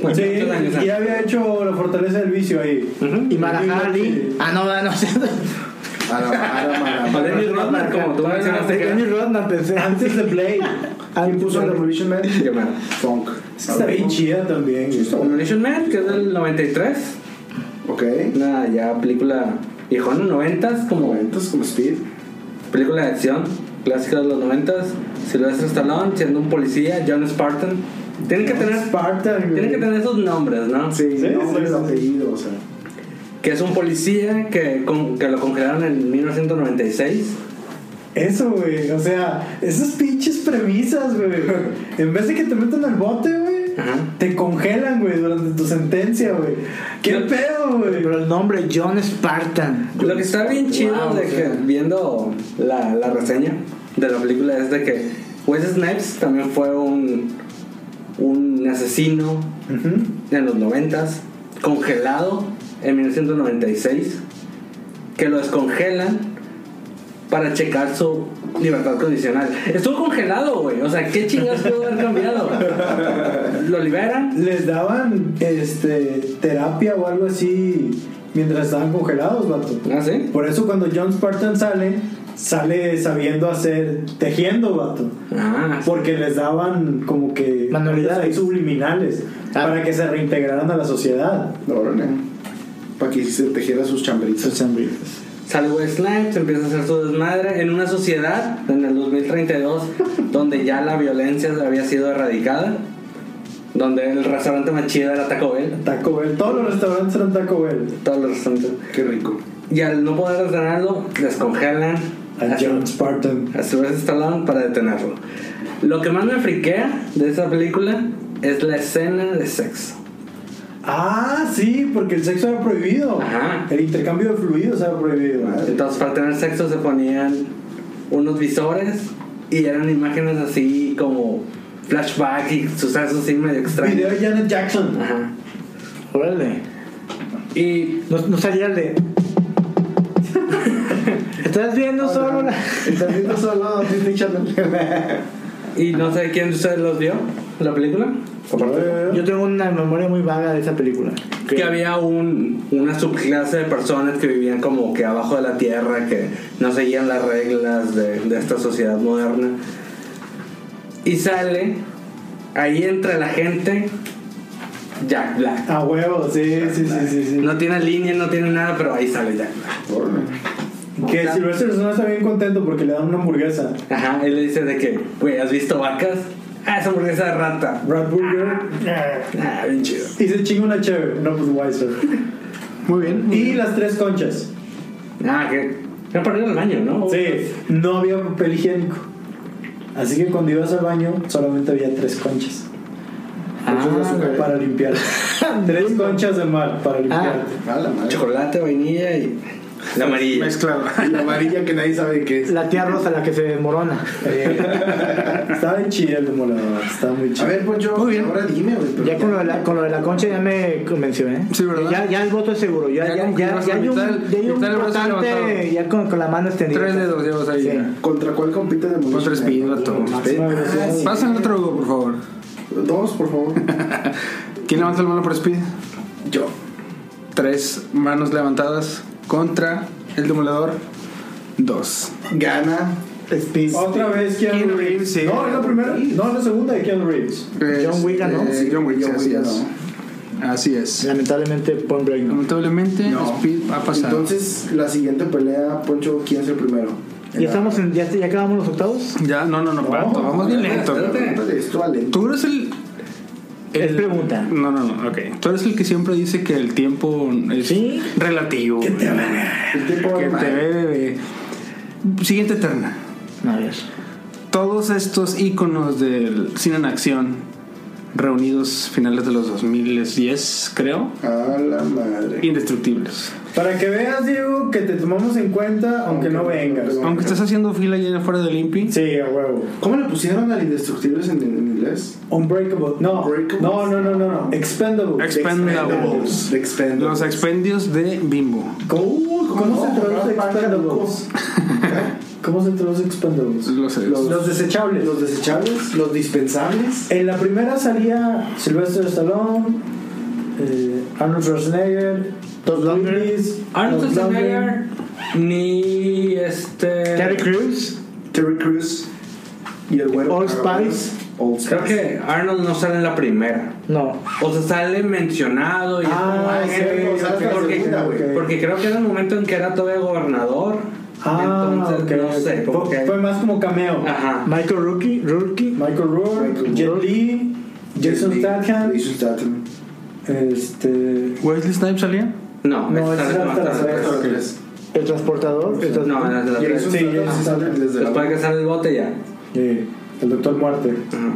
Speaker 5: Bueno,
Speaker 4: sí,
Speaker 5: Pues, muchos años
Speaker 4: ya
Speaker 5: antes.
Speaker 4: había hecho la fortaleza del vicio ahí.
Speaker 3: y Marajá Ali.
Speaker 4: Sí.
Speaker 3: Ah, no, no, no.
Speaker 2: A la- a la- a la-
Speaker 5: O Dennis Rodman, como tú mencionaste que
Speaker 3: Dennis Rodman, pensé.
Speaker 4: Antes de Play.
Speaker 2: ¿Quién puso el Revolution Man?
Speaker 5: Yo, bueno.
Speaker 2: Funk.
Speaker 4: Es que está bien chida también. güey.
Speaker 5: Demolition Man, que es del 93.
Speaker 2: Ok.
Speaker 5: Una ya película viejona, 90s, como
Speaker 2: Entonces, como Speed.
Speaker 5: película de acción clásica de los 90s. Sylvester Stallone siendo un policía, John Spartan. Tienen que tener,
Speaker 4: Spartan. güey.
Speaker 5: tienen que tener esos nombres, ¿no?
Speaker 2: Sí,
Speaker 4: Sí,
Speaker 2: nombre,
Speaker 4: sí, sí.
Speaker 2: apellido, o sea.
Speaker 5: Que es un policía que, con- que lo congelaron en 1996.
Speaker 4: Eso, güey. O sea, esas pinches premisas, güey. En vez de que te metan al bote, güey,
Speaker 5: Ajá.
Speaker 4: te congelan, güey, durante tu sentencia, güey. ¿Qué
Speaker 5: Yo-
Speaker 4: pedo, güey?
Speaker 3: Pero el nombre John Spartan.
Speaker 5: Lo que está bien chido
Speaker 3: Wow,
Speaker 5: de
Speaker 3: o
Speaker 5: que
Speaker 3: sea.
Speaker 5: viendo la, la reseña de la película es de que Wes Snipes también fue un, un asesino
Speaker 4: Ujú.
Speaker 5: en los noventas, congelado en 1996, que lo descongelan para checar su libertad condicional. Estuvo congelado, güey. O sea, ¿qué chingados pudo haber cambiado? Lo liberan.
Speaker 4: Les daban este terapia o algo así mientras estaban congelados, vato.
Speaker 5: ¿Ah, sí?
Speaker 4: Por eso cuando John Spartan sale, sale sabiendo hacer tejiendo, vato.
Speaker 5: Ah,
Speaker 4: Porque les daban como que
Speaker 3: Manualidades.
Speaker 4: ahí subliminales
Speaker 3: Ah.
Speaker 4: para que se reintegraran a la sociedad.
Speaker 2: Órale. Para que se tejiera sus chambritas.
Speaker 3: Sus hembritas.
Speaker 5: Sale West Snipes, empieza a hacer su desmadre en una sociedad en el 2032 donde ya la violencia había sido erradicada, donde el restaurante más chido era Taco Bell,
Speaker 4: Taco Bell, todos los restaurantes eran Taco Bell.
Speaker 5: todos los restaurantes.
Speaker 2: Qué rico.
Speaker 5: Y al no poder detenerlo, descongelan Ah.
Speaker 4: A John
Speaker 5: a
Speaker 4: Spartan.
Speaker 5: Sylvester Stallone para detenerlo. Lo que más me friquea de esa película es la escena de sexo.
Speaker 4: Ah, sí, porque el sexo era prohibido.
Speaker 5: Ajá. Ah,
Speaker 4: El intercambio de fluidos era prohibido.
Speaker 5: Entonces para tener sexo se ponían unos visores y eran imágenes así como flashback y sucesos así medio
Speaker 4: Video
Speaker 5: extraños.
Speaker 4: de Janet Jackson.
Speaker 5: Ajá.
Speaker 3: Órale.
Speaker 5: Y
Speaker 3: No, no salía el de. ¿Estás viendo solo la-
Speaker 2: Estás viendo solo Disney Channel.
Speaker 5: Y no sé quién de ustedes los vio, la película.
Speaker 2: Aparte,
Speaker 3: Yo tengo una memoria muy vaga de esa película.
Speaker 5: Que había un, una subclase de personas que vivían como que abajo de la tierra, que no seguían las reglas de, de esta sociedad moderna. Y sale, ahí entra la gente, Jack Black.
Speaker 4: A huevo, sí, sí, sí, sí. sí.
Speaker 5: Ah. No tiene línea, no tiene nada, pero ahí sale Jack Black.
Speaker 4: Que Sylvester Stallone está bien contento porque le dan una hamburguesa.
Speaker 5: Ajá, él le dice de que, güey, ¿has visto vacas? Ah, esa hamburguesa de rata.
Speaker 4: Brad Burger.
Speaker 5: Ah, bien chido.
Speaker 4: Y se chinga una chévere. No, pues Weiser.
Speaker 1: Muy bien.
Speaker 4: Y las tres conchas.
Speaker 5: Ah, que... Me perdido el baño, ¿no?
Speaker 4: Sí, no había papel higiénico. Así que cuando ibas al baño, solamente había tres conchas.
Speaker 1: Ah,
Speaker 4: para limpiar. tres conchas de mar
Speaker 1: Ah.
Speaker 4: para limpiar.
Speaker 2: a la madre.
Speaker 5: Chocolate, vainilla y... La amarilla.
Speaker 1: Mezclado.
Speaker 2: La amarilla que nadie sabe qué es.
Speaker 3: La tía rosa, la que se desmorona.
Speaker 4: Estaba bien chido el demolador. Estaba muy
Speaker 2: A
Speaker 4: chido.
Speaker 2: ver, Poncho,
Speaker 1: Muy bien.
Speaker 2: ahora dime, güey. pero
Speaker 3: Ya con lo, de la, con lo de la concha ya me convenció, ¿eh?
Speaker 1: Sí, ¿verdad?
Speaker 3: Ya, ya el voto es seguro. Ya,
Speaker 1: Ya
Speaker 3: ya,
Speaker 1: como
Speaker 3: ya,
Speaker 1: que
Speaker 3: ya,
Speaker 1: llevas la
Speaker 3: hay un,
Speaker 1: mitad-
Speaker 3: ya hay un
Speaker 1: mitad del brazo levantado.
Speaker 3: votante ya con, con la mano extendida.
Speaker 1: Tres dedos llevas ahí.
Speaker 3: Sí.
Speaker 2: ¿Contra cuál compite de Demolition
Speaker 1: Contra Speed,
Speaker 2: Man?
Speaker 1: vato.
Speaker 4: Máxima
Speaker 2: Speed.
Speaker 4: velocidad.
Speaker 1: Pásale otro Hugo, por favor.
Speaker 2: Dos, por favor.
Speaker 1: ¿Quién levanta la mano por Speed?
Speaker 2: Yo.
Speaker 1: Tres manos levantadas contra el demolador. Dos.
Speaker 2: Gana.
Speaker 3: Speed.
Speaker 4: Otra vez Keanu
Speaker 1: Keanu
Speaker 4: Reeves.
Speaker 1: Reeves, sí.
Speaker 4: No, es la primera. No, es la segunda de Keanu Reeves.
Speaker 1: Es,
Speaker 3: Wick ganó.
Speaker 1: eh, John Wick,
Speaker 2: John
Speaker 1: así
Speaker 2: Wick
Speaker 1: es. Así es.
Speaker 3: Lamentablemente, Point Break no.
Speaker 1: Lamentablemente,
Speaker 2: No.
Speaker 1: Speed va a pasar.
Speaker 2: Entonces, la siguiente pelea, Poncho, ¿quién es el primero?
Speaker 3: ¿Ya, estamos en, ya, ya acabamos los octavos?
Speaker 1: ya, no, no, no, vato, vamos bien lento.
Speaker 5: espérate.
Speaker 2: Pregúntale esto a Len.
Speaker 1: Tú eres el.
Speaker 3: Es pregunta.
Speaker 1: No, no, no, ok. Tú eres el que siempre dice que el tiempo es
Speaker 3: Sí.
Speaker 1: relativo. Que te bebe.
Speaker 2: El tiempo
Speaker 1: Que
Speaker 2: vale
Speaker 1: te
Speaker 2: madre.
Speaker 1: bebe. Siguiente eterna.
Speaker 3: A ver.
Speaker 1: Todos estos íconos del cine en acción reunidos finales de los 2010, creo,
Speaker 2: A la madre.
Speaker 1: indestructibles.
Speaker 4: Para que veas, Diego, que te tomamos en cuenta aunque no vengas.
Speaker 1: Aunque estás haciendo fila allá afuera del Impi,
Speaker 4: Sí, a huevo.
Speaker 2: ¿Cómo le pusieron al Indestructibles en, en inglés?
Speaker 4: Unbreakable. No,
Speaker 2: Unbreakable.
Speaker 4: no, no, no, no, no. Expendable.
Speaker 1: Expendables.
Speaker 2: The Expendables.
Speaker 1: Los expendios de Bimbo.
Speaker 4: ¿Cómo, cómo se traduce Expendables? ¿Cómo se traduce Expendables?
Speaker 1: Los,
Speaker 2: Los-
Speaker 4: Los desechables.
Speaker 2: Los desechables, los dispensables.
Speaker 4: En la primera salía Sylvester Stallone, eh, Arnold Schwarzenegger,
Speaker 3: Todd Longer.
Speaker 4: Willis,
Speaker 5: Arnold
Speaker 4: Todd Longer.
Speaker 5: Schwarzenegger ni este.
Speaker 3: Terry Crews.
Speaker 2: Terry Crews y el güero.
Speaker 3: Old
Speaker 2: Cagabalas.
Speaker 3: Spice.
Speaker 2: Old Spice.
Speaker 5: Creo que Arnold no sale en la primera.
Speaker 3: No.
Speaker 5: O sea, sale mencionado y es
Speaker 4: Ah,
Speaker 5: como, "Ay,
Speaker 4: sí,
Speaker 5: gente",
Speaker 4: o sea,
Speaker 2: hasta la segunda,
Speaker 5: porque,
Speaker 4: güey.
Speaker 5: porque creo que era el momento en que era todavía gobernador.
Speaker 4: Ah,
Speaker 5: entonces
Speaker 4: ok,
Speaker 5: no sé.
Speaker 4: ok.
Speaker 5: como
Speaker 4: Fue-
Speaker 5: que- Ah,
Speaker 4: Fue más como cameo.
Speaker 5: Ajá.
Speaker 3: Michael Rookie. Rookie.
Speaker 4: Michael Rourke,
Speaker 2: Michael
Speaker 4: Jet
Speaker 2: Rourke.
Speaker 4: Li, Jason
Speaker 2: Jet Li,
Speaker 4: Statham,
Speaker 2: Jason Statham.
Speaker 4: este,
Speaker 1: ¿Wesley Snipes salía?
Speaker 5: No,
Speaker 4: No,
Speaker 5: esta
Speaker 4: esa
Speaker 5: es
Speaker 4: era
Speaker 5: la
Speaker 4: hasta la
Speaker 5: tercera.
Speaker 4: tercera.
Speaker 3: El transportador. el trans-
Speaker 5: No, era la tercera.
Speaker 2: Jason
Speaker 4: Sí,
Speaker 2: Statham
Speaker 4: Jason
Speaker 2: sale desde la-
Speaker 5: Después Pues de que sale el bote ya.
Speaker 4: eh, el Doctor Muerte.
Speaker 5: Ajá.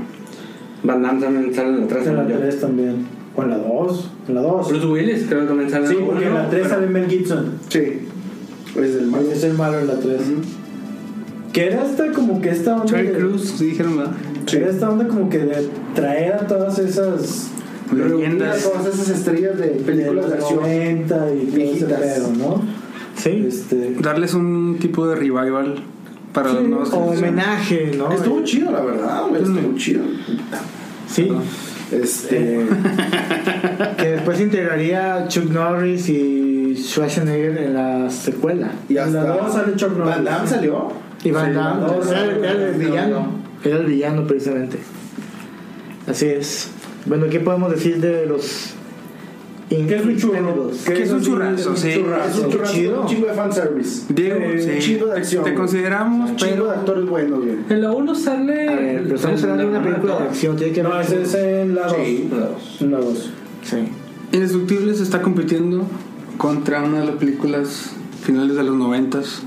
Speaker 5: Van Damme también sale en la
Speaker 4: Es en la
Speaker 5: 3.
Speaker 4: 3 también. O en la 2. En la 2.
Speaker 5: Bruce Willis creo que también sale
Speaker 4: Sí,
Speaker 5: en
Speaker 4: porque en
Speaker 5: uno,
Speaker 4: la 3
Speaker 5: pero-
Speaker 4: sale Mel Gibson.
Speaker 2: Sí. Es el malo.
Speaker 4: Es el malo en la 3. Que era esta como que esta onda.
Speaker 1: Terry
Speaker 4: de-
Speaker 1: Crews, dijeron, ¿verdad?
Speaker 4: Era esta onda como que de traer a todas esas.
Speaker 2: Reunía
Speaker 1: Leyendas.
Speaker 2: todas esas estrellas de películas
Speaker 4: de
Speaker 2: de
Speaker 4: los
Speaker 2: acción.
Speaker 4: 90 y todo ese
Speaker 2: Viejitas.
Speaker 4: pedo, ¿no?
Speaker 3: Sí.
Speaker 4: Este.
Speaker 1: Darles un tipo de revival para los nuevos.
Speaker 3: O homenaje, ¿no? eh.
Speaker 2: Estuvo chido, la verdad, güey. Estuvo
Speaker 1: Mm.
Speaker 2: chido.
Speaker 3: Sí. Eh,
Speaker 2: Este.
Speaker 3: Que después integraría Chuck Norris y Schwarzenegger en la secuela.
Speaker 2: Y
Speaker 4: En la
Speaker 2: hasta.
Speaker 4: dos sale Chuck Norris.
Speaker 2: Van Damme salió.
Speaker 3: Y Van
Speaker 4: Sí,
Speaker 3: Damme,
Speaker 4: no,
Speaker 3: era,
Speaker 4: no,
Speaker 3: era el
Speaker 4: no,
Speaker 3: villano. Era el villano, precisamente. Así es. Bueno, ¿qué podemos decir de los.
Speaker 4: Que es un churro.
Speaker 3: Incredibles?
Speaker 1: Que es un churrazo,
Speaker 4: un
Speaker 1: sí.
Speaker 2: Es un
Speaker 4: churrazo.
Speaker 2: churrasco,
Speaker 3: chido.
Speaker 2: un chingo de fanservice.
Speaker 1: Diego,
Speaker 4: Eh,
Speaker 1: sí,
Speaker 2: chido de
Speaker 1: te-
Speaker 2: acción,
Speaker 1: te,
Speaker 2: güey.
Speaker 1: consideramos,
Speaker 2: Un chingo
Speaker 1: pero
Speaker 2: de actores buenos, güey.
Speaker 5: En la 1 sale.
Speaker 3: A ver, pero estamos
Speaker 5: el-
Speaker 3: hablando de una
Speaker 5: el-
Speaker 3: película de acción. Tiene que
Speaker 4: No,
Speaker 3: haber-
Speaker 4: ese es en la 2.
Speaker 2: Sí.
Speaker 4: En la 2.
Speaker 3: Sí.
Speaker 1: Indestructibles está compitiendo contra una de las películas finales de los noventas,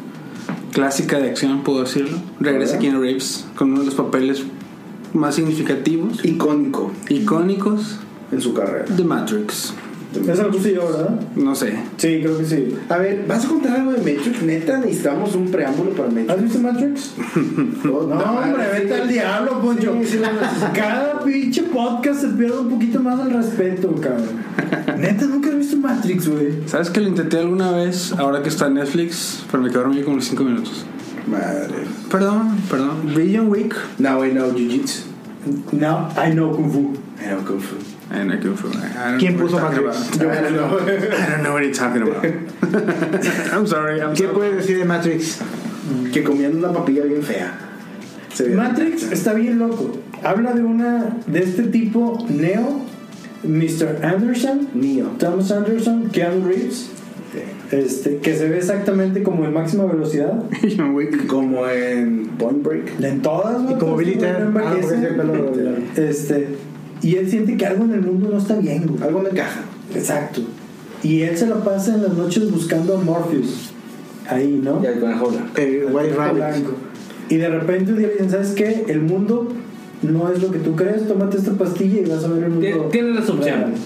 Speaker 1: clásica de acción, puedo decirlo. Regresa Keanu Reeves con uno de los papeles más significativos,
Speaker 2: Icónico
Speaker 1: icónicos
Speaker 2: en su carrera.
Speaker 1: de Matrix.
Speaker 4: Es algo sí, ¿verdad?
Speaker 1: No sé.
Speaker 4: Sí, creo que sí.
Speaker 2: A ver, ¿vas a contar algo de Matrix? Neta, necesitamos un preámpulo para
Speaker 4: ¿Has
Speaker 2: Matrix.
Speaker 4: visto Matrix?
Speaker 2: No,
Speaker 4: No, hombre, vete al diablo, Poncho.
Speaker 2: Sí, sí, lo necesito.
Speaker 4: Cada pinche podcast se pierde un poquito más el respeto, cabrón. Neta, nunca he visto Matrix, güey.
Speaker 1: ¿Sabes que lo intenté alguna vez, ahora que está en Netflix, pero me quedé dormido como 5 minutos?
Speaker 2: Madre.
Speaker 1: Perdón, perdón. Billion Week.
Speaker 2: Now I know Jiu-Jitsu.
Speaker 4: No, I know Kung Fu.
Speaker 2: I know Kung Fu.
Speaker 1: And I can feel- I don't
Speaker 3: ¿Quién
Speaker 1: know what
Speaker 3: puso
Speaker 1: you're talking
Speaker 3: Matrix?
Speaker 1: about.
Speaker 2: I don't know.
Speaker 1: I don't know what you're talking about. I'm sorry, I'm
Speaker 3: ¿Qué
Speaker 1: sorry.
Speaker 3: puedes decir de Matrix?
Speaker 2: que comían una papilla bien fea. Se ve-
Speaker 4: Matrix está bien loco. Habla de una de este tipo Neo, Mr. Anderson,
Speaker 2: Neo.
Speaker 4: Thomas Anderson, Keanu Reeves, este, que se ve exactamente como en máxima velocidad.
Speaker 1: Billion Week.
Speaker 2: Como en Point Break.
Speaker 4: En todas,
Speaker 3: Y como
Speaker 4: güey,
Speaker 3: Billy
Speaker 4: este güey
Speaker 3: Tan.
Speaker 4: no
Speaker 2: Ah, porque
Speaker 4: envejece.
Speaker 2: ese pelo largo.
Speaker 4: Este, y él siente que algo en el mundo no está bien, güey.
Speaker 2: Algo me encaja.
Speaker 4: Exacto. Y él se lo pasa en las noches buscando a Morpheus. Ahí, ¿no?
Speaker 5: Y al conejo blanco.
Speaker 3: El White Rabbit.
Speaker 4: Blanco. Y de repente un día le dicen, ¿sabes qué? El mundo no es lo que tú crees, tómate esta pastilla y vas a ver el
Speaker 5: Tien-
Speaker 4: mundo.
Speaker 5: tiene las opciones.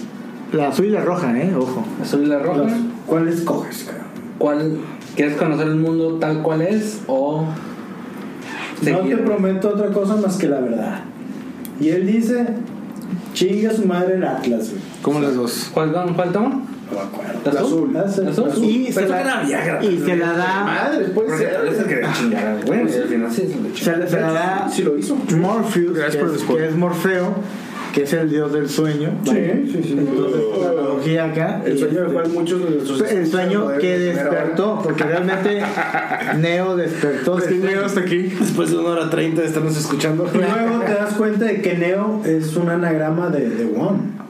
Speaker 3: La azul y la roja, ¿eh? Ojo.
Speaker 5: Azul y la roja.
Speaker 4: Las- ¿Cuál escoges, cabrón?
Speaker 5: ¿Cuál quieres conocer el mundo tal cual es o
Speaker 4: No te
Speaker 5: seguir?
Speaker 4: prometo otra cosa más que la verdad. Y él dice, chinga su madre el Atlas, güey.
Speaker 1: ¿Cómo las dos?
Speaker 5: ¿Cuál toma? ¿Cuál toma?
Speaker 2: No me acuerdo.
Speaker 5: ¿La azul?
Speaker 4: Ah, sí.
Speaker 5: ¿La azul?
Speaker 4: La azul.
Speaker 3: Y
Speaker 5: Pero
Speaker 3: se
Speaker 5: eso
Speaker 3: la-
Speaker 5: que era Viagra.
Speaker 3: y se la da-
Speaker 2: Madre,
Speaker 4: Pues,
Speaker 2: puede
Speaker 5: Porque
Speaker 2: ser.
Speaker 4: eh,
Speaker 5: tal vez se
Speaker 4: ah,
Speaker 5: quería chingar al güey, y al final sí se lo chingó.
Speaker 3: Se, se la da
Speaker 2: Sí lo hizo.
Speaker 3: Morpheus, que
Speaker 1: Gracias por el
Speaker 3: es,
Speaker 1: spoiler.
Speaker 3: que es Morfeo, que es el dios del sueño.
Speaker 4: Sí, sí, sí.
Speaker 3: Entonces, la analogía acá.
Speaker 2: El
Speaker 3: y
Speaker 2: sueño del
Speaker 3: este-
Speaker 2: cual muchos de sus
Speaker 3: el sueño que despertó, porque realmente Neo despertó.
Speaker 2: Pues
Speaker 3: del sueño.
Speaker 1: aquí.
Speaker 2: Después de una hora treinta de estarnos escuchando.
Speaker 4: Y luego te das cuenta de que Neo es un anagrama de, de One.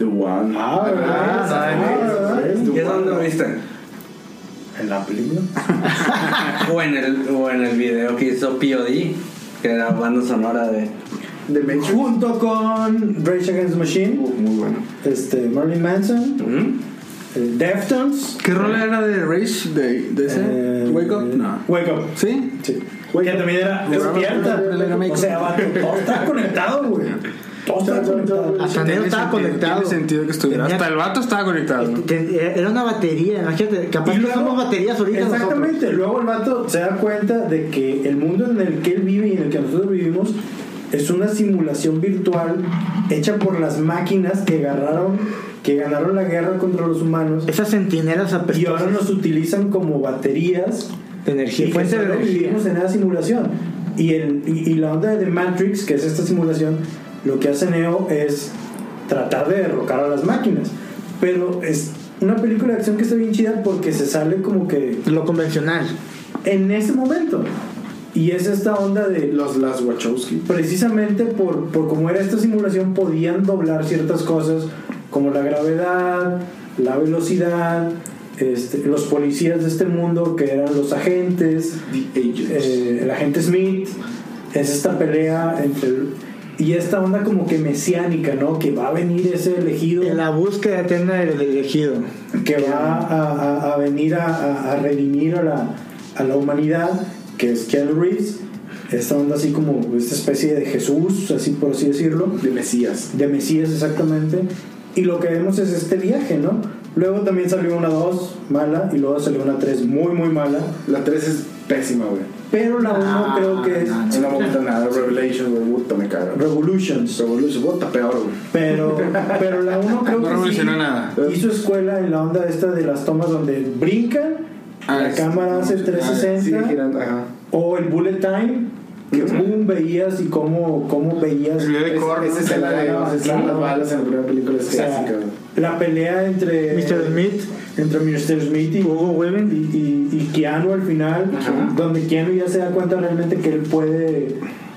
Speaker 2: The One. Ah,
Speaker 3: ¿verdad?
Speaker 2: ¿verdad?
Speaker 4: ¿Y
Speaker 2: The
Speaker 5: ¿Y es
Speaker 2: One.
Speaker 5: dónde lo viste?
Speaker 4: ¿En la película?
Speaker 5: O en el, o en el video que hizo P.O.D. Que era banda sonora de...
Speaker 2: De Matrix.
Speaker 4: Junto con Rage Against the Machine,
Speaker 2: Muy bueno.
Speaker 4: este, Marilyn Manson,
Speaker 5: ¿Mm?
Speaker 4: eh, Deftones.
Speaker 1: ¿Qué rola era de Rage? ¿De, de ese?
Speaker 4: eh,
Speaker 1: ¿Wake Up? No.
Speaker 4: Wake Up.
Speaker 1: ¿Sí?
Speaker 4: Sí. Que también era
Speaker 1: De
Speaker 4: despierta.
Speaker 1: Robert Rodríguez.
Speaker 4: O sea, vato, todo está conectado, güey. Todo está conectado.
Speaker 3: Hasta Neo
Speaker 1: Tiene
Speaker 3: estaba
Speaker 1: sentido,
Speaker 3: conectado.
Speaker 1: Tiene sentido que estuviera.
Speaker 3: Tenía-
Speaker 1: Hasta el vato estaba conectado.
Speaker 3: Te- eh, Era una batería, imagínate. Capaz
Speaker 4: Y
Speaker 3: que
Speaker 4: luego-
Speaker 3: somos baterías ahorita
Speaker 4: Exactamente.
Speaker 3: nosotros.
Speaker 4: Luego el vato se da cuenta de que el mundo en el que él vive y en el que nosotros vivimos es una simulación virtual hecha por las máquinas que agarraron, que ganaron la guerra contra los humanos
Speaker 3: Esas sentinelas
Speaker 4: y ahora
Speaker 3: apestosas
Speaker 4: nos utilizan como baterías
Speaker 3: de
Speaker 4: y
Speaker 3: energía.
Speaker 4: que
Speaker 3: Fuente de
Speaker 4: solo
Speaker 3: energía.
Speaker 4: vivimos en esa simulación. Y, el, y, y la onda de The Matrix, que es esta simulación, lo que hace Neo es tratar de derrocar a las máquinas. Pero es una película de acción que está bien chida porque se sale como que
Speaker 3: Lo convencional.
Speaker 4: en ese momento. Y es esta onda de
Speaker 2: Los Las Wachowski.
Speaker 4: precisamente por, por cómo era esta simulación podían doblar ciertas cosas como la gravedad, la velocidad, este, los policías de este mundo que eran los agentes,
Speaker 2: The Agents.
Speaker 4: eh, el agente Smith, es esta pelea entre... Y esta onda como que mesiánica, ¿no? Que va a venir ese elegido,
Speaker 3: En la búsqueda eterna del elegido.
Speaker 4: que va a, a- a venir a, a- a redimir a la, a la humanidad, que es Keanu Reeves. Esta onda así como esta especie de Jesús, así por así decirlo.
Speaker 2: De Mesías.
Speaker 4: de Mesías exactamente. Y lo que vemos es este viaje, ¿no? Luego también salió una 2 mala y luego salió una 3 muy, muy mala.
Speaker 2: La 3 es pésima, güey.
Speaker 4: Pero la 1
Speaker 3: Ah,
Speaker 4: creo que es
Speaker 3: no,
Speaker 2: No me gusta nada. Revelation, güey. Puta, me cago.
Speaker 4: Revolutions.
Speaker 2: Revolution, puta, peor, güey.
Speaker 4: Pero, pero la 1 creo
Speaker 1: No
Speaker 4: que sí
Speaker 1: revolucionó nada.
Speaker 4: hizo escuela en la onda esta de las tomas donde brincan,
Speaker 1: Ah,
Speaker 4: la
Speaker 1: es-
Speaker 4: cámara hace
Speaker 2: Sigue
Speaker 4: 360
Speaker 2: girando, ajá.
Speaker 4: o el bullet time. Que boom, veías y cómo, cómo veías.
Speaker 1: El video de
Speaker 2: Ese-
Speaker 1: Korn.
Speaker 2: esa
Speaker 1: ¿no?
Speaker 2: escena de
Speaker 4: Claro,
Speaker 2: donde están
Speaker 4: claro.
Speaker 2: las balas en la primera película es
Speaker 4: O sea,
Speaker 2: clásica. güey.
Speaker 4: la pelea entre
Speaker 3: Mr. Smith.
Speaker 4: entre Mr. Smith y Hugo Weaving y, y, y Keanu al final, donde Keanu ya se da cuenta realmente que él puede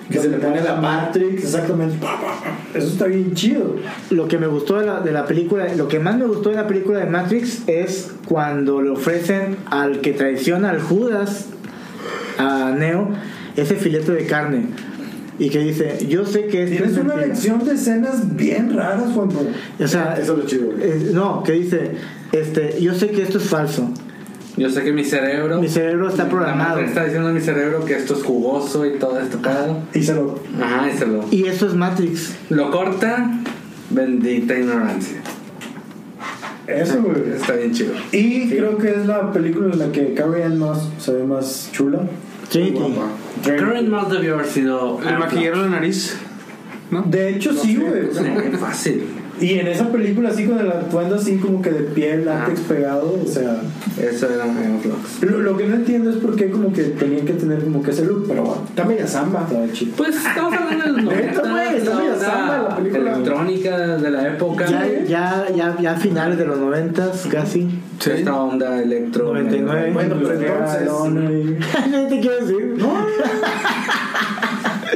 Speaker 2: Que se le pone
Speaker 4: dominar
Speaker 2: la par.
Speaker 4: Matrix, exactamente. Pa, pa, pa. Eso está bien chido.
Speaker 3: Lo que me gustó de la, de la película, lo que más me gustó de la película de Matrix es cuando le ofrecen al que traiciona al Judas, a Neo, ese filete de carne. Y que dice, yo sé que esto
Speaker 4: Tienes
Speaker 3: es
Speaker 4: una
Speaker 3: mentira".
Speaker 4: lección de escenas bien raras, Juan Pablo.
Speaker 3: O sea,
Speaker 2: Eso es lo chido, güey.
Speaker 3: eh, no, que dice, este, yo sé que esto es falso.
Speaker 5: Yo sé que mi cerebro...
Speaker 3: Mi cerebro está programado.
Speaker 5: Me está diciendo a mi cerebro que esto es jugoso y todo esto pedo.
Speaker 4: Y se lo.
Speaker 5: Ajá, y se lo...
Speaker 3: Y eso es Matrix.
Speaker 5: Lo corta, bendita ignorancia.
Speaker 4: Eso, güey.
Speaker 5: Está bien chido.
Speaker 4: Y creo que es la película en la que Carrie Ann Moss se ve más chula.
Speaker 3: Sí,
Speaker 5: Current Moss debió haber sido.
Speaker 1: El maquillar la nariz. ¿No?
Speaker 4: De hecho, sí, güey.
Speaker 5: Sí, muy fácil.
Speaker 4: Y en esa película, así con el atuendo así como que de piel látex
Speaker 2: Ah.
Speaker 4: pegado, o sea.
Speaker 5: Eso era Megan Fox.
Speaker 4: Lo, lo que no entiendo es por qué como que tenían que tener como que ese look, pero también a Samba estaba chido.
Speaker 5: Pues estamos hablando de los
Speaker 4: Neta,
Speaker 5: 90,
Speaker 4: güey, está medio samba la película.
Speaker 5: electrónica de la época.
Speaker 3: Ya, ya, ya, ya a finales de los noventas, casi.
Speaker 5: Sí. Esta onda electro.
Speaker 3: 99.
Speaker 2: Bueno,
Speaker 4: pues,
Speaker 2: pero entonces-
Speaker 4: entonces.
Speaker 3: ¿Qué te quiero decir? No,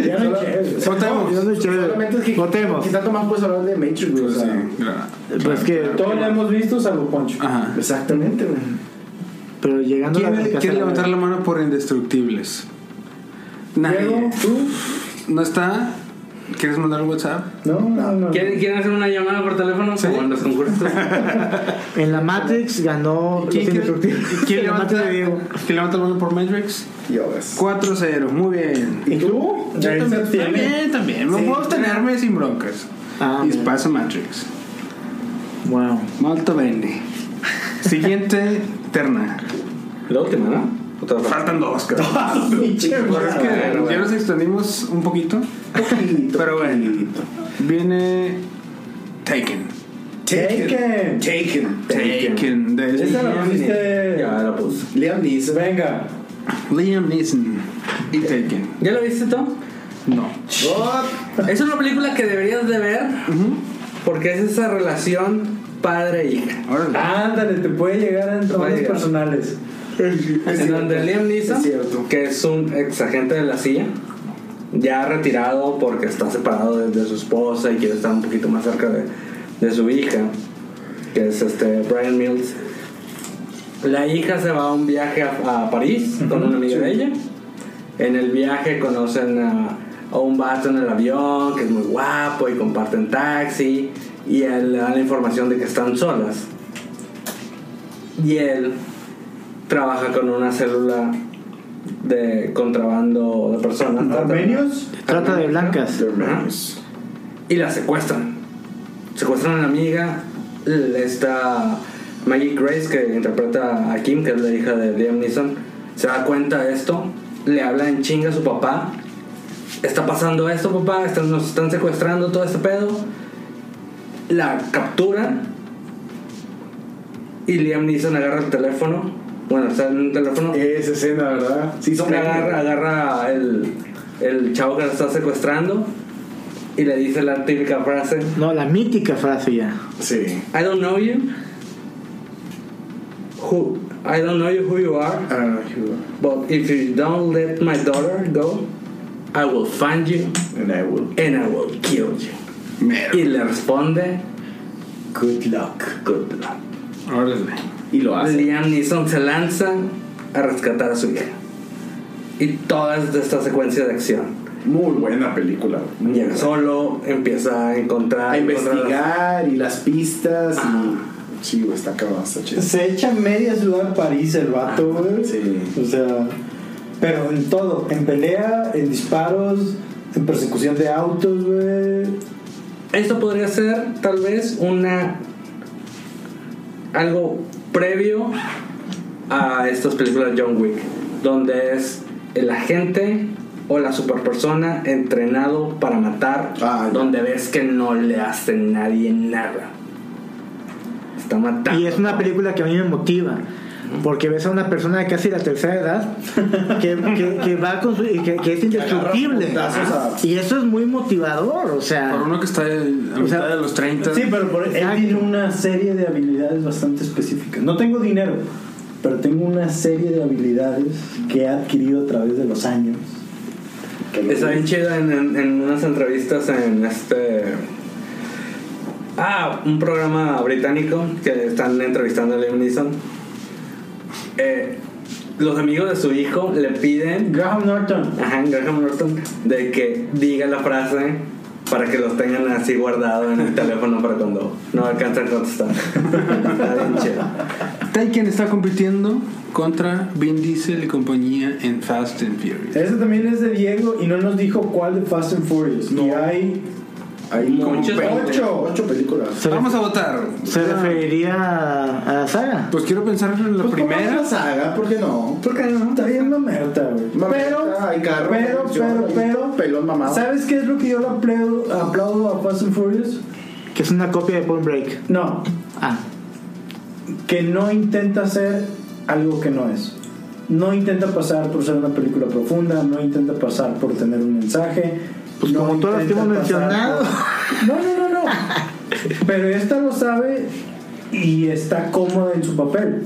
Speaker 4: Ya no
Speaker 1: Solo tenemos-
Speaker 3: yo no es
Speaker 2: Solamente es
Speaker 3: chévere.
Speaker 2: que
Speaker 3: Votemos.
Speaker 2: quizá nomás puedes hablar de Matrix, güey. O
Speaker 1: Sí,
Speaker 2: sea,
Speaker 1: claro.
Speaker 3: Pues que,
Speaker 4: Todos la hemos visto, salvo Poncho.
Speaker 1: Ajá.
Speaker 2: Exactamente, güey.
Speaker 3: pero llegando a la
Speaker 1: ¿Quién
Speaker 3: casa
Speaker 1: quiere
Speaker 3: de la-
Speaker 1: levantar la mano por indestructibles? Nadie.
Speaker 4: Diego, tú.
Speaker 1: ¿No está? ¿Quieres mandar un WhatsApp?
Speaker 4: No, no, no.
Speaker 5: ¿Quieren, quieren hacer una llamada por teléfono? Como en los concursos.
Speaker 3: En la Matrix ganó los indestructibles.
Speaker 1: quién
Speaker 3: En la
Speaker 1: levanta,
Speaker 3: Matrix de Diego.
Speaker 1: ¿Quién levanta la mano por Matrix?
Speaker 2: Yo ves.
Speaker 1: 4-0, muy bien.
Speaker 4: ¿Y tú? Ya
Speaker 1: Yo
Speaker 4: se tiene.
Speaker 1: también, también. No
Speaker 4: Sí.
Speaker 1: puedo tenerme sin broncas.
Speaker 3: Ah,
Speaker 1: y
Speaker 3: bien.
Speaker 1: pasa Matrix.
Speaker 3: Wow.
Speaker 1: Malto bene. Siguiente terna.
Speaker 5: La última, ¿no? Otra vez.
Speaker 1: Faltan dos, creo.
Speaker 2: Pinche, güey.
Speaker 1: Pues es que
Speaker 5: Bueno, bueno.
Speaker 1: ya nos extendimos un poquito.
Speaker 2: Poquito.
Speaker 1: Pero bueno. Viene Taken.
Speaker 4: Taken.
Speaker 2: Taken.
Speaker 1: Taken.
Speaker 4: Esa la
Speaker 1: De
Speaker 4: pusiste.
Speaker 5: Ya la puse.
Speaker 2: Liam Neeson.
Speaker 4: Venga.
Speaker 1: Liam Neeson. Y Taken.
Speaker 5: ¿Ya la viste, Tom?
Speaker 1: No.
Speaker 5: Es una película que deberías de ver porque es esa relación e padre-hija.
Speaker 1: Órale.
Speaker 4: Ándale, te puede llegar en
Speaker 5: puede
Speaker 4: tonos
Speaker 5: llegar.
Speaker 4: personales.
Speaker 5: En donde Liam Neeson,
Speaker 2: Es cierto.
Speaker 5: que es un ex agente de la CIA, ya retirado porque está separado de, de su esposa y quiere estar un poquito más cerca de, de su hija, que es este Brian Mills. La hija se va a un viaje a, a París con una amiga de ella. En el viaje conocen a, a un vato en el avión que es muy guapo y comparten taxi y él le da la información de que están solas. Y él trabaja con una célula de contrabando de personas.
Speaker 4: ¿Armenios?
Speaker 3: Trata de blancas.
Speaker 5: Ajá. Y la secuestran. Secuestran a la amiga, l- esta Maggie Grace que interpreta a Kim, que es la hija de Liam Neeson, se da cuenta de esto, le habla en chinga a su papá. Está pasando esto, papá, están- nos están secuestrando todo este pedo. La capturan y Liam Neeson agarra el teléfono. Bueno, está en un teléfono.
Speaker 2: Esa escena, ¿verdad? Eh, Sí, son
Speaker 5: agarra, agarra el, el chavo que la está secuestrando y le dice la típica frase
Speaker 3: No, la mítica frase ya.
Speaker 2: Sí.
Speaker 5: I don't know you who I don't know you who you are
Speaker 2: Ah,
Speaker 5: but if you don't let my daughter go I will find you
Speaker 2: and I will.
Speaker 5: and I will kill you y le responde good luck good luck
Speaker 1: Órale.
Speaker 2: Y lo hace.
Speaker 5: Liam Neeson se lanza a rescatar a su hija y toda esta secuencia de acción
Speaker 2: Muy buena película. güey. Muy
Speaker 5: Llega
Speaker 2: buena.
Speaker 5: solo, empieza a encontrar.
Speaker 2: A
Speaker 5: encontrar
Speaker 2: investigar y las pistas.
Speaker 5: Ah.
Speaker 2: Y... Sí, güey, está cabrón, está chido.
Speaker 4: Se echa media ciudad a París el vato,
Speaker 1: Ah,
Speaker 4: güey.
Speaker 2: Sí.
Speaker 4: O sea, pero en todo, en pelea, en disparos, en persecución de autos, güey.
Speaker 5: Esto podría ser tal vez una algo previo a estas películas de John Wick, donde es el agente o la superpersona entrenado para matar,
Speaker 2: Ah, ya.
Speaker 5: donde ves que no le hace nadie nada. Está matando.
Speaker 3: Y es una película que a mí me motiva. Porque ves a una persona de casi la tercera edad que, que- que va con su, y que, que es indestructible.
Speaker 2: Agarra putazos a-
Speaker 3: Y eso es muy motivador, o sea.
Speaker 1: Por uno que está en- a
Speaker 3: O sea,
Speaker 1: mitad de los 30.
Speaker 4: Sí, pero por, él
Speaker 3: Exacto.
Speaker 4: tiene una serie de habilidades bastante específicas. No tengo dinero, pero tengo una serie de habilidades que he adquirido a través de los años.
Speaker 2: Que lo-
Speaker 5: Está bien chida en, en- en unas entrevistas en este. Ah, un programa británico que están entrevistando a Liam Neeson. Eh, los amigos de su hijo le piden
Speaker 4: Graham Norton.
Speaker 5: a Graham Norton de que diga la frase para que los tengan así guardado en el teléfono para cuando no alcancen a contestar. Está bien chido.
Speaker 1: Taken está compitiendo contra Vin Diesel y compañía en Fast and Furious.
Speaker 4: Ese también es de Diego y no nos dijo cuál de Fast and Furious. Y hay
Speaker 2: Hay
Speaker 5: Muchas.
Speaker 2: como ocho, ocho películas.
Speaker 3: Se,
Speaker 1: Vamos a votar.
Speaker 3: se referiría a, a la saga.
Speaker 1: Pues quiero pensar en la
Speaker 6: Pues pongamos
Speaker 1: primera.
Speaker 6: la saga, ¿por qué no?
Speaker 4: Porque no, está bien la merda, güey. Pero,
Speaker 2: Mameta, hay carro,
Speaker 4: pero,
Speaker 2: hay
Speaker 4: pero,
Speaker 2: hay
Speaker 4: pero,
Speaker 2: pelón mamado.
Speaker 4: ¿sabes qué es lo que yo le aplaudo, aplaudo a Fast and Furious?
Speaker 3: Que es una copia de Point Break.
Speaker 4: No,
Speaker 3: Ah,
Speaker 4: que no intenta hacer algo que no es. No intenta pasar por ser una película profunda, no intenta pasar por tener un mensaje.
Speaker 3: Pues
Speaker 4: no
Speaker 3: como todas las que
Speaker 4: intenta
Speaker 3: hemos
Speaker 4: pasar
Speaker 3: mencionado.
Speaker 4: por- No, no, no, no. Pero esta lo sabe y está cómoda en su papel.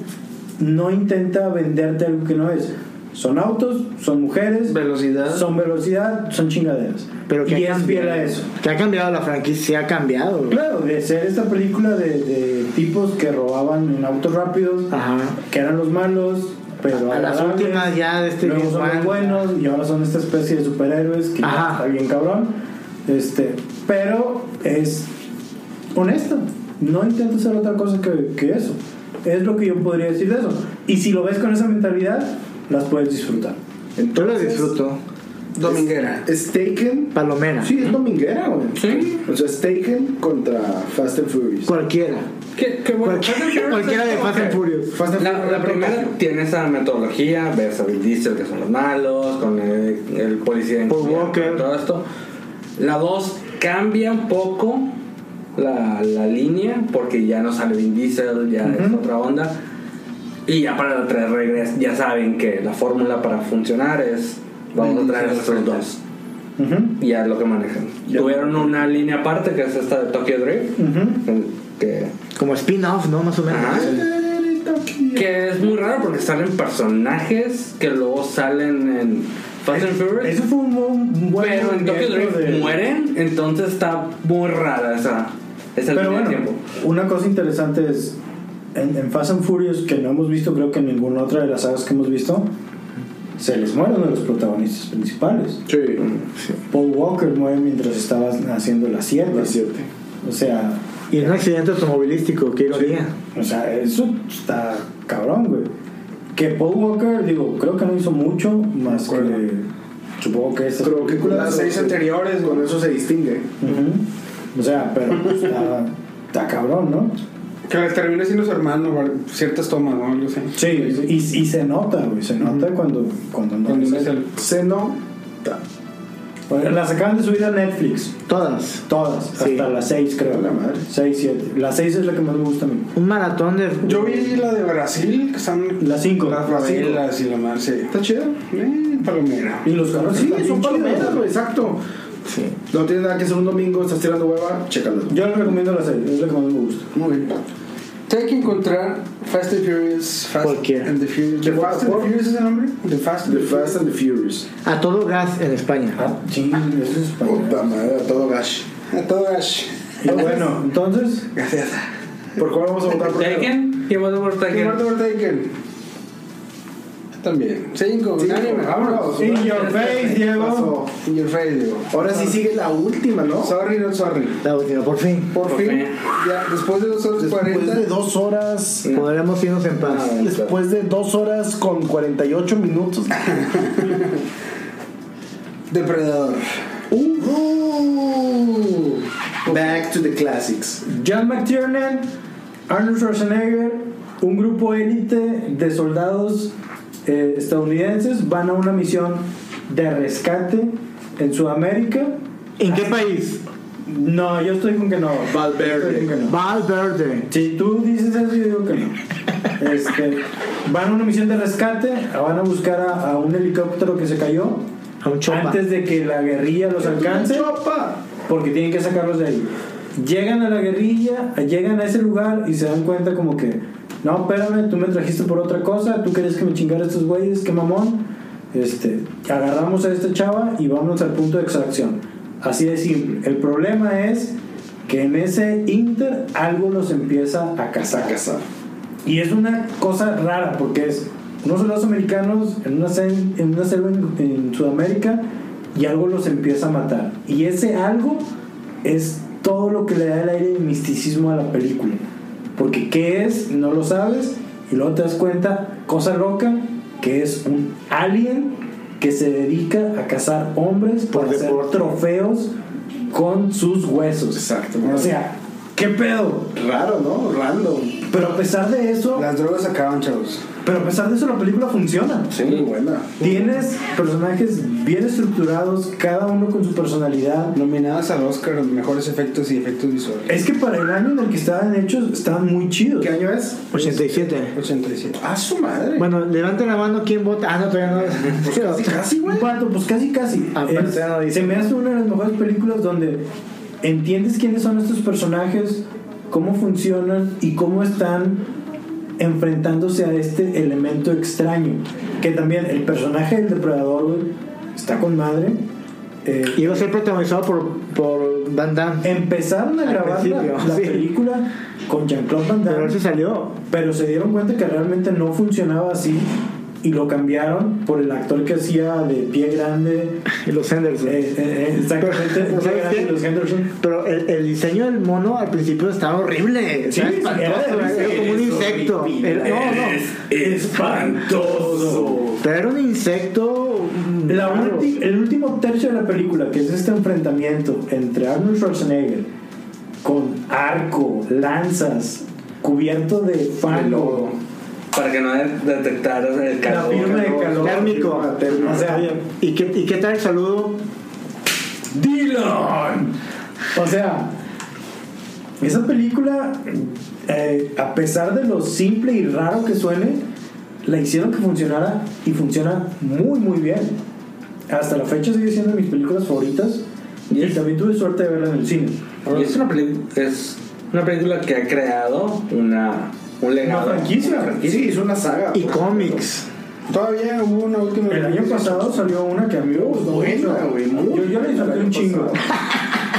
Speaker 4: No intenta venderte algo que no es. Son autos, son mujeres,
Speaker 1: Velocidad.
Speaker 4: son velocidad, son chingaderas.
Speaker 3: pero que
Speaker 4: y
Speaker 3: ha
Speaker 4: es fiel a eso.
Speaker 3: Que ha cambiado la franquicia, sí ha cambiado. güey.
Speaker 4: Claro, de ser esta película de, de tipos que robaban en autos rápidos,
Speaker 3: Ajá.
Speaker 4: que eran los malos, pero
Speaker 3: A las
Speaker 4: agradables.
Speaker 3: últimas ya de este
Speaker 4: Luego
Speaker 3: James
Speaker 4: son los
Speaker 3: Wan.
Speaker 4: buenos y ahora son esta especie de superhéroes que ya
Speaker 3: Ajá.
Speaker 4: está bien cabrón. Este, pero es honesto, no intento hacer otra cosa que, que eso. Es lo que yo podría decir de eso. Y si lo ves con esa mentalidad, las puedes disfrutar.
Speaker 3: Yo lo
Speaker 2: Entonces,
Speaker 3: disfruto.
Speaker 5: Dominguera.
Speaker 2: Es Taken.
Speaker 3: Palomera.
Speaker 2: Sí, es dominguera, güey.
Speaker 5: Sí.
Speaker 2: O sea, es Taken contra Fast and Furious.
Speaker 3: Cualquiera.
Speaker 5: Qué, qué bueno.
Speaker 3: Cualquiera-
Speaker 5: Fast and Furious
Speaker 3: cualquiera
Speaker 5: es
Speaker 3: de
Speaker 5: como
Speaker 3: Fast and
Speaker 5: que-
Speaker 3: Furious.
Speaker 2: Fast and
Speaker 5: La,
Speaker 2: Furious
Speaker 5: la primera tiene esa metodología, ves a Vin Diesel que son los malos, con el, el policía en
Speaker 3: Paul
Speaker 5: cuestión,
Speaker 3: Walker.
Speaker 5: todo esto. La 2 cambia un poco la, la línea porque ya no sale Vin Diesel, ya es otra onda. Y ya para la 3 regresa, ya saben que la fórmula para funcionar es vamos a traer a estos dos. Ya es lo que manejan. Tuvieron una línea aparte que es esta de Tokyo Drift, que
Speaker 3: Como spin-off, ¿no? Más o menos.
Speaker 5: Ajá. Que es muy raro porque salen personajes que luego salen en Fast and Furious.
Speaker 4: Eso fue un, bu- un buen
Speaker 5: pero en Tokyo
Speaker 4: movimiento
Speaker 5: Drift
Speaker 4: de-
Speaker 5: mueren, entonces está muy rara esa, esa
Speaker 4: Pero
Speaker 5: línea
Speaker 4: bueno,
Speaker 5: de tiempo.
Speaker 4: una cosa interesante es en, en Fast and Furious que no hemos visto, creo que en ninguna otra de las sagas que hemos visto, se les muere uno de los protagonistas principales.
Speaker 2: Sí,
Speaker 4: Paul Walker muere mientras estaba haciendo las 7.
Speaker 2: las siete.
Speaker 4: O sea,
Speaker 3: Y en un accidente automovilístico, que ironía.
Speaker 4: o sea, eso está cabrón, güey. Que Paul Walker, digo, creo que no hizo mucho más
Speaker 2: De acuerdo.
Speaker 4: que supongo que esas
Speaker 2: Creo que con las seis anteriores, con eso se distingue.
Speaker 4: Ujú. O sea, pero pues, está, está cabrón, ¿no?
Speaker 1: Que las termina siendo su hermano, ¿vale? ciertas tomas, ¿no? Algo así.
Speaker 4: Sí, y, y se nota, güey, se nota cuando, cuando no
Speaker 1: Cuando
Speaker 4: es
Speaker 1: no es
Speaker 4: él.
Speaker 1: el-
Speaker 2: Seno.
Speaker 4: Bueno, Las acaban de subir a Netflix,
Speaker 3: Todas.
Speaker 4: todas,
Speaker 3: Sí.
Speaker 4: hasta las 6 creo.
Speaker 2: La madre.
Speaker 4: 6, 7. La 6 es la que más me gusta a mí.
Speaker 3: Un maratón de.
Speaker 1: Yo vi la de Brasil, que están
Speaker 4: La 5.
Speaker 1: las favelas y la mar, sí.
Speaker 2: Está chido.
Speaker 1: Eh, palomera.
Speaker 4: Y los carros
Speaker 2: Sí,
Speaker 4: están
Speaker 2: son
Speaker 4: bien chidos,
Speaker 2: palomeras,
Speaker 4: güey.
Speaker 2: güey, exacto.
Speaker 3: Sí.
Speaker 2: No tiene nada que hacer un domingo, estás tirando hueva, chécalo.
Speaker 4: Yo les recomiendo la 6, es la que más me gusta.
Speaker 1: Muy bien. Hay que encontrar Fast and Furious, Fast
Speaker 3: Cualquiera.
Speaker 1: and the Furious.
Speaker 2: The
Speaker 1: ¿The Fast and
Speaker 2: Fast-
Speaker 1: Furious es el nombre? The Fast and
Speaker 2: The
Speaker 1: the
Speaker 2: Fast
Speaker 1: Furious.
Speaker 2: and the Furious.
Speaker 3: A todo gas en España.
Speaker 4: Ah, sí, eso es
Speaker 2: Puta
Speaker 4: para.
Speaker 2: madre, a todo gash.
Speaker 1: A todo gas.
Speaker 4: Y bueno, entonces,
Speaker 1: Gracias.
Speaker 2: ¿Por cuál vamos a votar primero?
Speaker 5: Taken, ¿quién votó por
Speaker 1: ¿Quién
Speaker 5: Taken?
Speaker 1: votó por Taken? Yo También. Cinco,
Speaker 2: Cinco,
Speaker 1: unánime, vámonos.
Speaker 2: vámonos.
Speaker 4: in your face, Diego.
Speaker 2: Pasó.
Speaker 1: In your face, digo.
Speaker 2: Ahora sí sigue la última, ¿no?
Speaker 1: Sorry, no sorry.
Speaker 3: La última, por fin.
Speaker 1: Por
Speaker 5: Por
Speaker 1: fin,
Speaker 5: fin.
Speaker 1: ya después de dos horas
Speaker 6: Después de
Speaker 1: cuarenta,
Speaker 6: dos horas.
Speaker 3: Podremos irnos en paz.
Speaker 6: Después de dos horas con 48 minutos.
Speaker 1: Depredador.
Speaker 2: Uh. Back to the classics.
Speaker 4: John McTiernan, Arnold Schwarzenegger, un grupo élite de soldados eh, estadounidenses van a una misión de rescate en Sudamérica.
Speaker 3: ¿En qué país?
Speaker 4: No, yo estoy con que no. Valverde.
Speaker 3: Valverde.
Speaker 4: Si tú dices eso, yo digo que no. Este, van a una misión de rescate, van a buscar a, a un helicóptero que se cayó
Speaker 3: A un chopa.
Speaker 4: antes de que la guerrilla los alcance.
Speaker 2: Chopa.
Speaker 4: porque tienen que sacarlos de ahí. Llegan a la guerrilla, llegan a ese lugar y se dan cuenta como que, no, espérame, tú me trajiste por otra cosa, tú querías que me chingara estos güeyes, qué mamón. Este, agarramos a esta chava y vámonos al punto de extracción. Así de simple. El problema es que en ese inter algo los empieza a cazar.
Speaker 2: Casa, casa.
Speaker 4: Y es una cosa rara porque es unos soldados americanos en una, sel- en una selva en, en Sudamérica y algo los empieza a matar. Y ese algo es todo lo que le da el aire de misticismo a la película. Porque qué es, no lo sabes y luego te das cuenta, cosa loca, que es un alien que se dedica a cazar hombres
Speaker 3: Por
Speaker 4: por hacer
Speaker 3: deporte.
Speaker 4: trofeos con sus huesos.
Speaker 2: Exacto.
Speaker 4: O sea, ¿qué pedo?
Speaker 2: Raro, ¿no? Random.
Speaker 4: Pero a pesar de eso,
Speaker 6: Las drogas acaban, chavos.
Speaker 4: pero a pesar de eso la película funciona.
Speaker 2: Sí, muy buena.
Speaker 4: Tienes personajes bien estructurados, cada uno con su personalidad.
Speaker 6: Nominadas al Oscar a mejores efectos y efectos visuales.
Speaker 4: Es que para el año en el que estaban hechos, estaban muy chidos.
Speaker 2: ¿Qué año es?
Speaker 3: 87.
Speaker 6: 87.
Speaker 2: Ah, su madre.
Speaker 3: Bueno, levanten la mano quién vota. Ah, no, todavía no.
Speaker 2: casi, casi, güey.
Speaker 4: ¿Cuánto? Pues casi, casi.
Speaker 3: Ah,
Speaker 4: Es-
Speaker 3: pero no dice.
Speaker 4: se me hace una de las mejores películas donde entiendes quiénes son estos personajes, cómo funcionan y cómo están enfrentándose a este elemento extraño. Que también el personaje del depredador, güey, está con madre. Eh,
Speaker 3: Iba a ser protagonizado por, por Van Damme.
Speaker 4: empezaron a
Speaker 3: Al
Speaker 4: grabar la,
Speaker 3: principio,
Speaker 4: la
Speaker 3: sí.
Speaker 4: película con Jean-Claude Van
Speaker 3: Pero
Speaker 4: Damme,
Speaker 3: él se salió.
Speaker 4: pero se dieron cuenta que realmente no funcionaba así y lo cambiaron por el actor que hacía de pie grande
Speaker 3: Y los Henderson.
Speaker 4: eh, eh, exactamente.
Speaker 3: Pero, ¿sabes qué?
Speaker 4: Los Henderson.
Speaker 3: Pero el, el diseño del mono al principio estaba horrible.
Speaker 4: Sí,
Speaker 3: estaba
Speaker 4: sí,
Speaker 3: espantoso,
Speaker 4: era-
Speaker 3: era como un
Speaker 5: Es
Speaker 3: insecto.
Speaker 5: horrible.
Speaker 3: Era- no, no.
Speaker 5: Es espantoso.
Speaker 3: Pero era un insecto. mm,
Speaker 4: La
Speaker 3: raro.
Speaker 4: ulti- el último tercio de la película, que es este enfrentamiento entre Arnold Schwarzenegger con arco, lanzas, cubierto de fango,
Speaker 5: Para que no de- detectaras el
Speaker 4: la
Speaker 5: calor.
Speaker 4: firma de
Speaker 2: calor,
Speaker 4: calor.
Speaker 3: térmico.
Speaker 4: O sea,
Speaker 3: ¿Y qué, ¿Y qué tal el saludo?
Speaker 4: Dylan. O sea, esa película, eh, a pesar de lo simple y raro que suene, la hicieron que funcionara y funciona muy, muy bien. Hasta la fecha sigue siendo de mis películas favoritas y también tuve suerte de verla en el cine.
Speaker 5: Y es una, peli- es una película que ha creado una, un legado.
Speaker 4: Una franquicia.
Speaker 5: Una
Speaker 2: Sí, es una saga.
Speaker 3: Y
Speaker 2: pues.
Speaker 3: cómics.
Speaker 6: Todavía hubo una última.
Speaker 4: El año pasado salió una que a mí me gustó
Speaker 2: Buena,
Speaker 4: mucho.
Speaker 2: güey, muy
Speaker 4: Yo, yo la disfruté un chingo.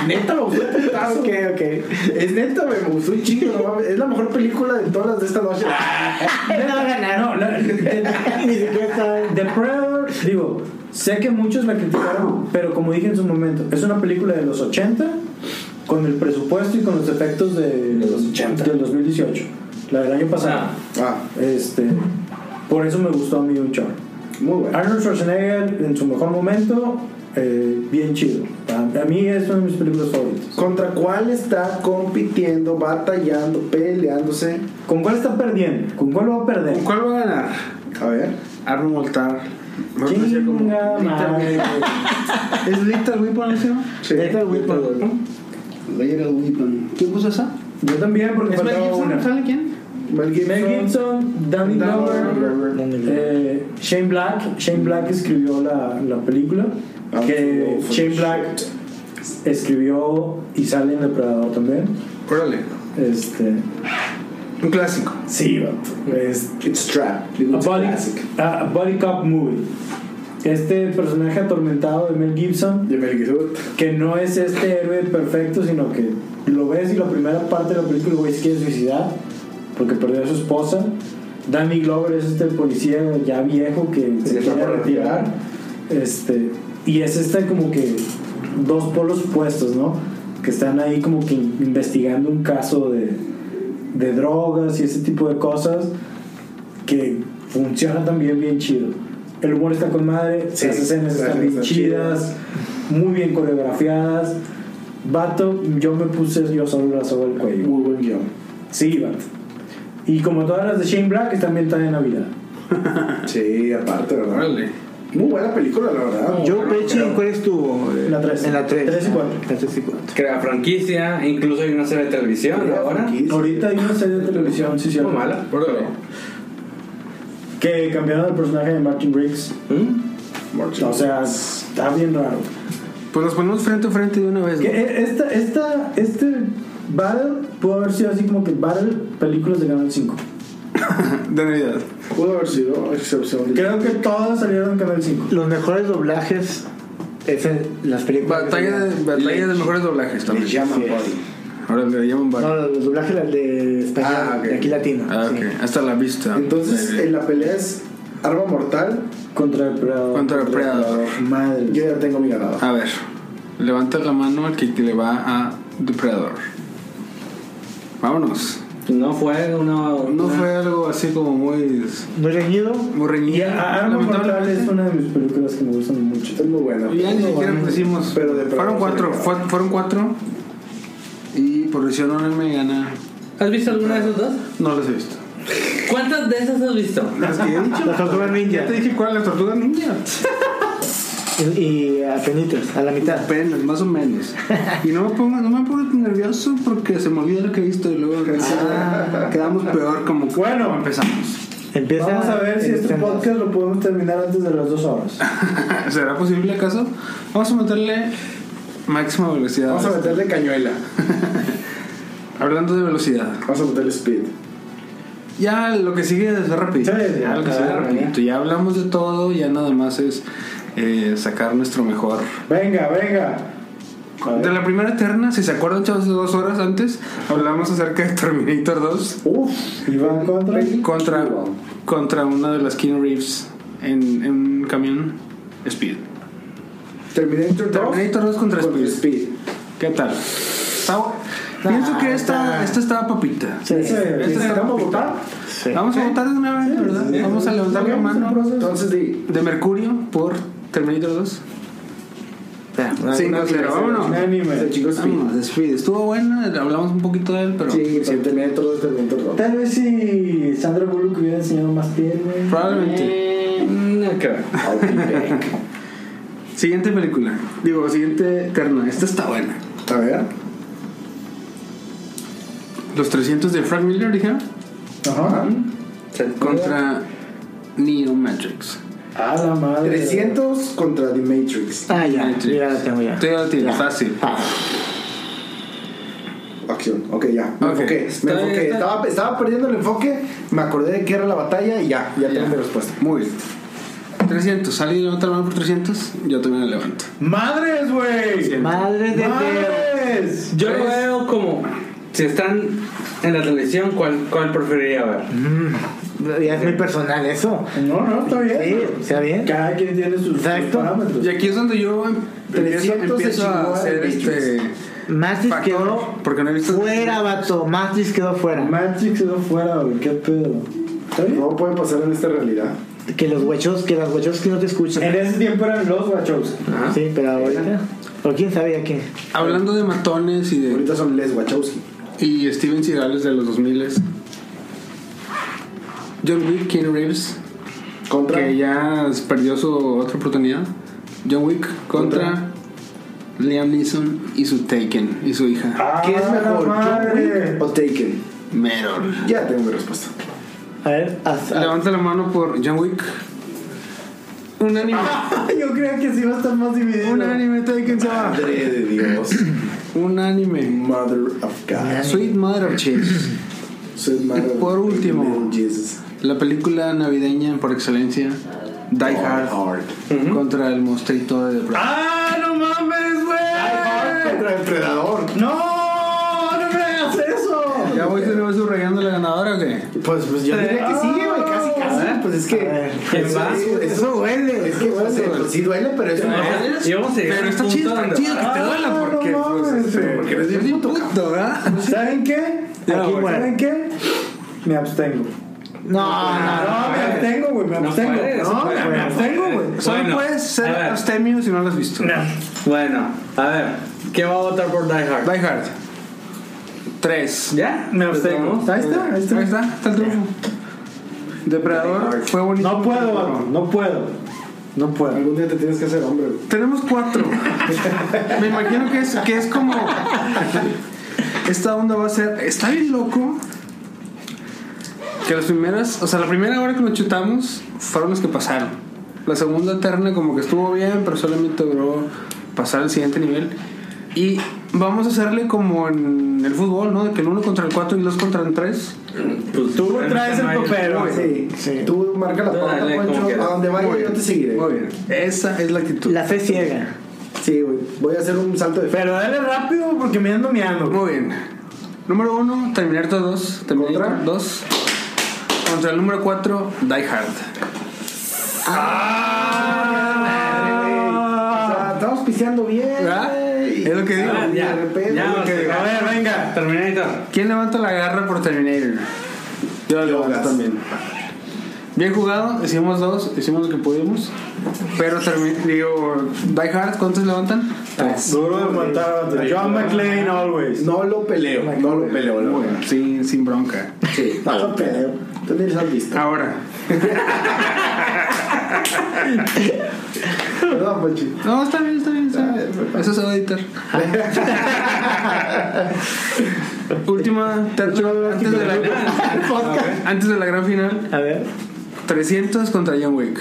Speaker 2: Neta, me gustó un
Speaker 3: Ah,
Speaker 2: putazo.
Speaker 3: ok, ok.
Speaker 2: Es neta, me gustó un chingo. no mames. Es la mejor película de todas las de esta noche.
Speaker 4: No, la-
Speaker 3: Ni siquiera estaba-
Speaker 4: The Predator, digo, sé que muchos la criticaron, pero como dije en su momento, es una película de los 80 con el presupuesto y con los efectos de,
Speaker 5: De los 80.
Speaker 4: del 2018, la del año pasado.
Speaker 2: Ah,
Speaker 4: Este, por eso me gustó a mí un chorro.
Speaker 2: muy buena.
Speaker 4: Arnold Schwarzenegger en su mejor momento, eh, bien chido. A, a mí es una de mis películas favoritas.
Speaker 2: ¿Contra cuál está compitiendo, batallando, peleándose?
Speaker 4: ¿Con cuál está perdiendo? ¿Con cuál va a perder?
Speaker 6: ¿Cuál va a ganar?
Speaker 2: A ver.
Speaker 6: Arnold Moltar.
Speaker 4: Chinga madre.
Speaker 6: ¿Es Little Weapon ese? no?
Speaker 2: Sí.
Speaker 3: Little Weapon.
Speaker 6: Little Weapon. ¿Quién puso esa?
Speaker 4: Yo también, porque
Speaker 6: ¿Es Mel
Speaker 4: faltaba una.
Speaker 6: Gibson? ¿Sale quién?
Speaker 2: Mel Gibson.
Speaker 4: Mel Gibson, Danny
Speaker 2: Danny
Speaker 4: Glover,
Speaker 2: Glover.
Speaker 4: eh, Shane Black. Shane Black escribió la, la película.
Speaker 2: Ah,
Speaker 4: Que
Speaker 2: oh,
Speaker 4: Shane
Speaker 2: shit.
Speaker 4: Black escribió y sale en Depredador también.
Speaker 6: Órale.
Speaker 4: Este,
Speaker 6: Un clásico.
Speaker 4: sí, vato, es
Speaker 2: It's Trap.
Speaker 4: a
Speaker 2: Digo, it's
Speaker 4: body,
Speaker 2: classic.
Speaker 4: a- a body Cop Movie. Este personaje atormentado de Mel Gibson,
Speaker 2: De Mel Gibson.
Speaker 4: que no es este héroe perfecto, sino que lo ves y la primera parte de la película el güey se quiere suicidar porque perdió a su esposa. Danny Glover es este policía ya viejo que se
Speaker 2: está
Speaker 4: quiere
Speaker 2: por
Speaker 4: retirar. Este, y es este como que dos polos opuestos, ¿no? Que están ahí como que investigando un caso de, de drogas y ese tipo de cosas que funciona también bien chido. El humor está con madre,
Speaker 2: Sí,
Speaker 4: las escenas
Speaker 2: las
Speaker 4: están
Speaker 2: escenas
Speaker 4: bien
Speaker 2: están
Speaker 4: chidas, muy bien coreografiadas. Vato, yo me puse yo solo la soga al cuello.
Speaker 2: Muy buen guión.
Speaker 4: Sí, vato. Y como todas las de Shane Black, también está de Navidad.
Speaker 2: Sí, aparte, ¿verdad?
Speaker 6: Órale.
Speaker 2: Muy buena película, la verdad.
Speaker 3: Joe Pesci, ¿en ¿cuál estuvo?
Speaker 4: La tres.
Speaker 3: En la 3.
Speaker 4: Tres y cuatro.
Speaker 3: La 3 y 4.
Speaker 5: Crea franquicia, incluso hay una serie de televisión ahora.
Speaker 2: Franquicia.
Speaker 4: Ahorita hay una serie de televisión, sí, sí.
Speaker 5: No mala.
Speaker 6: Órale.
Speaker 4: Que cambiaron el personaje de Martin Riggs.
Speaker 5: ¿Mm?
Speaker 4: O sea, está bien raro.
Speaker 1: Pues nos ponemos frente a frente de una vez.
Speaker 4: Que
Speaker 1: ¿no?
Speaker 4: e- esta, esta, este Battle pudo haber sido así como que Battle, películas de Canal 5.
Speaker 1: De Navidad.
Speaker 2: Pudo haber sido excepción.
Speaker 4: Creo que todas salieron en Canal 5.
Speaker 3: Los mejores doblajes es en las películas.
Speaker 1: Batalla de, batalla de mejores doblajes
Speaker 2: Le
Speaker 1: también.
Speaker 2: llaman
Speaker 3: Sí.
Speaker 2: body.
Speaker 1: Ahora le llaman
Speaker 3: No,
Speaker 1: bar.
Speaker 3: los doblajes las de español,
Speaker 2: Ah, ok.
Speaker 3: de aquí latino.
Speaker 1: Ah,
Speaker 3: sí.
Speaker 1: ok. Hasta la vista.
Speaker 2: Entonces,
Speaker 1: Sí.
Speaker 2: en la pelea es arma mortal.
Speaker 4: Contra el Predador.
Speaker 1: Contra el Predador.
Speaker 4: Madre.
Speaker 2: Yo ya tengo mi ganador.
Speaker 1: A ver. Levanta la mano al que te le va a Depredador. Vámonos.
Speaker 5: No fue una.
Speaker 1: No
Speaker 5: una-
Speaker 1: fue algo así como muy.
Speaker 3: Muy reñido.
Speaker 1: muy reñido.
Speaker 4: Y a- Arma Mortal es
Speaker 1: Lamentablemente.
Speaker 4: una de mis películas que me gustan mucho.
Speaker 2: Es muy buena.
Speaker 1: Y ya ni siquiera decimos.
Speaker 2: Pero de
Speaker 1: fueron
Speaker 2: pronto
Speaker 1: cuatro.
Speaker 2: se le
Speaker 1: fue- fueron cuatro. Y por decisión no me gana.
Speaker 5: ¿Has visto alguna de esas dos?
Speaker 1: No los he visto.
Speaker 5: ¿Cuántas de esas has visto?
Speaker 1: Las que he dicho.
Speaker 3: Las tortugas ninja.
Speaker 1: Ya te dije cuál las tortugas ninja.
Speaker 3: Y, y apenitas, a la mitad.
Speaker 1: Apenas, más o menos. Y no me pongo, no me pongo tan nervioso porque se me olvida lo que he visto y luego quedamos peor como
Speaker 4: Bueno.
Speaker 1: como Ah. empezamos.
Speaker 3: Empieza
Speaker 4: Vamos a ver si
Speaker 3: el
Speaker 4: este
Speaker 3: tema.
Speaker 4: podcast lo podemos terminar antes de las dos horas.
Speaker 1: ¿Será posible acaso? Vamos a meterle máxima velocidad.
Speaker 2: Vamos a meterle cañuela.
Speaker 1: Hablando de velocidad.
Speaker 2: Vamos a meterle speed.
Speaker 1: Ya lo que sigue es rápido.
Speaker 4: Sí,
Speaker 1: ya lo que
Speaker 5: ya,
Speaker 1: sigue es
Speaker 5: ya.
Speaker 1: rapidito. Ya hablamos de todo, ya nada más es eh, sacar nuestro mejor.
Speaker 4: Venga, venga. A ver.
Speaker 1: De la primera eterna, si se acuerdan, chavos, de dos horas antes hablamos acerca de Terminator 2.
Speaker 4: Uf, Iván contra.
Speaker 1: contra, contra una de las Keanu Reeves en, en un camión Speed.
Speaker 2: Terminator 2.
Speaker 1: Terminator 2 contra
Speaker 2: Contra
Speaker 1: Speed.
Speaker 2: Speed.
Speaker 1: ¿Qué tal? Está bu- Pienso que esta, esta estaba papita.
Speaker 4: Ese- este,
Speaker 1: Esta estaba
Speaker 2: Este, ¿Necesitamos
Speaker 1: papita.
Speaker 2: votar?
Speaker 1: Este, Vamos a votar de una vez, ¿verdad? Vamos a levantar la mano
Speaker 2: Entonces di.
Speaker 1: de Mercurio por Terminator 2. 5-0, vámonos.
Speaker 4: Unánime.
Speaker 2: Este chico Speed.
Speaker 1: Vámonos, Speed. Estuvo buena, hablamos un poquito de él, pero
Speaker 2: Sí, sí, Terminator 2, Terminator 2.
Speaker 4: Tal vez si Sandra Bullock hubiera enseñado más piel, güey.
Speaker 1: probablemente.
Speaker 5: Eh, no creo.
Speaker 1: Siguiente película. Digo, siguiente eterna. Esta está buena.
Speaker 2: A ver.
Speaker 1: Los 300 de Frank Miller, dijeron.
Speaker 4: Ajá.
Speaker 5: Se-
Speaker 1: contra Neo Matrix.
Speaker 4: A la madre.
Speaker 2: 300 contra The Matrix.
Speaker 3: Ah, ya,
Speaker 1: Matrix.
Speaker 3: ya la tengo ya.
Speaker 1: Tú ya la tienes,
Speaker 3: Ya. Ah.
Speaker 1: fácil.
Speaker 2: Acción. Ok, ya. Me
Speaker 1: Ok.
Speaker 2: enfoqué.
Speaker 5: Está
Speaker 2: Me
Speaker 5: bien,
Speaker 2: enfoqué.
Speaker 5: está-
Speaker 2: Estaba, estaba perdiendo el enfoque. Me acordé de que era la batalla y ya. Ya tengo mi respuesta.
Speaker 1: Muy bien. 300. ¿Alguien levanta la mano por 300? Yo también la levanto.
Speaker 4: ¡Madres, güey!
Speaker 3: Madre de Dios.
Speaker 4: ¡Madres!
Speaker 5: Yo lo veo como. Si están en la televisión, ¿cuál, cuál preferiría ver?
Speaker 3: Ya es muy personal eso.
Speaker 4: No, no, está
Speaker 3: Sí,
Speaker 4: bien.
Speaker 3: está bien.
Speaker 4: Cada quien tiene sus, sus
Speaker 3: Exacto.
Speaker 1: Y
Speaker 4: parámetros.
Speaker 1: aquí es donde yo em- empiezo,
Speaker 2: 300 se
Speaker 1: empiezo
Speaker 2: chingó
Speaker 1: a
Speaker 2: a
Speaker 1: hacer
Speaker 2: Matrix.
Speaker 1: este.
Speaker 3: Matrix
Speaker 1: factor,
Speaker 3: quedó
Speaker 1: Porque no he visto.
Speaker 3: fuera, vato. Matrix quedó fuera.
Speaker 4: Matrix quedó fuera, güey. ¿Qué pedo? ¿Está bien?
Speaker 2: No puede pasar en esta realidad.
Speaker 3: Que los huechos, que las huechos que no te
Speaker 4: En
Speaker 3: escuchan.
Speaker 4: ese tiempo eran los Wachowski.
Speaker 1: Ajá.
Speaker 3: Sí, pero ahorita. O quién sabe ya qué.
Speaker 1: Hablando de matones y de.
Speaker 2: Ahorita son Les Wachowski.
Speaker 1: Y Steven Seagal de los 2000 John Wick, Keanu Reeves,
Speaker 2: Contra.
Speaker 1: que ya perdió su otra oportunidad. John Wick contra Liam Neeson y su Taken y su hija.
Speaker 2: ¿Qué es
Speaker 4: ¡Ah,
Speaker 2: mejor? John
Speaker 4: madre!
Speaker 2: Wick o Taken?
Speaker 1: Merol.
Speaker 2: Ya tengo mi respuesta.
Speaker 3: A ver, haz- haz-
Speaker 1: Levanta la mano por John Wick. Un anime.
Speaker 4: Yo creo que sí va a estar más dividido.
Speaker 1: Un anime, Taken se va.
Speaker 2: Madre de Dios.
Speaker 1: Un anime.
Speaker 2: Mother of God.
Speaker 1: Sweet Mother of Cheese.
Speaker 2: Soy madre
Speaker 1: Y por
Speaker 2: de-
Speaker 1: último.
Speaker 2: de Jesus.
Speaker 1: La película navideña por excelencia. Die
Speaker 5: Oh.
Speaker 1: Hard. Contra el monstruito de Depredador.
Speaker 4: ¡Ah, no mames,
Speaker 2: Hard
Speaker 4: güey!
Speaker 2: contra Depredador.
Speaker 4: ¡No! ¡No me hagas eso!
Speaker 1: ¿Ya voy de nuevo subrayando la ganadora o qué?
Speaker 2: Pues, pues yo diría que sí, güey, casi, casi. Pues es
Speaker 3: A
Speaker 2: que.
Speaker 3: ver,
Speaker 5: ¿quién
Speaker 2: eso-
Speaker 5: va?
Speaker 2: Eso, eso duele. Es que duele. Pues sí duele, pero es una.
Speaker 5: Y vamos a llegar
Speaker 1: Pero
Speaker 5: al
Speaker 1: está
Speaker 5: punto
Speaker 1: chido, está
Speaker 5: donde-
Speaker 1: chido que te
Speaker 4: Ah,
Speaker 1: duela porque.
Speaker 4: no mames,
Speaker 1: pues,
Speaker 2: este,
Speaker 4: güey.
Speaker 1: porque eres bien puto, ¿verdad?
Speaker 5: Pues
Speaker 4: ¿Saben qué?
Speaker 1: Ya,
Speaker 4: Aquí,
Speaker 1: güey.
Speaker 4: ¿Saben qué? Me abstengo.
Speaker 3: No, no, no.
Speaker 4: No, me abstengo, güey, me
Speaker 5: No
Speaker 4: abstengo.
Speaker 5: puedes,
Speaker 4: No,
Speaker 5: puedes,
Speaker 4: me
Speaker 5: no
Speaker 4: abstengo, güey.
Speaker 5: puedes.
Speaker 1: Solo
Speaker 5: Bueno,
Speaker 1: puedes ser
Speaker 5: a ver.
Speaker 1: abstemio si no lo has visto.
Speaker 5: Bueno, a ver. ¿Quién va a votar por Die Hard? Pues
Speaker 1: Die Hard. 3.
Speaker 5: ¿Ya?
Speaker 4: Me abstengo. Ahí está, ahí
Speaker 1: Ahí
Speaker 4: está.
Speaker 1: está, está el triunfo. Depredador fue bonito.
Speaker 4: No puedo, vato, no puedo. No puedo.
Speaker 2: Algún día te tienes que hacer hombre, güey.
Speaker 1: Tenemos cuatro. Me imagino que es, que es como. Esta onda va a ser. Está bien loco. Que las primeras. O sea, la primera hora que nos chutamos fueron las que pasaron. La segunda eterna, como que estuvo bien, pero solamente logró pasar al siguiente nivel. Y vamos a hacerle como en el fútbol, ¿no? De que el uno contra el 4 y el 2 contra el 3.
Speaker 5: Pues,
Speaker 4: Tú
Speaker 5: en
Speaker 4: traes
Speaker 5: ese
Speaker 4: el
Speaker 5: no hay-
Speaker 4: papel, güey.
Speaker 2: Sí, sí. Tú marca la
Speaker 5: Tú
Speaker 2: pauta,
Speaker 5: dale, como
Speaker 2: Poncho.
Speaker 5: quieras.
Speaker 2: A donde vaya, yo te seguiré.
Speaker 1: Muy bien. Esa es la actitud.
Speaker 3: La fe ciega.
Speaker 2: Sí, güey. Voy a hacer un salto de fe.
Speaker 4: Pero dale rápido porque me ando meando.
Speaker 1: Muy bien. Número 1, Terminator 2. Terminator 2. Contra el número 4, Die Hard. Ah.
Speaker 2: O sea, estamos piseando bien.
Speaker 1: ¿Verdad?
Speaker 2: güey.
Speaker 1: Es lo que digo.
Speaker 5: Ah, ya,
Speaker 2: De repente,
Speaker 5: ya,
Speaker 2: lo
Speaker 5: o
Speaker 2: que
Speaker 5: sea,
Speaker 4: A ver, venga.
Speaker 5: Terminator.
Speaker 1: ¿Quién levanta la garra por Terminator? Yo la levanto
Speaker 2: Yogas.
Speaker 1: también. Bien jugado, hicimos dos, hicimos lo que pudimos. Pero termi- digo, Die Hard, ¿cuántos levantan? Tres.
Speaker 4: Duro de aguantar. John McClane, always.
Speaker 2: No lo peleo, no lo peleo, la
Speaker 1: Muy
Speaker 2: verdad.
Speaker 1: bien, sin, sin bronca.
Speaker 5: Sí.
Speaker 2: No lo peleo. Tú ni las has visto.
Speaker 1: Ahora,
Speaker 2: Perdón, Pochi.
Speaker 1: no, está bien, está bien, está bien. Eso se va a editar. Última, tercera, antes de la, antes de la gran final:
Speaker 3: A ver.
Speaker 1: 300 contra John Wick.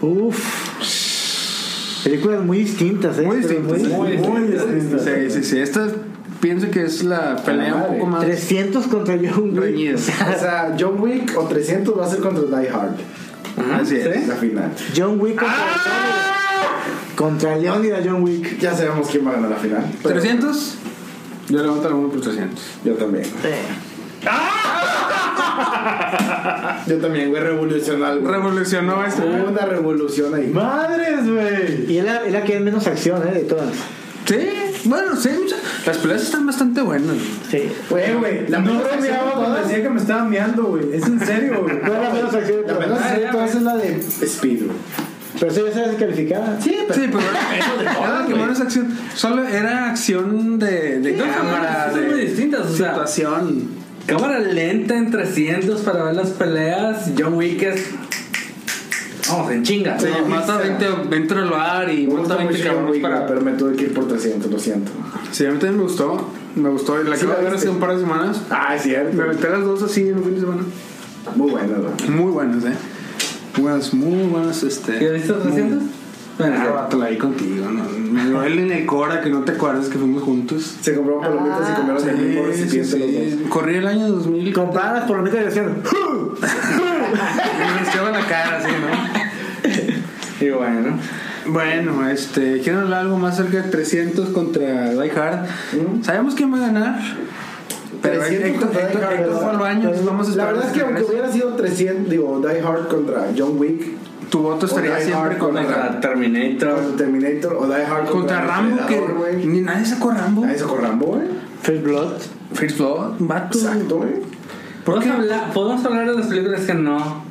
Speaker 3: Uf. Películas muy distintas, ¿eh?
Speaker 1: Muy
Speaker 3: Pero
Speaker 1: distintas, sí.
Speaker 4: Muy, muy distinto.
Speaker 1: Sí, sí, sí. Esta pienso que es la pelea un poco más
Speaker 3: 300 contra John Wick.
Speaker 1: reñida.
Speaker 2: O sea, John Wick o 300 va a ser contra Die Hard.
Speaker 1: Así es.
Speaker 2: La final.
Speaker 3: John Wick contra, contra Leónidas John Wick.
Speaker 2: Ya sabemos quién va a ganar la final. pero
Speaker 1: 300. Yo levanto la mano por 300.
Speaker 2: Yo también. Yo también, güey, revolucional, güey.
Speaker 1: Revolucionó Ah. este esto.
Speaker 2: Hubo una revolución ahí.
Speaker 4: Madres, güey.
Speaker 3: Y es la, es la que hay menos acción, ¿eh? De todas.
Speaker 1: Sí, bueno, sí. mucha- Las peleas están bastante buenas.
Speaker 3: Sí.
Speaker 2: Güey, güey, la
Speaker 4: No
Speaker 2: mejor
Speaker 4: bromeaba
Speaker 2: acción de
Speaker 4: cuando
Speaker 2: todas-
Speaker 4: decía que me estaba meando, güey. Es en serio, güey.
Speaker 3: ¿Cuál es la menos acción de
Speaker 2: La mejor
Speaker 3: todas?
Speaker 2: acción de todas es la de Speed, güey.
Speaker 3: Pero esa ya está descalificada.
Speaker 1: Sí, pero, era, era la que menos acción. Solo era acción de, de
Speaker 5: Sí,
Speaker 1: cámara,
Speaker 5: son muy
Speaker 1: de
Speaker 5: distintas, o sea.
Speaker 1: situación.
Speaker 5: Cámara lenta en 300 para ver las peleas. John Wick es. Vamos, en chinga.
Speaker 1: Se
Speaker 2: No,
Speaker 1: mata
Speaker 2: sí,
Speaker 1: 20, 20 al bar y
Speaker 2: Me
Speaker 1: mata
Speaker 2: gusta
Speaker 1: 20
Speaker 2: mucho John
Speaker 1: cabrones
Speaker 2: Wick,
Speaker 1: para.
Speaker 2: güey, pero me tuve que ir por 300, lo siento.
Speaker 1: Sí, a mí también me gustó. Me gustó. La
Speaker 2: Sí,
Speaker 1: acabo
Speaker 2: la
Speaker 1: de ver hace
Speaker 2: viste.
Speaker 1: un par de semanas.
Speaker 2: Ah, es
Speaker 1: Me
Speaker 2: cierto.
Speaker 1: aventé las dos así en un fin de semana.
Speaker 2: Muy bueno, güey.
Speaker 1: Muy buenas, eh. Buenas, muy buenas, este.
Speaker 5: ¿Ya viste los 300? Bueno,
Speaker 1: Ah, vato, la vi contigo, no, me duele en el cora que no te acuerdas que fuimos juntos.
Speaker 2: Se compraron palomitas y comieron el mismo
Speaker 1: Ah, Sí,
Speaker 2: recipiente los dos.
Speaker 1: sí. Corrí el año 2000 con
Speaker 3: Compradas las palomitas de acción.
Speaker 1: me rascaba la cara, así, ¿no?
Speaker 5: y bueno.
Speaker 1: Bueno, este, quiero hablar algo más cerca de 300 contra Die Hard. Sabemos quién va a ganar, pero
Speaker 2: 300
Speaker 1: Héctor,
Speaker 2: ¿Mm? contra Die
Speaker 1: Héctor-
Speaker 2: Hard,
Speaker 1: Héctor fue al
Speaker 2: ¿verdad?
Speaker 1: baño, entonces vamos a
Speaker 2: La
Speaker 1: esperar.
Speaker 2: verdad es que aunque hubiera sido 300, digo, Die Hard contra John Wick,
Speaker 1: tu voto estaría
Speaker 2: Die
Speaker 1: siempre
Speaker 2: Hard
Speaker 1: con Die
Speaker 2: contra-
Speaker 1: Hard.
Speaker 5: Contra Terminator.
Speaker 2: contra Terminator o Die Hard
Speaker 1: Contra Rambo, que
Speaker 2: Depredador, güey.
Speaker 1: ni nadie sacó a Rambo.
Speaker 2: Nadie sacó Rambo, güey.
Speaker 3: First Blood.
Speaker 1: First Blood, vato.
Speaker 2: Exacto, güey.
Speaker 1: ¿Por
Speaker 5: ¿Podemos
Speaker 1: qué?
Speaker 5: hablar, podemos hablar de las películas que no.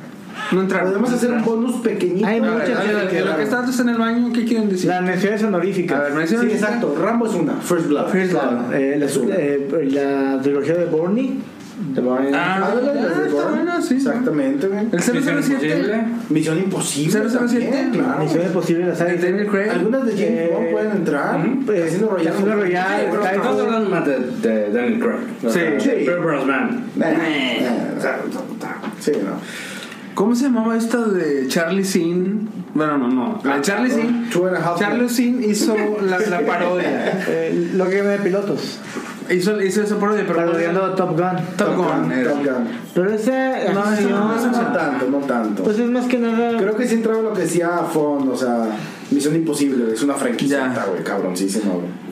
Speaker 1: No entraron.
Speaker 2: Podemos hacer un bonus pequeñito.
Speaker 3: Hay
Speaker 1: A
Speaker 2: Dale,
Speaker 1: ver,
Speaker 3: muchas
Speaker 1: a
Speaker 2: dale,
Speaker 1: ver,
Speaker 2: dale,
Speaker 1: de lo que
Speaker 2: dale.
Speaker 1: estás en el baño, ¿qué quieren decir?
Speaker 3: Las menciones
Speaker 1: A
Speaker 3: honoríficas.
Speaker 1: ver, mención.
Speaker 2: Sí, exacto. Rambo es una. First Blood.
Speaker 1: First Blood.
Speaker 3: Claro, eh, la, eh, la trilogía de Borny.
Speaker 1: Ah,
Speaker 2: Ándale,
Speaker 1: ah,
Speaker 2: las de
Speaker 1: está
Speaker 2: Bourne.
Speaker 1: buena, sí.
Speaker 2: Exactamente, güey.
Speaker 1: El
Speaker 5: Misión
Speaker 1: 007.
Speaker 5: Imposible.
Speaker 2: Misión Imposible.
Speaker 1: 007,
Speaker 2: también, claro.
Speaker 3: Misión imposible, la
Speaker 1: de
Speaker 3: saga.
Speaker 1: Daniel Craig.
Speaker 2: Algunas de James
Speaker 3: Eh,
Speaker 2: Bond pueden entrar.
Speaker 3: eh,
Speaker 2: Casino Royale.
Speaker 3: Casino Royale,
Speaker 2: Sí, bro,
Speaker 3: Skyfall.
Speaker 5: Estamos hablando más de, de Daniel Craig.
Speaker 1: Sí,
Speaker 2: sí.
Speaker 5: Pierce Brosnan.
Speaker 2: Nah, nah, o sea, Sí, no.
Speaker 1: ¿Cómo se llamaba esta de Charlie Sin? Bueno, no, no. La de Charlie Sin.
Speaker 2: Two and a half
Speaker 1: Charlie
Speaker 2: men.
Speaker 1: Sin hizo la, la parodia.
Speaker 3: Eh, lo que llama de pilotos.
Speaker 1: Hizo, hizo esa parodia, pero.
Speaker 3: Parodiando a Top Gun.
Speaker 1: Top Gun. era.
Speaker 2: Top Gun.
Speaker 3: Pero esa
Speaker 1: No,
Speaker 3: acción-
Speaker 1: no,
Speaker 2: No, no tanto, no tanto.
Speaker 3: Pues es más que nada.
Speaker 2: Creo que sí entraba lo que decía Fon, o sea, Misión Imposible, güey, es una franquicia,
Speaker 1: Ya.
Speaker 2: güey, cabroncísimo, güey.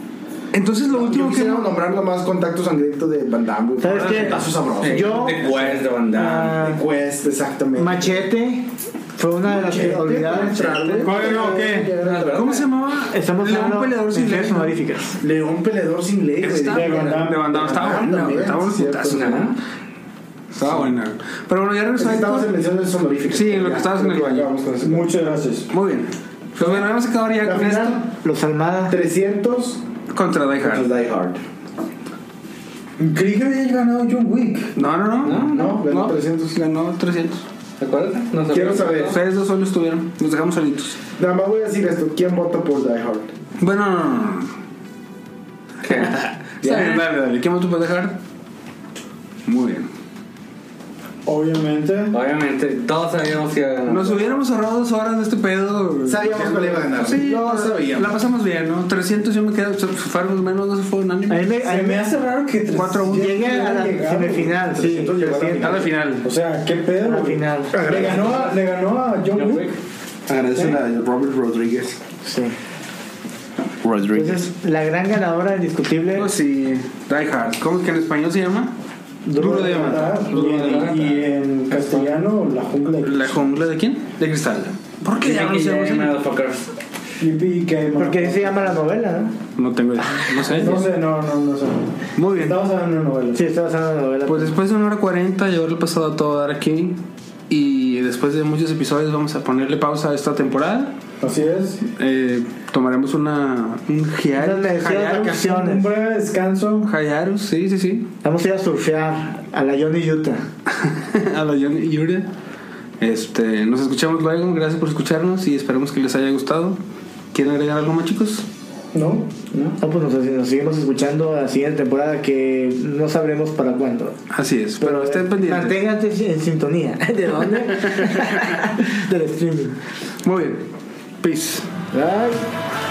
Speaker 1: Entonces, lo
Speaker 2: Yo
Speaker 1: último que.
Speaker 2: quisiera nombrar nomás contactos sangrientos de Van Damme, güey.
Speaker 3: ¿Sabes qué?
Speaker 2: Putazo sabroso.
Speaker 5: Sí,
Speaker 3: Yo-
Speaker 5: De Quest, de Van Damme.
Speaker 3: ah,
Speaker 2: De Quest, exactamente.
Speaker 3: machete fue una de las que
Speaker 2: Machete,
Speaker 3: olvidaron.
Speaker 2: entrar, güey.
Speaker 1: ¿Cuál era?
Speaker 2: ¿Qué?
Speaker 1: ¿Cómo se llamaba?
Speaker 3: Estamos
Speaker 1: León
Speaker 3: hablando
Speaker 1: peleador sin
Speaker 3: menciones
Speaker 1: ley.
Speaker 3: honoríficas.
Speaker 2: León Peleador sin ley, güey. Ah,
Speaker 1: Estaba
Speaker 4: De Van
Speaker 1: buena,
Speaker 4: Damme.
Speaker 1: De Van Damme. Estaba
Speaker 2: Van Damme
Speaker 1: buena, güey.
Speaker 2: también,
Speaker 1: Estaba un
Speaker 2: cierto,
Speaker 1: putazo,
Speaker 2: ¿no?
Speaker 1: ¿no? Estaba buena. Pero bueno, ya
Speaker 2: Es
Speaker 1: regresó
Speaker 2: que
Speaker 1: a
Speaker 2: Estábamos en menciones honoríficas.
Speaker 1: Sí, en lo que
Speaker 2: Ya,
Speaker 1: estabas en
Speaker 2: creo
Speaker 1: el
Speaker 2: que
Speaker 1: baño.
Speaker 2: acabamos con ese.
Speaker 4: Muchas gracias.
Speaker 1: Muy bien. Pues bueno, vamos a acabar ya
Speaker 2: La
Speaker 1: con
Speaker 2: final,
Speaker 3: Los Almada.
Speaker 2: 300
Speaker 1: esto. Contra Die Hard.
Speaker 2: contra Die Hard.
Speaker 5: Creí que había ganado John Wick.
Speaker 1: No, no, no.
Speaker 2: No, ganó 300.
Speaker 1: Ganó 300.
Speaker 5: ¿Te acuerdas? No sé.
Speaker 2: Quiero saber.
Speaker 1: Ustedes dos solos estuvieron. Nos dejamos solitos.
Speaker 2: Nada más voy a decir esto, ¿quién vota por Die Hard?
Speaker 1: Bueno, no, no, no.
Speaker 5: ¿Qué?
Speaker 1: Está bien, dale, dale. ¿Quién más tú puedes dejar? Muy bien.
Speaker 4: Obviamente.
Speaker 5: Obviamente, todos sabíamos que iba a ganar.
Speaker 1: Nos hubiéramos ahorrado dos horas de este pedo.
Speaker 2: Sabíamos que le iba a ganar.
Speaker 1: Sí,
Speaker 2: Lo
Speaker 1: la-
Speaker 2: sabíamos.
Speaker 1: La pasamos bien, ¿no? 300 yo me quedé. se Fueron menos, no se fue
Speaker 3: A mí
Speaker 1: unánime.
Speaker 3: me,
Speaker 4: Se
Speaker 3: a mí
Speaker 4: me
Speaker 3: me
Speaker 4: hace raro que tres-
Speaker 1: Cuatro a uno.
Speaker 3: llegué a la
Speaker 4: llegado,
Speaker 3: semifinal. Sí,
Speaker 2: 300 llegó a la
Speaker 3: 300.
Speaker 1: A la
Speaker 4: O
Speaker 1: final.
Speaker 4: sea, qué pedo.
Speaker 3: A la
Speaker 4: güey.
Speaker 3: final.
Speaker 4: Le ganó, a- le ganó a John
Speaker 5: John
Speaker 4: Wick.
Speaker 5: Wick.
Speaker 2: Agradecen a Robert Rodríguez.
Speaker 3: Sí. Entonces, la gran ganadora indiscutible.
Speaker 1: Pues sí, Die Hard. ¿Cómo es que en español se llama? Duro de matar.
Speaker 4: Y en, y en castellano, la jungla. de-
Speaker 1: ¿La jungla de quién? De cristal. ¿Por qué
Speaker 5: Dicen
Speaker 1: diablos
Speaker 5: que
Speaker 1: se
Speaker 5: ya
Speaker 1: llama
Speaker 5: llaman a
Speaker 1: así?
Speaker 5: los fuckers.
Speaker 4: Yipi, que
Speaker 3: Porque así se llama la novela, ¿no?
Speaker 1: No tengo idea. No sé.
Speaker 4: No sé, no, no, no sé.
Speaker 1: Muy bien.
Speaker 4: Estamos hablando de una novela.
Speaker 3: Sí, estaba hablando de la novela.
Speaker 1: Pues después de una hora cuarenta y haberle pasado a todo dar aquí. Y después de muchos episodios vamos a ponerle pausa a esta temporada.
Speaker 4: Así es.
Speaker 1: Eh, tomaremos una un
Speaker 3: Unas
Speaker 1: hiatus.
Speaker 3: merecidas
Speaker 1: hayarus.
Speaker 4: Un
Speaker 3: vacaciones.
Speaker 4: breve descanso.
Speaker 1: Hayarus, sí, sí, sí.
Speaker 3: Vamos a ir a surfear a la Johnny Utah.
Speaker 1: a la Johnny Yure. Este, nos escuchamos luego. Gracias por escucharnos y esperemos que les haya gustado. ¿Quieren agregar algo más, chicos?
Speaker 4: ¿No?
Speaker 3: No, pues nos, nos seguimos escuchando la siguiente temporada que no sabremos para cuándo.
Speaker 1: Así es. Pero, estén
Speaker 3: eh,
Speaker 1: pendientes.
Speaker 3: Manténganse si- en sintonía. ¿De dónde? Del streaming.
Speaker 1: Muy bien. Peace.
Speaker 3: Ay.